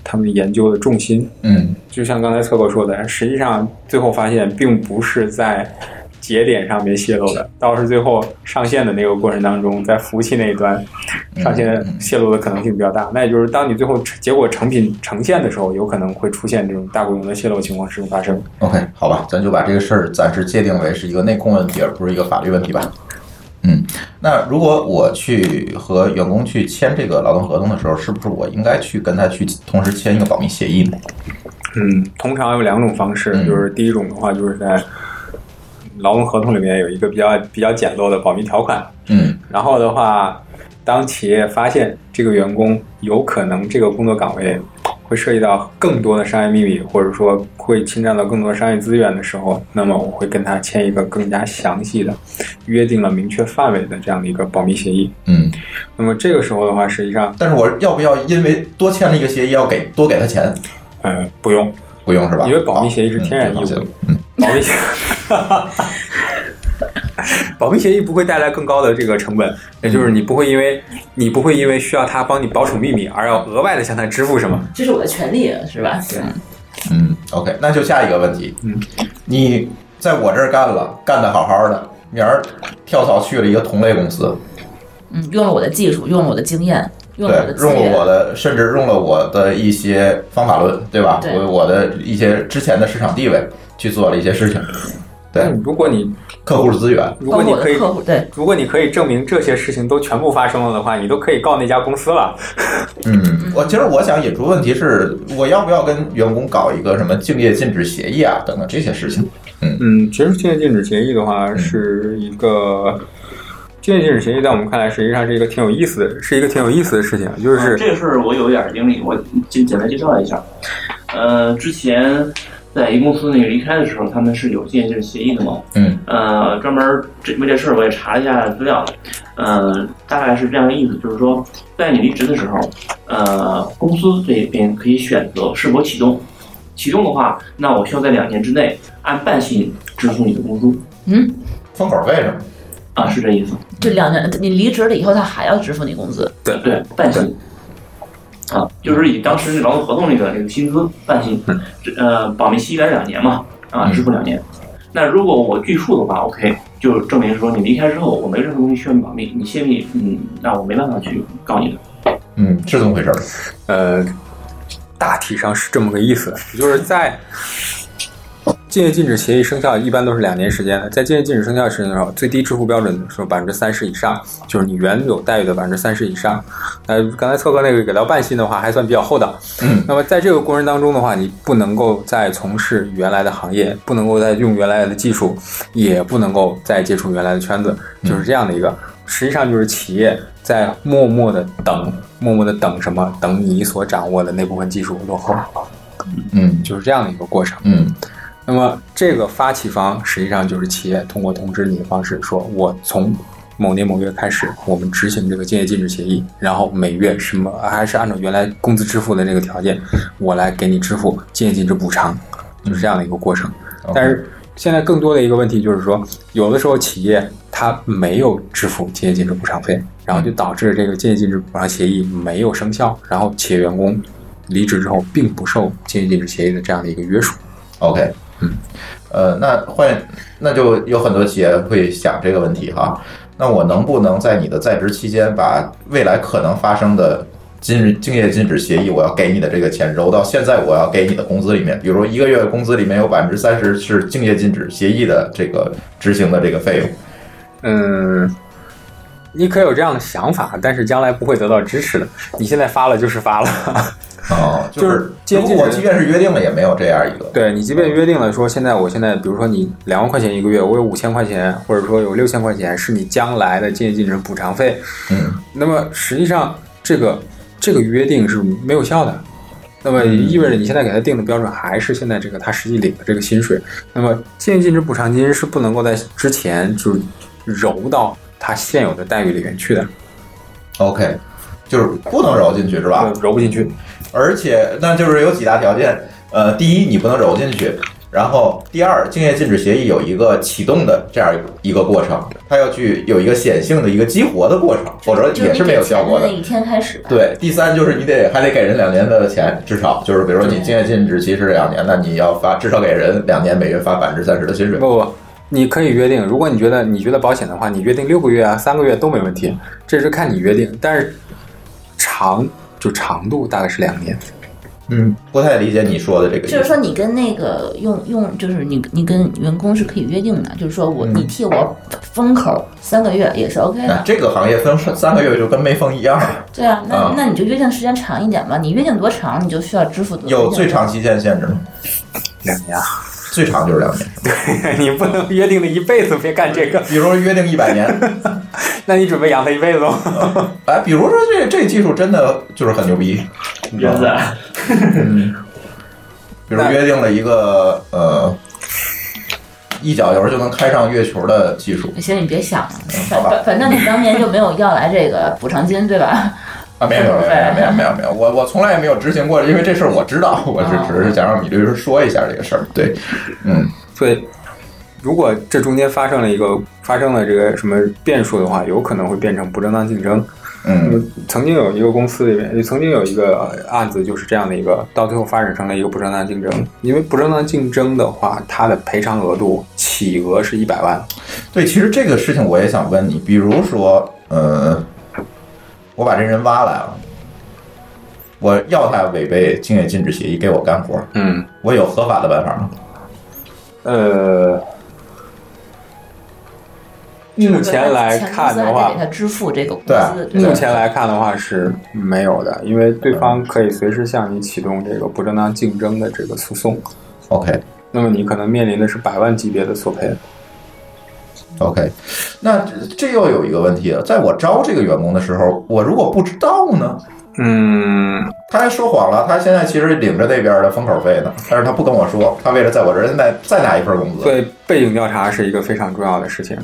Speaker 5: 他们研究的重心。
Speaker 1: 嗯
Speaker 5: 就像刚才策哥说的，实际上最后发现并不是在节点上面泄露的，倒是最后上线的那个过程当中，在服务器那一端上线泄露的可能性比较大。那也就是当你最后结果成品呈现的时候，有可能会出现这种大规模的泄露情况始终发生。
Speaker 1: ，OK，好吧，咱就把这个事儿暂时界定为是一个内控问题，而不是一个法律问题吧。嗯，那如果我去和员工去签这个劳动合同的时候，是不是我应该去跟他去同时签一个保密协议呢？
Speaker 5: 嗯，通常有两种方式，
Speaker 1: 嗯
Speaker 5: 就是第一种的话，就是在劳动合同里面有一个比较比较简陋的保密条款，
Speaker 1: 嗯
Speaker 5: 然后的话，当企业发现这个员工有可能这个工作岗位会涉及到更多的商业秘密，或者说会侵占到更多商业资源的时候，那么我会跟他签一个更加详细的、约定了明确范围的这样的一个保密协议。
Speaker 1: 嗯，
Speaker 5: 那么这个时候的话，实际上
Speaker 1: 但是我要不要因为多签了一个协议要给多给他钱？
Speaker 5: 呃不用，
Speaker 1: 不用是吧？
Speaker 5: 因为保密协议是天然义务
Speaker 1: 好
Speaker 5: 的
Speaker 1: 嗯嗯
Speaker 5: 保密协 保密协议不会带来更高的这个成本，也就是你不会因为你不会因为需要他帮你保守秘密而要额外的向他支付什么。
Speaker 3: 这是我的权利，是吧？对，
Speaker 1: 嗯，OK，那就下一个问题。
Speaker 5: 嗯，
Speaker 1: 你在我这儿干了，干得好好的，明儿跳槽去了一个同类公司，
Speaker 3: 嗯，用了我的技术，用了我的经验，用了我的
Speaker 1: 对，
Speaker 3: 资
Speaker 1: 用了
Speaker 3: 源
Speaker 1: 我，的，甚至用了我的一些方法论，对吧？
Speaker 3: 对
Speaker 1: 我我的一些之前的市场地位去做了一些事情，对，
Speaker 5: 但如果你
Speaker 1: 客户资源，
Speaker 5: 如
Speaker 3: 包括
Speaker 5: 果你
Speaker 3: 我
Speaker 5: 可以
Speaker 3: 的客户，对，
Speaker 5: 如果你可以证明这些事情都全部发生了的话，你都可以告那家公司了。
Speaker 1: 嗯，我其实我想引出问题是，我要不要跟员工搞一个什么竞业禁止协议啊，等等这些事情？
Speaker 5: 嗯，其实竞业禁止协议的话是一个。竞业禁止协议在我们看来，实际上是一个挺有意思的，是一个挺有意思的事情，就
Speaker 2: 嗯这个事儿我有一点儿经历，我简简单介绍一下。呃，之前在一公司那个离开的时候，他们是有建这个协议的嘛？
Speaker 1: 嗯。
Speaker 2: 呃，专门儿这为这事儿我也查了一下资料，呃，大概是这样的意思，就是说，在你离职的时候，呃，公司这边可以选择是否启动。启动的话，那我需要在两年之内按半薪支付你的工资
Speaker 3: 嗯，
Speaker 1: 封口费是吗？
Speaker 2: 啊，是这意思？
Speaker 3: 这两年你离职了以后，他还要支付你工资，
Speaker 2: 对，半薪。啊，就是以当时那劳动合同那个那个薪资半薪，这呃，保密期一般两年嘛，啊，支付两年。那如果我拒付的话，OK，就证明说你离开之后，我没任何东西需要你保密，你泄密，嗯，那我没办法去告你的。
Speaker 1: 嗯，是这么回事儿。
Speaker 5: 呃，大体上是这么个意思，也就是在呃竞业禁止协议生效一般都是两年时间，在竞业禁止生效时间的时候，最低支付标准是百分之三十以上，就是你原有待遇的百分之三十以上。呃，刚才策哥那个给到半薪的话，还算比较厚道。
Speaker 1: 嗯
Speaker 5: 那么在这个过程当中的话，你不能够再从事原来的行业，不能够再用原来的技术，也不能够再接触原来的圈子，就是这样的一个。实际上就是企业在默默的等，默默的等什么？等你所掌握的那部分技术落后，
Speaker 1: 嗯
Speaker 5: 就是这样的一个过程。
Speaker 1: 嗯
Speaker 5: 那么这个发起方实际上就是企业通过通知你的方式说，我从某年某月开始，我们执行这个竞业禁止协议，然后每月什么还是按照原来工资支付的这个条件，我来给你支付竞业禁止补偿，就是这样的一个过程。
Speaker 1: ，OK，
Speaker 5: 但是现在更多的一个问题就是说，有的时候企业它没有支付竞业禁止补偿费，然后就导致这个竞业禁止补偿协议没有生效，然后企业员工离职之后并不受竞业禁止协议的这样的一个约束。
Speaker 1: OK，
Speaker 5: 嗯，
Speaker 1: 呃，那换那就有很多企业会想这个问题哈。那我能不能在你的在职期间，把未来可能发生的禁竞业禁止协议，我要给你的这个钱揉到现在我要给你的工资里面？比如一个月工资里面有百分之三十是竞业禁止协议的这个执行的这个费用。
Speaker 5: 嗯，你可以有这样的想法，但是将来不会得到支持的。你现在发了 就是发了，
Speaker 1: 哦，就
Speaker 5: 就是
Speaker 1: 是
Speaker 5: 接
Speaker 1: 如
Speaker 5: 近
Speaker 1: 果我
Speaker 5: 人
Speaker 1: 即便是约定了，也没有这样一个。
Speaker 5: 对你即便约定了说，现在我现在比如说你两万块钱一个月，我有五千块钱，或者说有六千块钱是你将来的竞业禁止补偿费，
Speaker 1: 嗯
Speaker 5: 那么实际上这个这个约定是没有效的。那么意味着你现在给他定的标准还是现在这个他实际领的这个薪水。那么建议禁止补偿金是不能够在之前就揉到他现有的待遇里面去的，
Speaker 1: ，OK，就是不能揉进去是吧？
Speaker 5: 揉不进去。
Speaker 1: 而且那就是有几大条件，呃，第一，你不能揉进去。然后，第二，竞业禁止协议有一个启动的这样一个过程，它要去有一个显性的一个激活的过程， 否则
Speaker 3: 就是
Speaker 1: 也是没有效果的
Speaker 3: 那。一天开始吧。
Speaker 1: 对，第三就是你得还得给人两年的钱，至少就是比如说你竞业禁止期是两年，那你要发至少给人两年每月发百分之三十的薪水
Speaker 5: 不。不不，你可以约定，如果你觉得你觉得保险的话，你约定六个月啊、三个月都没问题，这是看你约定。但是长就长度大概是两年，
Speaker 1: 嗯，不太理解你说的这个意
Speaker 3: 就是
Speaker 1: 思。
Speaker 3: 说，你跟那个用用，就是你你跟员工是可以约定的，就是说
Speaker 5: 嗯
Speaker 3: 我、你替我封口三个月也是 OK
Speaker 1: 哎
Speaker 5: 啊
Speaker 3: 的，
Speaker 1: 这个行业分三个月就跟没封一样，
Speaker 3: 对啊，那、
Speaker 1: 啊
Speaker 3: 那你就约定时间长一点嘛，你约定多长，你就需要支付多
Speaker 1: 有最
Speaker 3: 多
Speaker 1: 长期限限制吗？
Speaker 5: 两年啊，
Speaker 1: 最长就是两年，
Speaker 5: 你不能约定的一辈子别干这个。
Speaker 1: 比如说约定一百年，
Speaker 5: 那你准备养他一辈子吗？
Speaker 1: 哎，比如说这这技术真的就是很牛逼，
Speaker 2: 原子，
Speaker 1: 比如约定了一个呃一脚油就能开上月球的技术
Speaker 3: 行，你别想了，
Speaker 5: 嗯
Speaker 1: 好吧
Speaker 3: 反反反正你当年就没有要来这个补偿金，对吧？
Speaker 1: 啊，没有没有没有没有没有没有，我我从来也没有执行过，因为这事儿我知道，我是只是想让米律师说一下这个事儿，对，嗯，
Speaker 5: 对，如果这中间发生了一个发生了这个什么变数的话，有可能会变成不正当竞争。
Speaker 1: 嗯，
Speaker 5: 曾经有一个公司里面，曾经有一个呃案子就是这样的一个，到最后发展成了一个不正当竞争。因为不正当竞争的话，它的赔偿额度起额是一百万，
Speaker 1: 对，其实这个事情我也想问你，比如说，呃，我把这人挖来了，我要他违背竞业禁止协议给我干活，
Speaker 5: 嗯，
Speaker 1: 我有合法的办法吗？
Speaker 5: 呃， 目前 来
Speaker 3: 公司
Speaker 5: 看的
Speaker 3: 还
Speaker 5: 话
Speaker 3: 得给，他支付这个工
Speaker 1: 对啊
Speaker 3: 资，对吧
Speaker 5: 目前来看的话是没有的，因为对方可以随时向你启动这个不正当竞争的这个诉讼，
Speaker 1: OK，
Speaker 5: 那么你可能面临的是百万级别的索赔。
Speaker 1: OK，那这这又有一个问题了，在我招这个员工的时候，我如果不知道呢？
Speaker 5: 嗯，
Speaker 1: 他还说谎了，他现在其实领着那边的封口费呢，但是他不跟我说，他为了在我这儿再再拿一份工资。
Speaker 5: 对，背景调查是一个非常重要的事情，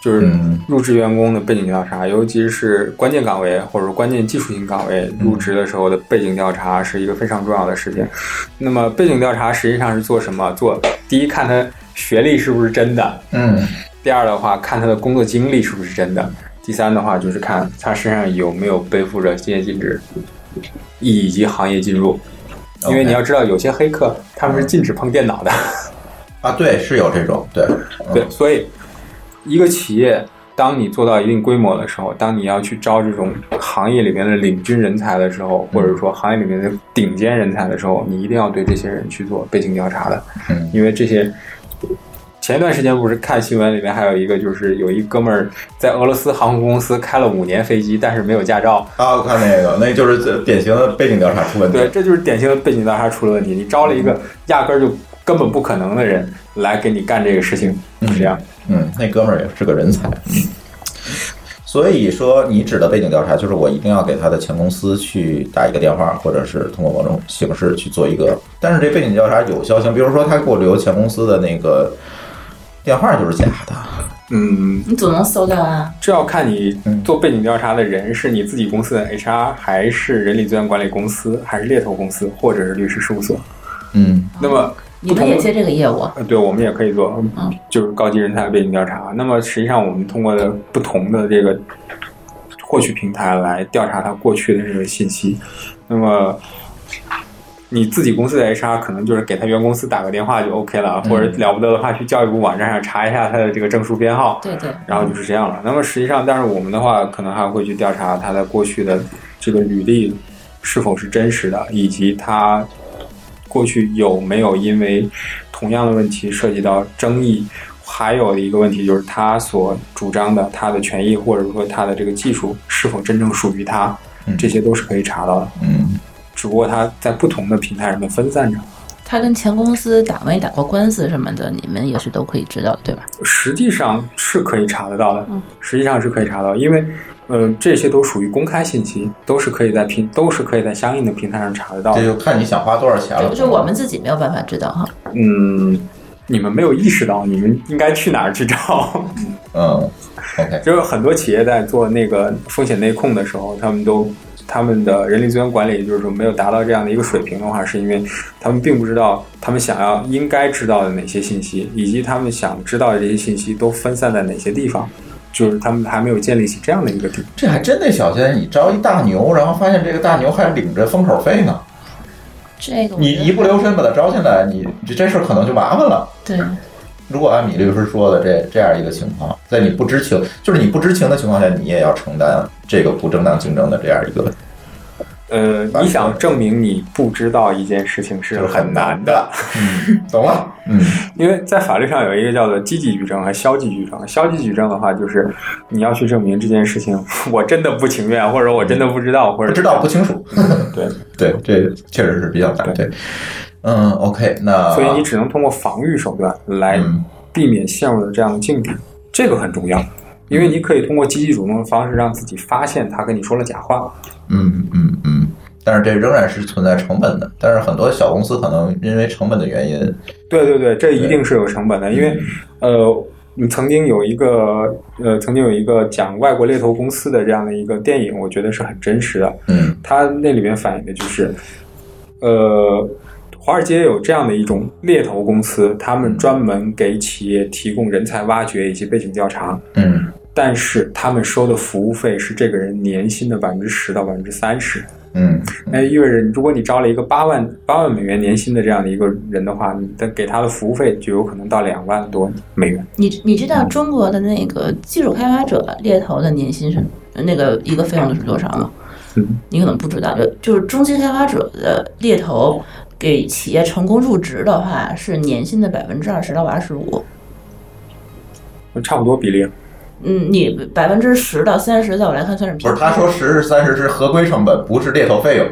Speaker 5: 就是
Speaker 1: 嗯
Speaker 5: 入职员工的背景调查，尤其是关键岗位或者说关键技术性岗位
Speaker 1: 嗯
Speaker 5: 入职的时候的背景调查是一个非常重要的事情。那么背景调查实际上是做什么？做第一，看他学历是不是真的，
Speaker 1: 嗯
Speaker 5: 第二的话，看他的工作经历是不是真的；第三的话，就是看他身上有没有背负着竞业禁止以及行业进入。因为
Speaker 1: OK
Speaker 5: 你要知道，有些黑客他们是禁止碰电脑的，
Speaker 1: 啊，对，是有这种，对，嗯
Speaker 5: 对，所以一个企业，当你做到一定规模的时候，当你要去招这种行业里面的领军人才的时候，或者说行业里面的顶尖人才的时候，你一定要对这些人去做背景调查的，
Speaker 1: 嗯
Speaker 5: 因为这些。前一段时间不是看新闻，里面还有一个就是有一哥们儿在俄罗斯航空公司开了五年飞机，但是没有驾照。
Speaker 1: 啊，我看那个，那就是这典型的背景调查出问题。
Speaker 5: 对，这就是典型的背景调查出了问题。你招了一个压根儿就根本不可能的人来给你干这个事情，是这样。
Speaker 1: 嗯，那哥们儿也是个人才。所以说，你指的背景调查就是我一定要给他的前公司去打一个电话，或者是通过某种形式去做一个。但是这背景调查有效性，比如说他给我留前公司的那个电话就是假的。
Speaker 5: 嗯，
Speaker 3: 你总能搜到啊。
Speaker 5: 这要看你
Speaker 1: 嗯
Speaker 5: 做背景调查的人是你自己公司的 HR，还是人力资源管理公司，还是猎头公司，或者是律师事务所。
Speaker 1: 嗯
Speaker 5: 那么，
Speaker 3: 你们也接这个业务？
Speaker 5: 呃对我们也可以做，嗯就是高级人才的背景调查。那么实际上，我们通过的不同的这个获取平台来调查他过去的这个信息。那么。你自己公司的 HR 可能就是给他原公司打个电话就 OK 了，或者了不得的话去教育部网站上查一下他的这个证书编号，
Speaker 3: 对对，嗯
Speaker 5: 然后就是这样了。那么实际上，但是我们的话，可能还会去调查他的过去的这个履历是否是真实的，以及他过去有没有因为同样的问题涉及到争议。还有一个问题就是，他所主张的他的权益，或者说他的这个技术是否真正属于他，这些都是可以查到的。
Speaker 1: 嗯，
Speaker 5: 只不过他在不同的平台上面分散着。
Speaker 3: 他跟前公司打没打过官司什么的，你们也是都可以知道，对吧？
Speaker 5: 实际上是可以查得到的，实际上是可以查到，因为，呃，这些都属于公开信息，都是可以在平，都是可以在相应的平台上查得到
Speaker 1: 这
Speaker 5: 的。
Speaker 1: 就看你想花多少钱了。
Speaker 3: 就就我们自己没有办法知道哈。
Speaker 5: 嗯，你们没有意识到，你们应该去哪儿去找？
Speaker 1: 嗯，OK，
Speaker 5: 就是很多企业在做那个风险内控的时候，他们都他们的人力资源管理，就是说没有达到这样的一个水平的话，是因为他们并不知道他们想要应该知道的哪些信息，以及他们想知道的这些信息都分散在哪些地方，就是他们还没有建立起这样的一个地。
Speaker 1: 这还真得小心，你招一大牛，然后发现这个大牛还领着封口费呢，
Speaker 3: 这个我
Speaker 1: 你
Speaker 3: 觉得
Speaker 1: 一不留神把他招进来，你这这事儿可能就麻烦了。
Speaker 3: 对，
Speaker 1: 如果按米律师说的这这样一个情况，在你不知情，就是你不知情的情况下，你也要承担这个不正当竞争的这样一个
Speaker 5: 呃，你想证明你不知道一件事情是
Speaker 1: 就是
Speaker 5: 很
Speaker 1: 很
Speaker 5: 难
Speaker 1: 难
Speaker 5: 的。
Speaker 1: 的，嗯，懂了，嗯，
Speaker 5: 因为在法律上有一个叫做积极举证和消极举证。消极举证的话，就是你要去证明这件事情我真的不情愿，或者我真的不知道，或
Speaker 1: 不
Speaker 5: 者
Speaker 1: 知道不清楚，
Speaker 5: 对，
Speaker 1: 对，这确实是比较难，对，嗯，OK，那
Speaker 5: 所以你只能通过防御手段来
Speaker 1: 嗯
Speaker 5: 避免陷入这样的境地，这个很重要。因为你可以通过积极主动的方式让自己发现他跟你说了假话，
Speaker 1: 嗯嗯嗯，但是这仍然是存在成本的，但是很多小公司可能因为成本的原因，
Speaker 5: 对对对，这一定是有成本的，因为呃，你曾经有一个呃，曾经有一个讲外国猎头公司的这样的一个电影，我觉得是很真实的。
Speaker 1: 嗯
Speaker 5: 它那里面反映的就是，呃，华尔街有这样的一种猎头公司，他们专门给企业提供人才挖掘以及背景调查，
Speaker 1: 嗯
Speaker 5: 但是他们收的服务费是这个人年薪的百分之十到百分之三十。
Speaker 1: 嗯
Speaker 5: 那意味着，如果你招了一个八万八万美元年薪的这样的一个人的话，你的给他的服务费就有可能到两万多美元。
Speaker 3: 你你知道中国的那个技术开发者猎头的年薪是那个一个费用是多少吗？
Speaker 5: 嗯
Speaker 3: 你可能不知道，就就是中期开发者的猎头给企业成功入职的话，是年薪的百分之二十到二十五。
Speaker 5: 差不多比例，
Speaker 3: 嗯，你百分之十到三十，在我来看算是
Speaker 1: 不
Speaker 3: 偏
Speaker 1: 是，
Speaker 3: 高。
Speaker 1: 他说十是三十是合规成本，不是猎头费用，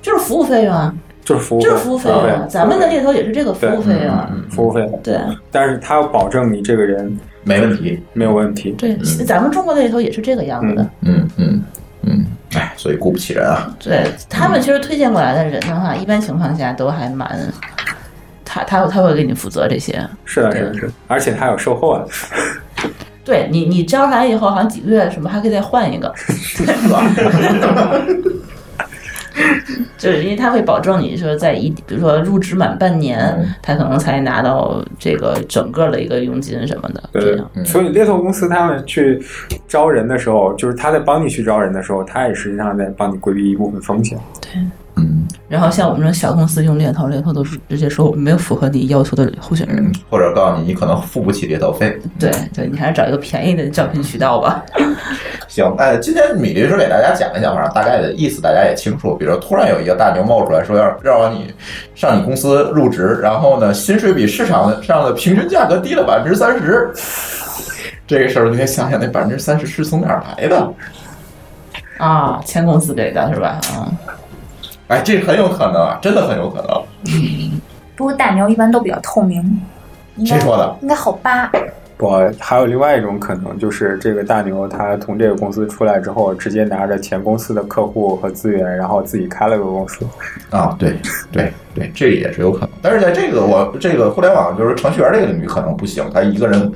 Speaker 3: 就是服务费用啊，
Speaker 5: 就是服务费，
Speaker 3: 就是服务费用啊。咱们的猎头也是这个服务费用
Speaker 1: 嗯
Speaker 3: 啊。
Speaker 5: 服务费，
Speaker 3: 对
Speaker 5: 但是他要保证你这个人
Speaker 1: 没问题，
Speaker 5: 没有问题。
Speaker 3: 对，咱们中国的猎头也是这个样子的。
Speaker 1: 嗯嗯嗯，哎，所以顾不起人啊，
Speaker 3: 对他们其实推荐过来的人的话，一般情况下都还蛮，他他他会给你负责这些。
Speaker 5: 是的，
Speaker 3: 对
Speaker 5: 是的，是的，而且他有售后啊。
Speaker 3: 对你，你招来以后，好像几个月什么还可以再换 一个，
Speaker 1: 是吧？
Speaker 3: 就是因为他会保证你说在一，比如说入职满半年，他可能才拿到这个整个的一个佣金什么的。
Speaker 5: 对
Speaker 3: 这样，
Speaker 5: 呃所以猎头公司他们去招人的时候，就是他在帮你去招人的时候，他也实际上在帮你规避一部分风险。
Speaker 1: 嗯
Speaker 3: 然后像我们这种小公司用猎头，猎头都是直接说我们没有符合你要求的候选人。
Speaker 1: 嗯，或者告诉你，你可能付不起猎头费。
Speaker 3: 对对，你还是找一个便宜的招聘渠道吧。
Speaker 1: 行，哎，今天米律师给大家讲一讲，反正大概的意思大家也清楚。比如突然有一个大牛冒出来说要让你上你公司入职，然后呢，薪水比市场上的平均价格低了百分之三十，这个时候你得想想那百分之三十是从哪儿来的？
Speaker 3: 啊，前公司给的是吧？啊，
Speaker 1: 哎，这很有可能啊，真的很有可能。
Speaker 4: 不过大牛一般都比较透明，应该
Speaker 1: 谁说的？
Speaker 4: 应该好扒。
Speaker 5: 不，还有另外一种可能，就是这个大牛他从这个公司出来之后，直接拿着前公司的客户和资源，然后自己开了个公司。
Speaker 1: 啊，对对对，这个也是有可能。但是在这个我这个互联网就是程序员这个领域可能不行，他一个人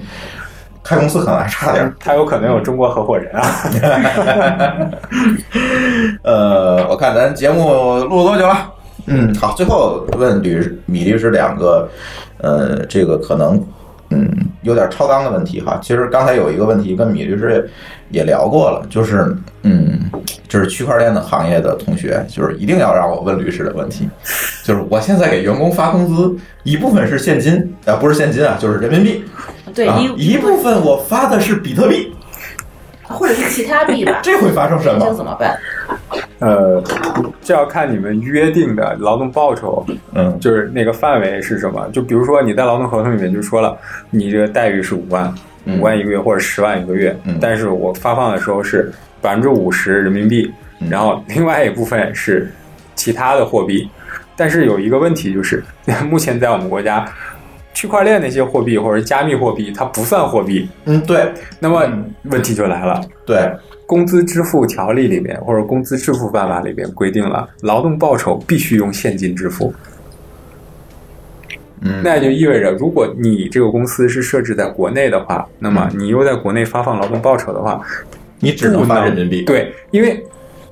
Speaker 1: 开公司可能还差点儿。
Speaker 5: 他有可能有中国合伙人啊。
Speaker 1: 呃，我看咱节目录了多久了？嗯，好，最后问吕米律师两个，呃，这个可能嗯有点超纲的问题哈。其实刚才有一个问题跟米律师也也聊过了，就是嗯，就是区块链的行业的同学，就是一定要让我问律师的问题，就是我现在给员工发工资，一部分是现金啊，不是现金啊，就是人民币，
Speaker 3: 对，
Speaker 1: 啊
Speaker 3: 一、，
Speaker 1: 一部分我发的是比特币，
Speaker 3: 或者是其他币吧，
Speaker 1: 这会发生什
Speaker 3: 这
Speaker 1: 么？
Speaker 3: 怎么办？
Speaker 5: 呃，这要看你们约定的劳动报酬，
Speaker 1: 嗯
Speaker 5: 就是那个范围是什么。就比如说你在劳动合同里面就说了，你这个待遇是五万，
Speaker 1: 嗯
Speaker 5: 五万一个月或者十万一个月，
Speaker 1: 嗯
Speaker 5: 但是我发放的时候是百分之五十人民币，
Speaker 1: 嗯
Speaker 5: 然后另外一部分是其他的货币。但是有一个问题就是， 目前在我们国家，区块链那些货币或者加密货币它不算货币，
Speaker 1: 嗯，对
Speaker 5: 那么
Speaker 1: 嗯
Speaker 5: 问题就来了。
Speaker 1: 对。
Speaker 5: 工资支付条例里面或者工资支付办法里面规定了，劳动报酬必须用现金支付。
Speaker 1: 嗯
Speaker 5: 那就意味着，如果你这个公司是设置在国内的话，那
Speaker 1: 嗯
Speaker 5: 么你又在国内发放劳动报酬的话，
Speaker 1: 你只能发人民币。
Speaker 5: 对，因为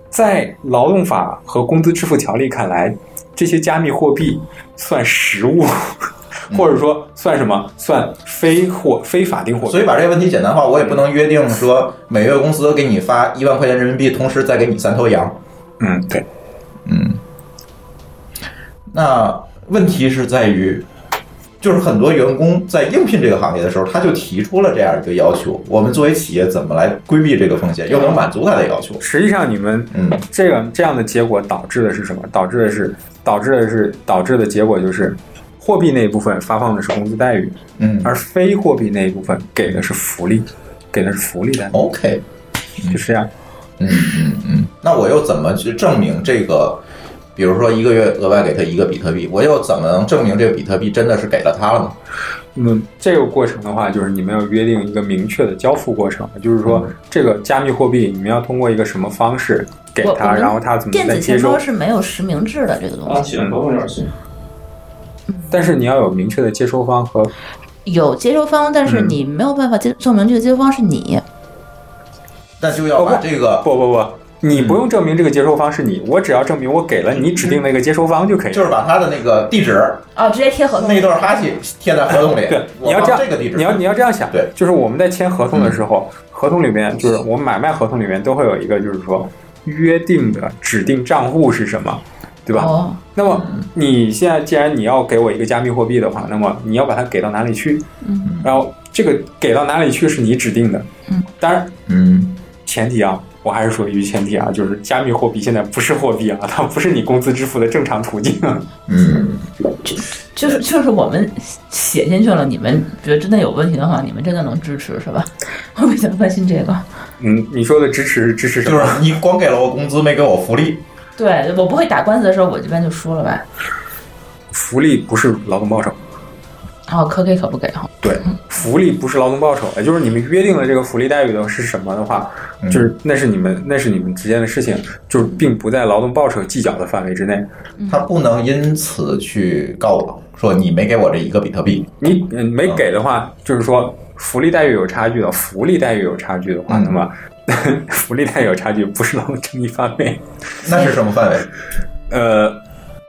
Speaker 5: 在劳动法和工资支付条例看来，这些加密货币算实物，
Speaker 1: 嗯
Speaker 5: 或者说算什么？算非货非法定货币。
Speaker 1: 所以把这个问题简单化，我也不能约定说每月公司给你发一万块钱人民币，同时再给你三头羊。
Speaker 5: 嗯，对，
Speaker 1: 嗯，那问题是在于，就是很多员工在应聘这个行业的时候，他就提出了这样一个要求：我们作为企业怎么来规避这个风险，又能满足他的要求？
Speaker 5: 实际上你们
Speaker 1: 嗯
Speaker 5: 这个这样的结果导致的是什么？导致的是导致的是导致的结果就是，货币那一部分发放的是工资待遇，
Speaker 1: 嗯
Speaker 5: 而非货币那一部分给的是福利，给的是福利待遇，
Speaker 1: ，OK，
Speaker 5: 就是这样。
Speaker 1: 嗯嗯嗯，那我又怎么去证明这个？比如说一个月额外给他一个比特币，我又怎么能证明这个比特币真的是给了他了呢？
Speaker 5: 那么这个过程的话，就是你们要约定一个明确的交付过程，就是说这个加密货币你们要通过一个什么方式给
Speaker 3: 我我
Speaker 5: 他，
Speaker 3: 们
Speaker 5: 然后他怎么
Speaker 3: 电
Speaker 5: 再
Speaker 3: 子
Speaker 5: 嗯接
Speaker 3: 钱
Speaker 5: 收
Speaker 3: 包。是没有实名制的这个东
Speaker 2: 啊，
Speaker 3: 西，
Speaker 2: 行，包括有点行。
Speaker 5: 但是你要有明确的接收方和
Speaker 3: 有接收方，但是
Speaker 5: 嗯
Speaker 3: 你没有办法接证明这个接收方是你。
Speaker 1: 那就要把这个，
Speaker 5: 不不不，嗯你不用证明这个接收方是你，我只要证明我给了你指定那个接收方就可以了。
Speaker 1: 就是把他的那个地址
Speaker 3: 哦，直接贴合
Speaker 1: 那段哈气贴在合同里
Speaker 5: 对，，你
Speaker 1: 我
Speaker 5: 要这
Speaker 1: 放
Speaker 5: 样，
Speaker 1: 这个地址，
Speaker 5: 你要你要这样想，
Speaker 1: 对嗯
Speaker 5: 就是我们在签合同的时候，合同里面就是我们买卖合同里面都会有一个，就是说约定的指定账户是什么，对吧？
Speaker 3: 哦，
Speaker 5: 那么你现在既然你要给我一个加密货币的话，那么你要把它给到哪里去？
Speaker 3: 嗯，
Speaker 5: 然后这个给到哪里去是你指定的。
Speaker 3: 嗯，
Speaker 5: 当然
Speaker 1: 嗯
Speaker 5: 前提啊，我还是说一句前提啊，就是加密货币现在不是货币啊，它不是你工资支付的正常途径啊。
Speaker 1: 嗯，
Speaker 3: 就是就是我们写进去了，你们觉得真的有问题的话，你们真的能支持是吧？ 我比较关心这个。
Speaker 5: 嗯，你说的支持支持什
Speaker 1: 就
Speaker 5: 么？
Speaker 1: 是你光给了我工资，没给我福利，
Speaker 3: 对我不会打官司的时候，我这边就输了吧。
Speaker 5: 福利不是劳动报酬。
Speaker 3: 哦，可给可不给哈。
Speaker 5: 对，福利不是劳动报酬，也就是你们约定的这个福利待遇的是什么的话，就是那是你们那是你们之间的事情，就是并不在劳动报酬计较的范围之内。
Speaker 3: 嗯
Speaker 1: 他不能因此去告我说你没给我这一个比特币。
Speaker 5: 你嗯没给的话，就是说福利待遇有差距的，福利待遇有差距的话，
Speaker 1: 嗯
Speaker 5: 那么 福利待遇有差距不是劳动争议范围。
Speaker 1: 那是什么范围？
Speaker 5: 呃，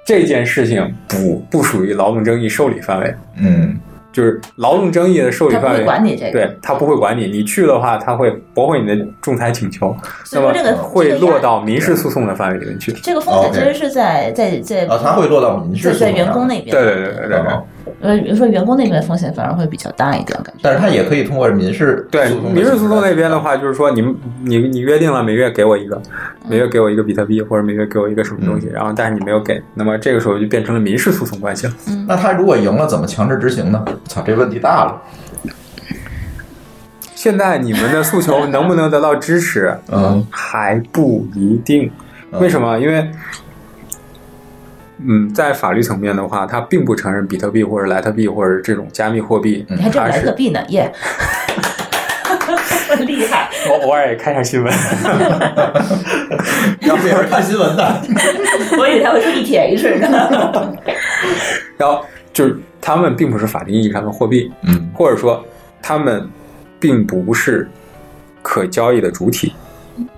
Speaker 5: 这件事情不不属于劳动争议受理范围，
Speaker 1: 嗯
Speaker 5: 就是劳动争议的受理
Speaker 3: 他不
Speaker 5: 范
Speaker 3: 会
Speaker 5: 围。
Speaker 3: 管你这个，
Speaker 5: 对他不会管你，你去的话，他会驳回你的仲裁请求，
Speaker 3: 所
Speaker 5: 那
Speaker 3: 以说
Speaker 5: 么
Speaker 3: 这个
Speaker 5: 会落。
Speaker 3: 这个压
Speaker 5: 到啊民事诉讼的范围里面去。
Speaker 3: 这个风险
Speaker 1: OK
Speaker 3: 其实是在在在
Speaker 1: 啊，他会落到民
Speaker 3: 在
Speaker 1: 事诉
Speaker 3: 在
Speaker 1: 讼
Speaker 3: 员工
Speaker 1: 上。
Speaker 3: 那边，
Speaker 5: 对对对对对对
Speaker 1: 哦，
Speaker 3: 呃，比如说员工那边的风险反而会比较大一点，感觉。
Speaker 1: 但是他也可以通过民事
Speaker 5: 对
Speaker 1: 诉讼
Speaker 5: 民事诉讼那边的话，就是说你们你你约定了每月给我一个，
Speaker 3: 嗯
Speaker 5: 每月给我一个比特币，或者每月给我一个什么东西，然后但是你没有给，那么这个时候就变成了民事诉讼关系了。
Speaker 3: 嗯
Speaker 1: 那他如果赢了，怎么强制执行呢？操，这问题大了。
Speaker 5: 现在你们的诉 求能不能得到支持，
Speaker 1: 嗯，
Speaker 5: 还不一定。
Speaker 1: 嗯
Speaker 5: 为什么？因为，嗯，在法律层面的话，它并不承认比特币或者莱特币或者这种加密货币，
Speaker 3: 你还挣
Speaker 5: 它
Speaker 3: 莱特
Speaker 5: 是
Speaker 3: 币呢，耶！ 厉害，
Speaker 5: 我偶尔也看一下新闻。
Speaker 1: 要不也是看新闻的。
Speaker 3: 我以为他会说一铁一式 呢。
Speaker 5: 然后就是他们并不是法定意义上的货币，
Speaker 1: 嗯
Speaker 5: 或者说他们并不是可交易的主体。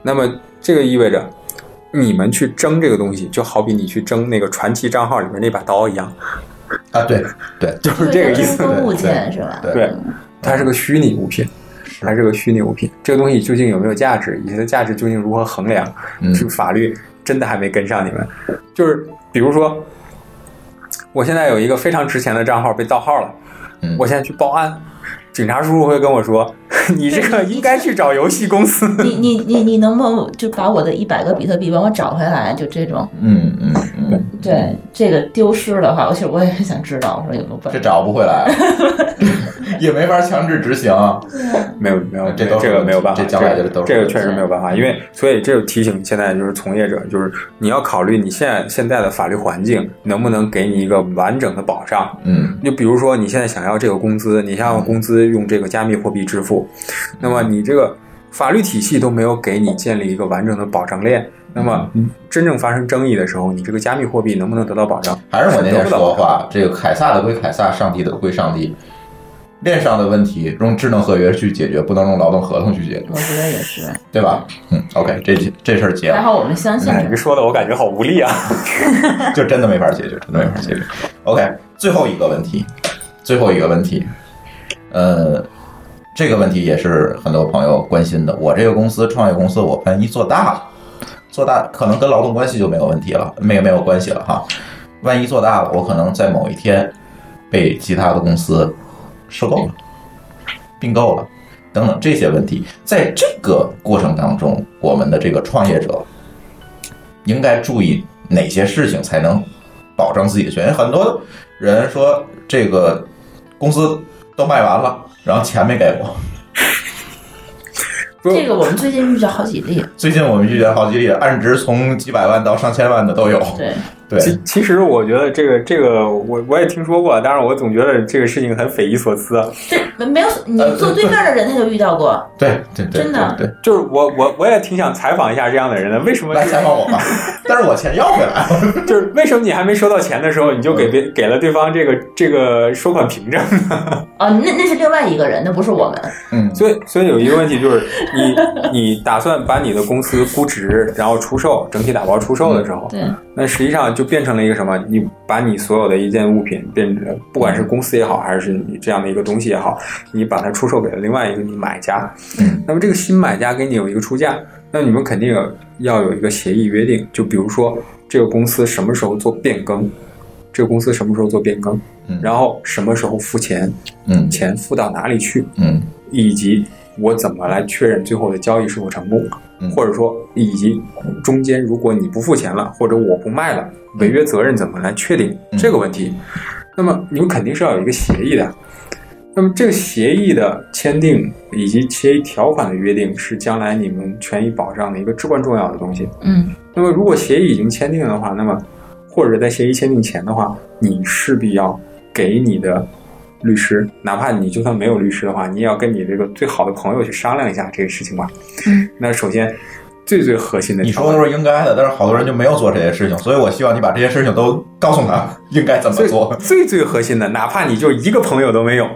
Speaker 5: 那么这个意味着，你们去争这个东西，就好比你去争那个传奇账号里面那把刀一样，
Speaker 1: 啊，对对，
Speaker 5: 就是这个意
Speaker 3: 就是
Speaker 5: 思。
Speaker 3: 公共物件是吧？
Speaker 1: 对
Speaker 5: 对，它是个虚拟物品，它是个虚拟物品。这个东西究竟有没有价值，以及它的价值究竟如何衡量，
Speaker 1: 嗯
Speaker 5: 这个法律真的还没跟上你们。就是比如说，我现在有一个非常值钱的账号被盗号了，
Speaker 1: 嗯
Speaker 5: 我现在去报案，警察叔叔会跟我说， 你这个应该去找游戏公司。
Speaker 3: 你你你你能不能就把我的一百个比特币帮我找回来？就这种，
Speaker 1: 嗯嗯嗯，
Speaker 3: 对这个丢失的话，我其实我也很想知道，我说有没有办
Speaker 1: 这
Speaker 3: 法？
Speaker 1: 找不回来了， 也没法强制执行啊。
Speaker 5: 没有没有，
Speaker 1: 这
Speaker 5: 这
Speaker 1: 都是
Speaker 5: 个没有办法，
Speaker 1: 这将来
Speaker 5: 这
Speaker 1: 这都是嗯
Speaker 5: 个确实没有办法，因为所以这就提醒现在就是从业者，就是你要考虑你现在现在的法律环境能不能给你一个完整的保障。
Speaker 1: 嗯
Speaker 5: 就比如说你现在想要这个工资，你想要工资用这个加密货币支付，那么你这个法律体系都没有给你建立一个完整的保障链，那么
Speaker 1: 嗯
Speaker 5: 真正发生争议的时候，你这个加密货币能不能得到保障？
Speaker 1: 还是我那天
Speaker 5: 得不到
Speaker 1: 说的话，这个凯撒的归凯撒，上帝的归上帝。链上的问题用智能合约去解决，不能用劳动合同去解决，
Speaker 3: 我觉得也是。
Speaker 1: 对吧？嗯，OK，这这事儿结
Speaker 3: 还
Speaker 1: 了，
Speaker 3: 好我们相
Speaker 1: 嗯
Speaker 3: 信
Speaker 5: 哎，你说的我感觉好无力啊。
Speaker 1: 就真的没法解决，真的没法解决。OK，最后一个问题，最后一个问题，呃，这个问题也是很多朋友关心的。我这个公司创业公司，我万一做大了，做大可能跟劳动关系就没有问题了，没有没有关系了哈。万一做大了，我可能在某一天被其他的公司收购了、并购了。等等这些问题，在这个过程当中，我们的这个创业者应该注意哪些事情才能保障自己的权益？很多人说这个公司都卖完了，然后钱没给我。
Speaker 3: 这个，我们最近遇到好几例，
Speaker 1: 最近我们遇见好几例，案值从几百万到上千万的都有。
Speaker 3: 对，
Speaker 1: 对，
Speaker 5: 其其实我觉得这个这个我我也听说过，但是我总觉得这个事情很匪夷所思啊。
Speaker 3: 这没没有你坐呃对面的人他就遇到过，
Speaker 1: 对，对，对，
Speaker 3: 真的
Speaker 1: 对，
Speaker 5: 就是我我我也挺想采访一下这样的人的，为什么
Speaker 1: 对来
Speaker 5: 就
Speaker 1: 采访 我吧。但是我钱要回来了。
Speaker 5: 是就是为什么你还没收到钱的时候，你就给别给了对方这个这个收款凭证 呢？
Speaker 3: 哦，那那是另外一个人，那不是我们，
Speaker 1: 嗯，
Speaker 5: 所以所以有一个问题就是，你你打算把你的公司估值，然后出售，整体打包出售的时候，
Speaker 3: 嗯对，
Speaker 5: 那实际上就变成了一个什么？你把你所有的一件物品变成，不管是公司也好，还是你这样的一个东西也好，你把它出售给了另外一个你买家。
Speaker 1: 嗯，
Speaker 5: 那么这个新买家给你有一个出价，那你们肯定有要有一个协议约定，就比如说这个公司什么时候做变更，这个公司什么时候做变更，
Speaker 1: 嗯
Speaker 5: 然后什么时候付钱，
Speaker 1: 嗯
Speaker 5: 钱付到哪里去，
Speaker 1: 嗯
Speaker 5: 以及我怎么来确认最后的交易是否成功，
Speaker 1: 嗯
Speaker 5: 或者说以及中间如果你不付钱了，或者我不卖了，违约责任怎么来确定
Speaker 1: 嗯
Speaker 5: 这个问题？那么你们肯定是要有一个协议的。那么这个协议的签订以及协议条款的约定，是将来你们权益保障的一个至关重要的东西。
Speaker 3: 嗯，
Speaker 5: 那么如果协议已经签订的话，那么或者在协议签订前的话，你势必要给你的律师，哪怕你就算没有律师的话，你也要跟你这个最好的朋友去商量一下这个事情吧。
Speaker 3: 嗯，
Speaker 5: 那首先最最核心的
Speaker 1: 你
Speaker 5: 条
Speaker 1: 说
Speaker 5: 款，
Speaker 1: 的都是应该的，但是好多人就没有做这些事情，所以我希望你把这些事情都告诉他应该怎么做。
Speaker 5: 最最最核心的，哪怕你就一个朋友都没有，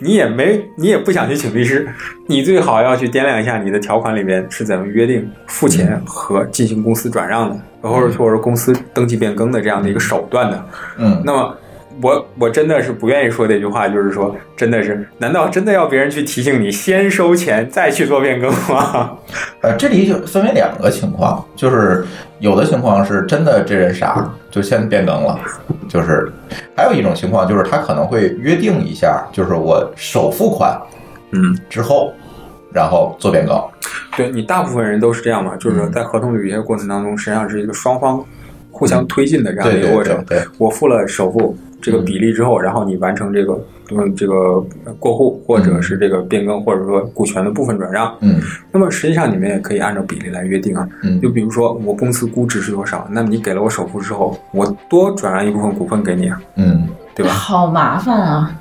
Speaker 5: 你也没你也不想去请律师，你最好要去掂量一下你的条款里边是怎么约定付钱和进行公司转让的，或者说是公司登记变更的这样的一个手段的。
Speaker 1: 嗯，
Speaker 5: 那么我我真的是不愿意说这句话，就是说，真的是，难道真的要别人去提醒你先收钱再去做变更吗？
Speaker 1: 呃，这里就分为两个情况，就是有的情况是真的这人傻，就先变更了，就是还有一种情况就是他可能会约定一下，就是我首付款
Speaker 5: 嗯，
Speaker 1: 之后，然后做变更。
Speaker 5: 对你大部分人都是这样嘛，就是
Speaker 1: 嗯
Speaker 5: 说在合同履约过程当中，实际上是一个双方互相推进的这样的
Speaker 1: 对
Speaker 5: 一个
Speaker 1: 对
Speaker 5: 过程
Speaker 1: 对。对，
Speaker 5: 我付了首付这个比例之后，然后你完成这个嗯这个过户或者是这个变更，或者说股权的部分转让，
Speaker 1: 嗯
Speaker 5: 那么实际上你们也可以按照比例来约定啊。
Speaker 1: 嗯
Speaker 5: 就比如说我公司估值是多少，那么你给了我首付之后，我多转让一部分股份给你啊，
Speaker 1: 嗯，
Speaker 5: 对吧？
Speaker 3: 好麻烦啊，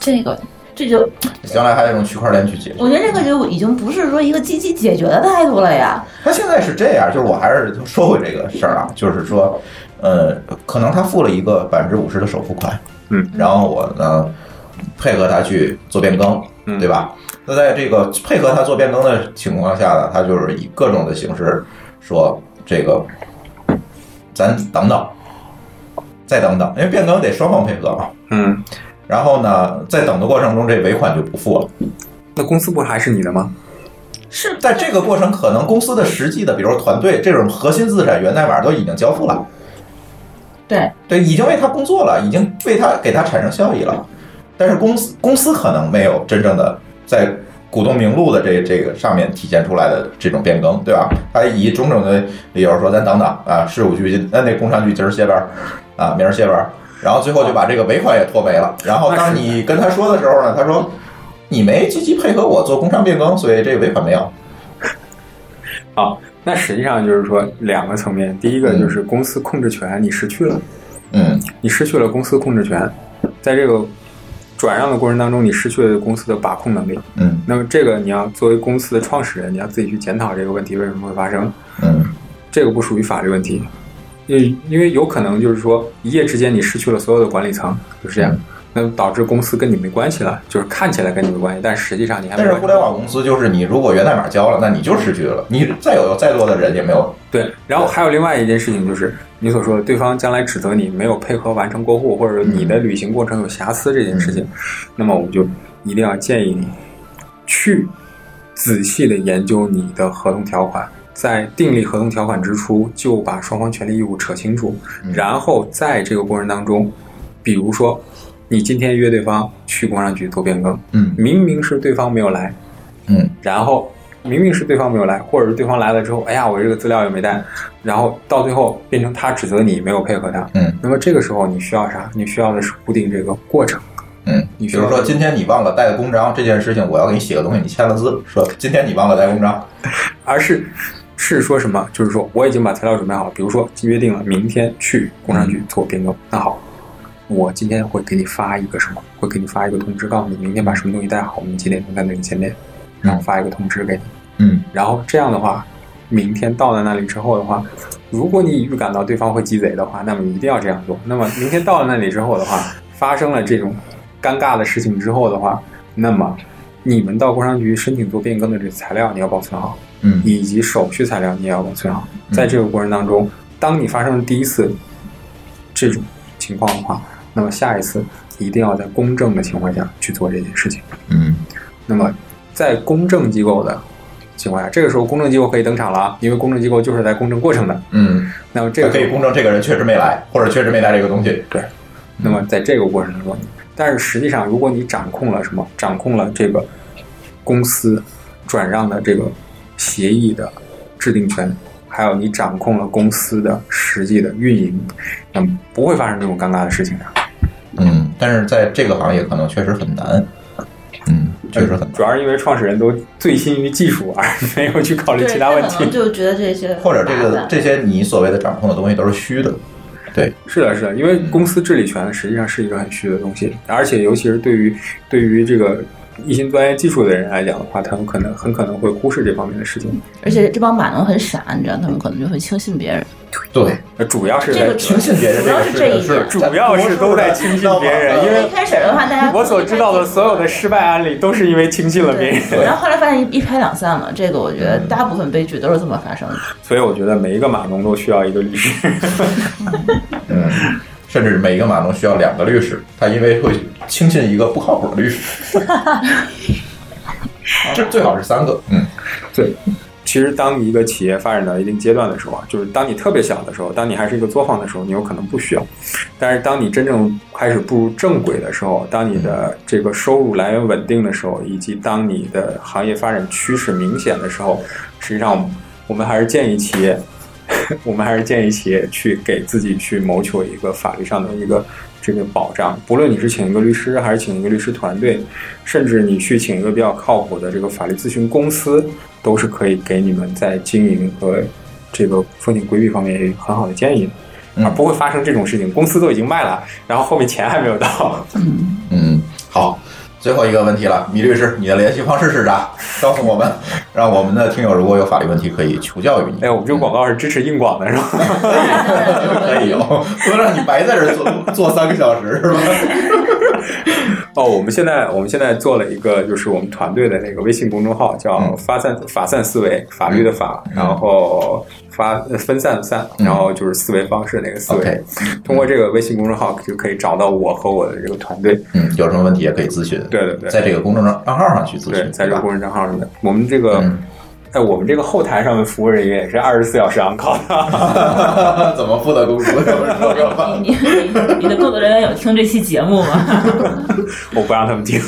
Speaker 3: 这个这就
Speaker 1: 将来还得用区块链去解决。
Speaker 3: 我觉得这个就已经不是说一个积极解决的态度了呀，
Speaker 1: 他现在是这样，就是我还是说回这个事儿啊，
Speaker 5: 嗯
Speaker 1: 就是说，呃，可能他付了一个百分之五十的首付款，
Speaker 5: 嗯，
Speaker 1: 然后我呢配合他去做变更，
Speaker 5: 嗯
Speaker 1: 对吧？那在这个配合他做变更的情况下呢，他就是以各种的形式说这个，咱等等，再等等，因为变更得双方配合嘛。
Speaker 5: 嗯，
Speaker 1: 然后呢，在等的过程中，这尾款就不付了。
Speaker 5: 那公司不还是你的吗？
Speaker 3: 是
Speaker 1: 在这个过程，可能公司的实际的，比如说团队这种核心资产源代码都已经交付了，
Speaker 3: 对，
Speaker 1: 对，已经为他工作了，已经为他给他产生效益了。但是公司公司可能没有真正的在股东名录的这这个上面体现出来的这种变更，对吧？他以种种的理由说咱等等啊，事务局那那工商局今儿歇班儿啊，明儿歇班儿，然后最后就把这个尾款也拖没了。然后当你跟他说的时候呢，他说你没积极配合我做工商变更，所以这个尾款没有。
Speaker 5: 那实际上就是说两个层面，第一个就是公司控制权你失去了，
Speaker 1: 嗯
Speaker 5: 你失去了公司控制权，在这个转让的过程当中，你失去了公司的把控能力。
Speaker 1: 嗯
Speaker 5: 那么这个你要作为公司的创始人，你要自己去检讨这个问题为什么会发生，
Speaker 1: 嗯
Speaker 5: 这个不属于法律问
Speaker 1: 嗯
Speaker 5: 题，因因为有可能就是说一夜之间你失去了所有的管理层，就是这样。那导致公司跟你没关系了，就是看起来跟你没关系，但实际上你还没
Speaker 1: 但
Speaker 5: 有
Speaker 1: 是互联网公司就是你如果源代码交了，那你就失去了，你再有再多的人也没有。
Speaker 5: 对，然后还有另外一件事情就是，你所说的对方将来指责你没有配合完成过户，或者你的旅行过程有瑕疵这件事情，
Speaker 1: 嗯
Speaker 5: 那么我就一定要建议你去仔细的研究你的合同条款，在订立合同条款之初就把双方权利义务扯清楚，然后在这个过程当中，比如说你今天约对方去工商局做变更，
Speaker 1: 嗯
Speaker 5: 明明是对方没有来，
Speaker 1: 嗯
Speaker 5: 然后明明是对方没有来，或者是对方来了之后，哎呀，我这个资料也没带，然后到最后变成他指责你没有配合他。
Speaker 1: 嗯
Speaker 5: 那么这个时候你需要啥？你需要的是固定这个过程。
Speaker 1: 嗯，
Speaker 5: 你
Speaker 1: 比
Speaker 5: 说
Speaker 1: 如说今天你忘了带公章这件事情，我要给你写个东西，你签了字，说今天你忘了带公章。
Speaker 5: 而是是说什么？就是说我已经把材料准备好了，比如说约定了明天去工商局做变更。那好，我今天会给你发一个什么？会给你发一个通知，告诉你明天把什么东西带好，我们几点钟在那里见面，然后发一个通知给你。
Speaker 1: 嗯
Speaker 5: 然后这样的话，明天到了那里之后的话，如果你预感到对方会鸡贼的话，那么你一定要这样做。那么明天到了那里之后的话，发生了这种尴尬的事情之后的话，那么你们到工商局申请做变更的这材料你要保存好，
Speaker 1: 嗯
Speaker 5: 以及手续材料你也要保存好。
Speaker 1: 嗯
Speaker 5: 在这个过程当中，当你发生了第一次这种情况的话，那么下一次一定要在公正的情况下去做这件事情。
Speaker 1: 嗯
Speaker 5: 那么在公证机构的情况下，这个时候公证机构可以登场了啊，因为公证机构就是在公证过程的。
Speaker 1: 嗯，
Speaker 5: 那么这
Speaker 1: 这
Speaker 5: 个
Speaker 1: 可
Speaker 5: 时
Speaker 1: 以
Speaker 5: 候，
Speaker 1: 公证这个人确实没来，或者确实没带这个东西。
Speaker 5: 那么在这个过程当中，但是实际上，如果你掌控了什么，掌控了这个公司转让的这个协议的制定权，还有你掌控了公司的实际的运营，那么不会发生这种尴尬的事情的。啊
Speaker 1: 嗯，但是在这个行业可能确实很难。嗯，确实很难。
Speaker 5: 呃主要是因为创始人都醉心于技术，而没有去考虑
Speaker 3: 对，
Speaker 5: 其他问
Speaker 3: 可能
Speaker 5: 题。
Speaker 3: 就觉得这些
Speaker 1: 或者这
Speaker 3: 麻
Speaker 1: 个
Speaker 3: 烦
Speaker 1: 这些你所谓的掌控的东西都是虚的。对，
Speaker 5: 是的，是的，因为公司治理权实际上是一个很虚的东西，而且尤其是对于对于这个一心钻研技术的人来讲的话，他们可能很可能会忽视这方面的事情。
Speaker 3: 而且这帮码农很傻，你知道，他们可能就会轻信别人。
Speaker 1: 对，
Speaker 5: 呃主要是
Speaker 3: 这
Speaker 5: 在
Speaker 3: 个
Speaker 1: 轻信别人
Speaker 3: 主要
Speaker 1: 个
Speaker 3: 是
Speaker 1: 是
Speaker 3: 这一点
Speaker 5: 主要是都在轻信别人，因为
Speaker 3: 一开始的话，大家
Speaker 5: 我所知道的所有的失败案例都是因为轻信了别人。
Speaker 3: 对，然后后来发现一拍两散了。这个我觉得大部分悲剧都是这么发生 的。
Speaker 5: 所以我觉得每一个码农都需要一个律师。
Speaker 1: 嗯，甚至每一个码农需要两个律师，他因为会轻信一个不靠谱的律师。 这最好是三个，嗯
Speaker 5: 对，其实当一个企业发展到一定阶段的时候啊，就是当你特别小的时候，当你还是一个作坊的时候，你有可能不需要；但是当你真正开始步入正轨的时候，当你的这个收入来源稳定的时候，以及当你的行业发展趋势明显的时候，实际上我们我们还是建议企业， 我们还是建议企业去给自己去谋求一个法律上的一个。这个保障，不论你是请一个律师，还是请一个律师团队，甚至你去请一个比较靠谱的这个法律咨询公司，都是可以给你们在经营和这个风险规避方面有很好的建议的。
Speaker 1: 嗯
Speaker 5: 而不会发生这种事情，公司都已经卖了，然后后面钱还没有到。
Speaker 1: 嗯，好。最后一个问题了，米律师，你的联系方式是啥？告诉 我们，让我们的听友如果有法律问题可以求教于你。
Speaker 5: 哎，我们这个广告是支持硬广的，是吧？
Speaker 1: 可以有，哦不能让你白在这儿坐坐三个小时，是 吧？
Speaker 5: 哦，我们现在我们现在做了一个，就是我们团队的那个微信公众号，叫
Speaker 1: 嗯
Speaker 5: “发散法散思维”，法律的法，然后发呃分散的散，
Speaker 1: 嗯
Speaker 5: 然后就是思维方式那个思维。
Speaker 1: OK
Speaker 5: 通过这个微信公众号就可以找到我和我的这个团队。
Speaker 1: 嗯，有什么问题也可以咨询。
Speaker 5: 对对对
Speaker 1: 在这个公众账账号上去咨询，
Speaker 5: 对，在
Speaker 1: 对
Speaker 5: 这个
Speaker 1: 吧
Speaker 5: 公众账号上面，我们这个
Speaker 1: 嗯。
Speaker 5: 在我们这个后台上面服务人员也是二十四小时 on call 的，
Speaker 1: 怎么付的工资？怎么说说 吧。
Speaker 3: 你你你的工作人员有听这期节 目吗？
Speaker 5: 我不让他们听。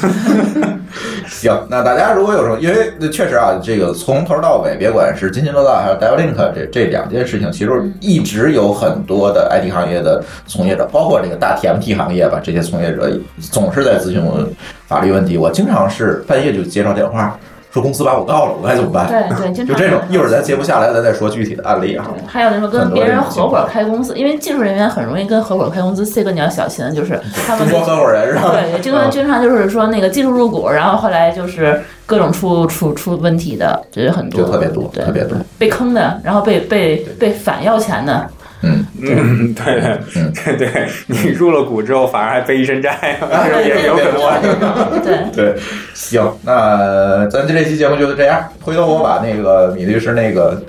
Speaker 1: 行，那大家如果有什么，因为那确实啊，这个从头到尾，别管是津津乐道还是 Dialink 这这两件事情，其
Speaker 3: 嗯
Speaker 1: 实一直有很多的 IT 行业的从业者，包括这个大 TMT 行业吧，这些从业者总是在咨询我法律问题。我经常是半夜就接到电话，说公司把我告了，我该怎么办？
Speaker 3: 对对，经
Speaker 1: 就
Speaker 3: 常
Speaker 1: 这种，一会儿咱
Speaker 3: 在
Speaker 1: 接不下来，咱再说具体的案例啊。
Speaker 3: 还有那种
Speaker 1: 很
Speaker 3: 跟
Speaker 1: 多
Speaker 3: 别
Speaker 1: 这
Speaker 3: 人
Speaker 1: 种情
Speaker 3: 合伙
Speaker 1: 况
Speaker 3: 开公司，因为技术人员很容易跟合伙开公司，这个你要小心，就是他们
Speaker 1: 中国合伙人是吧？
Speaker 3: 对，这个
Speaker 1: 嗯
Speaker 3: 经常就是说那个技术入股，然后后来就是各种出出出问题的，就是很多，
Speaker 1: 就特别多，
Speaker 3: 对
Speaker 1: 特别多。
Speaker 3: 被坑的，然后被被被反要钱的，
Speaker 1: 嗯，
Speaker 5: 嗯，对
Speaker 1: 嗯
Speaker 5: 对对，你入了股之后反而还背一身债，也有可能。
Speaker 3: 对，
Speaker 1: 对，行，那咱这期节目就这样。回头我把那个米律师那个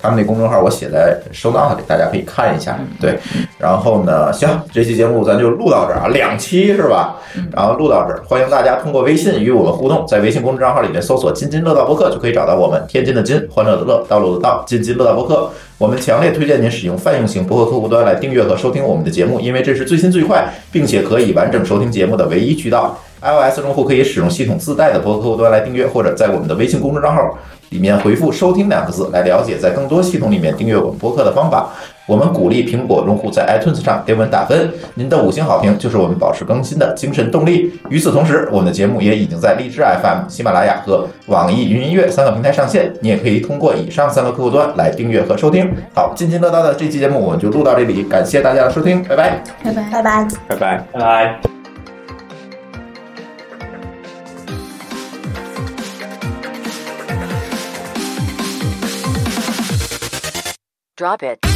Speaker 1: 他们那公众号我写在收档里，大家可以看一下。对，然后呢，行，这期节目咱就录到这儿啊，两期是吧？然后录到这儿，欢迎大家通过微信与我们互动，在微信公众账号里面搜索“津津乐道播客”就可以找到我们，天津的津，欢乐的乐，道路的道，津津乐道播客。我们强烈推荐您使用泛用型播客客户端来订阅和收听我们的节目，因为这是最新最快，并且可以完整收听节目的唯一渠道。iOS 用户可以使用系统自带的播客客户端来订阅，或者在我们的微信公众账号里面回复“收听”两个字来了解在更多系统里面订阅我们播客的方法。我们鼓励苹果用户在 iTunes 上给我们打分，您的五星好评就是我们保持更新的精神动力。与此同时，我们的节目也已经在荔枝 FM、喜马拉雅和网易云音乐三个平台上线，你也可以通过以上三个客户端来订阅和收听。好，津津乐道的这期节目我们就录到这里，感谢大家的收听，拜拜。
Speaker 3: 拜拜。
Speaker 4: 拜拜。
Speaker 5: 拜拜。
Speaker 2: 拜拜。
Speaker 7: Drop it.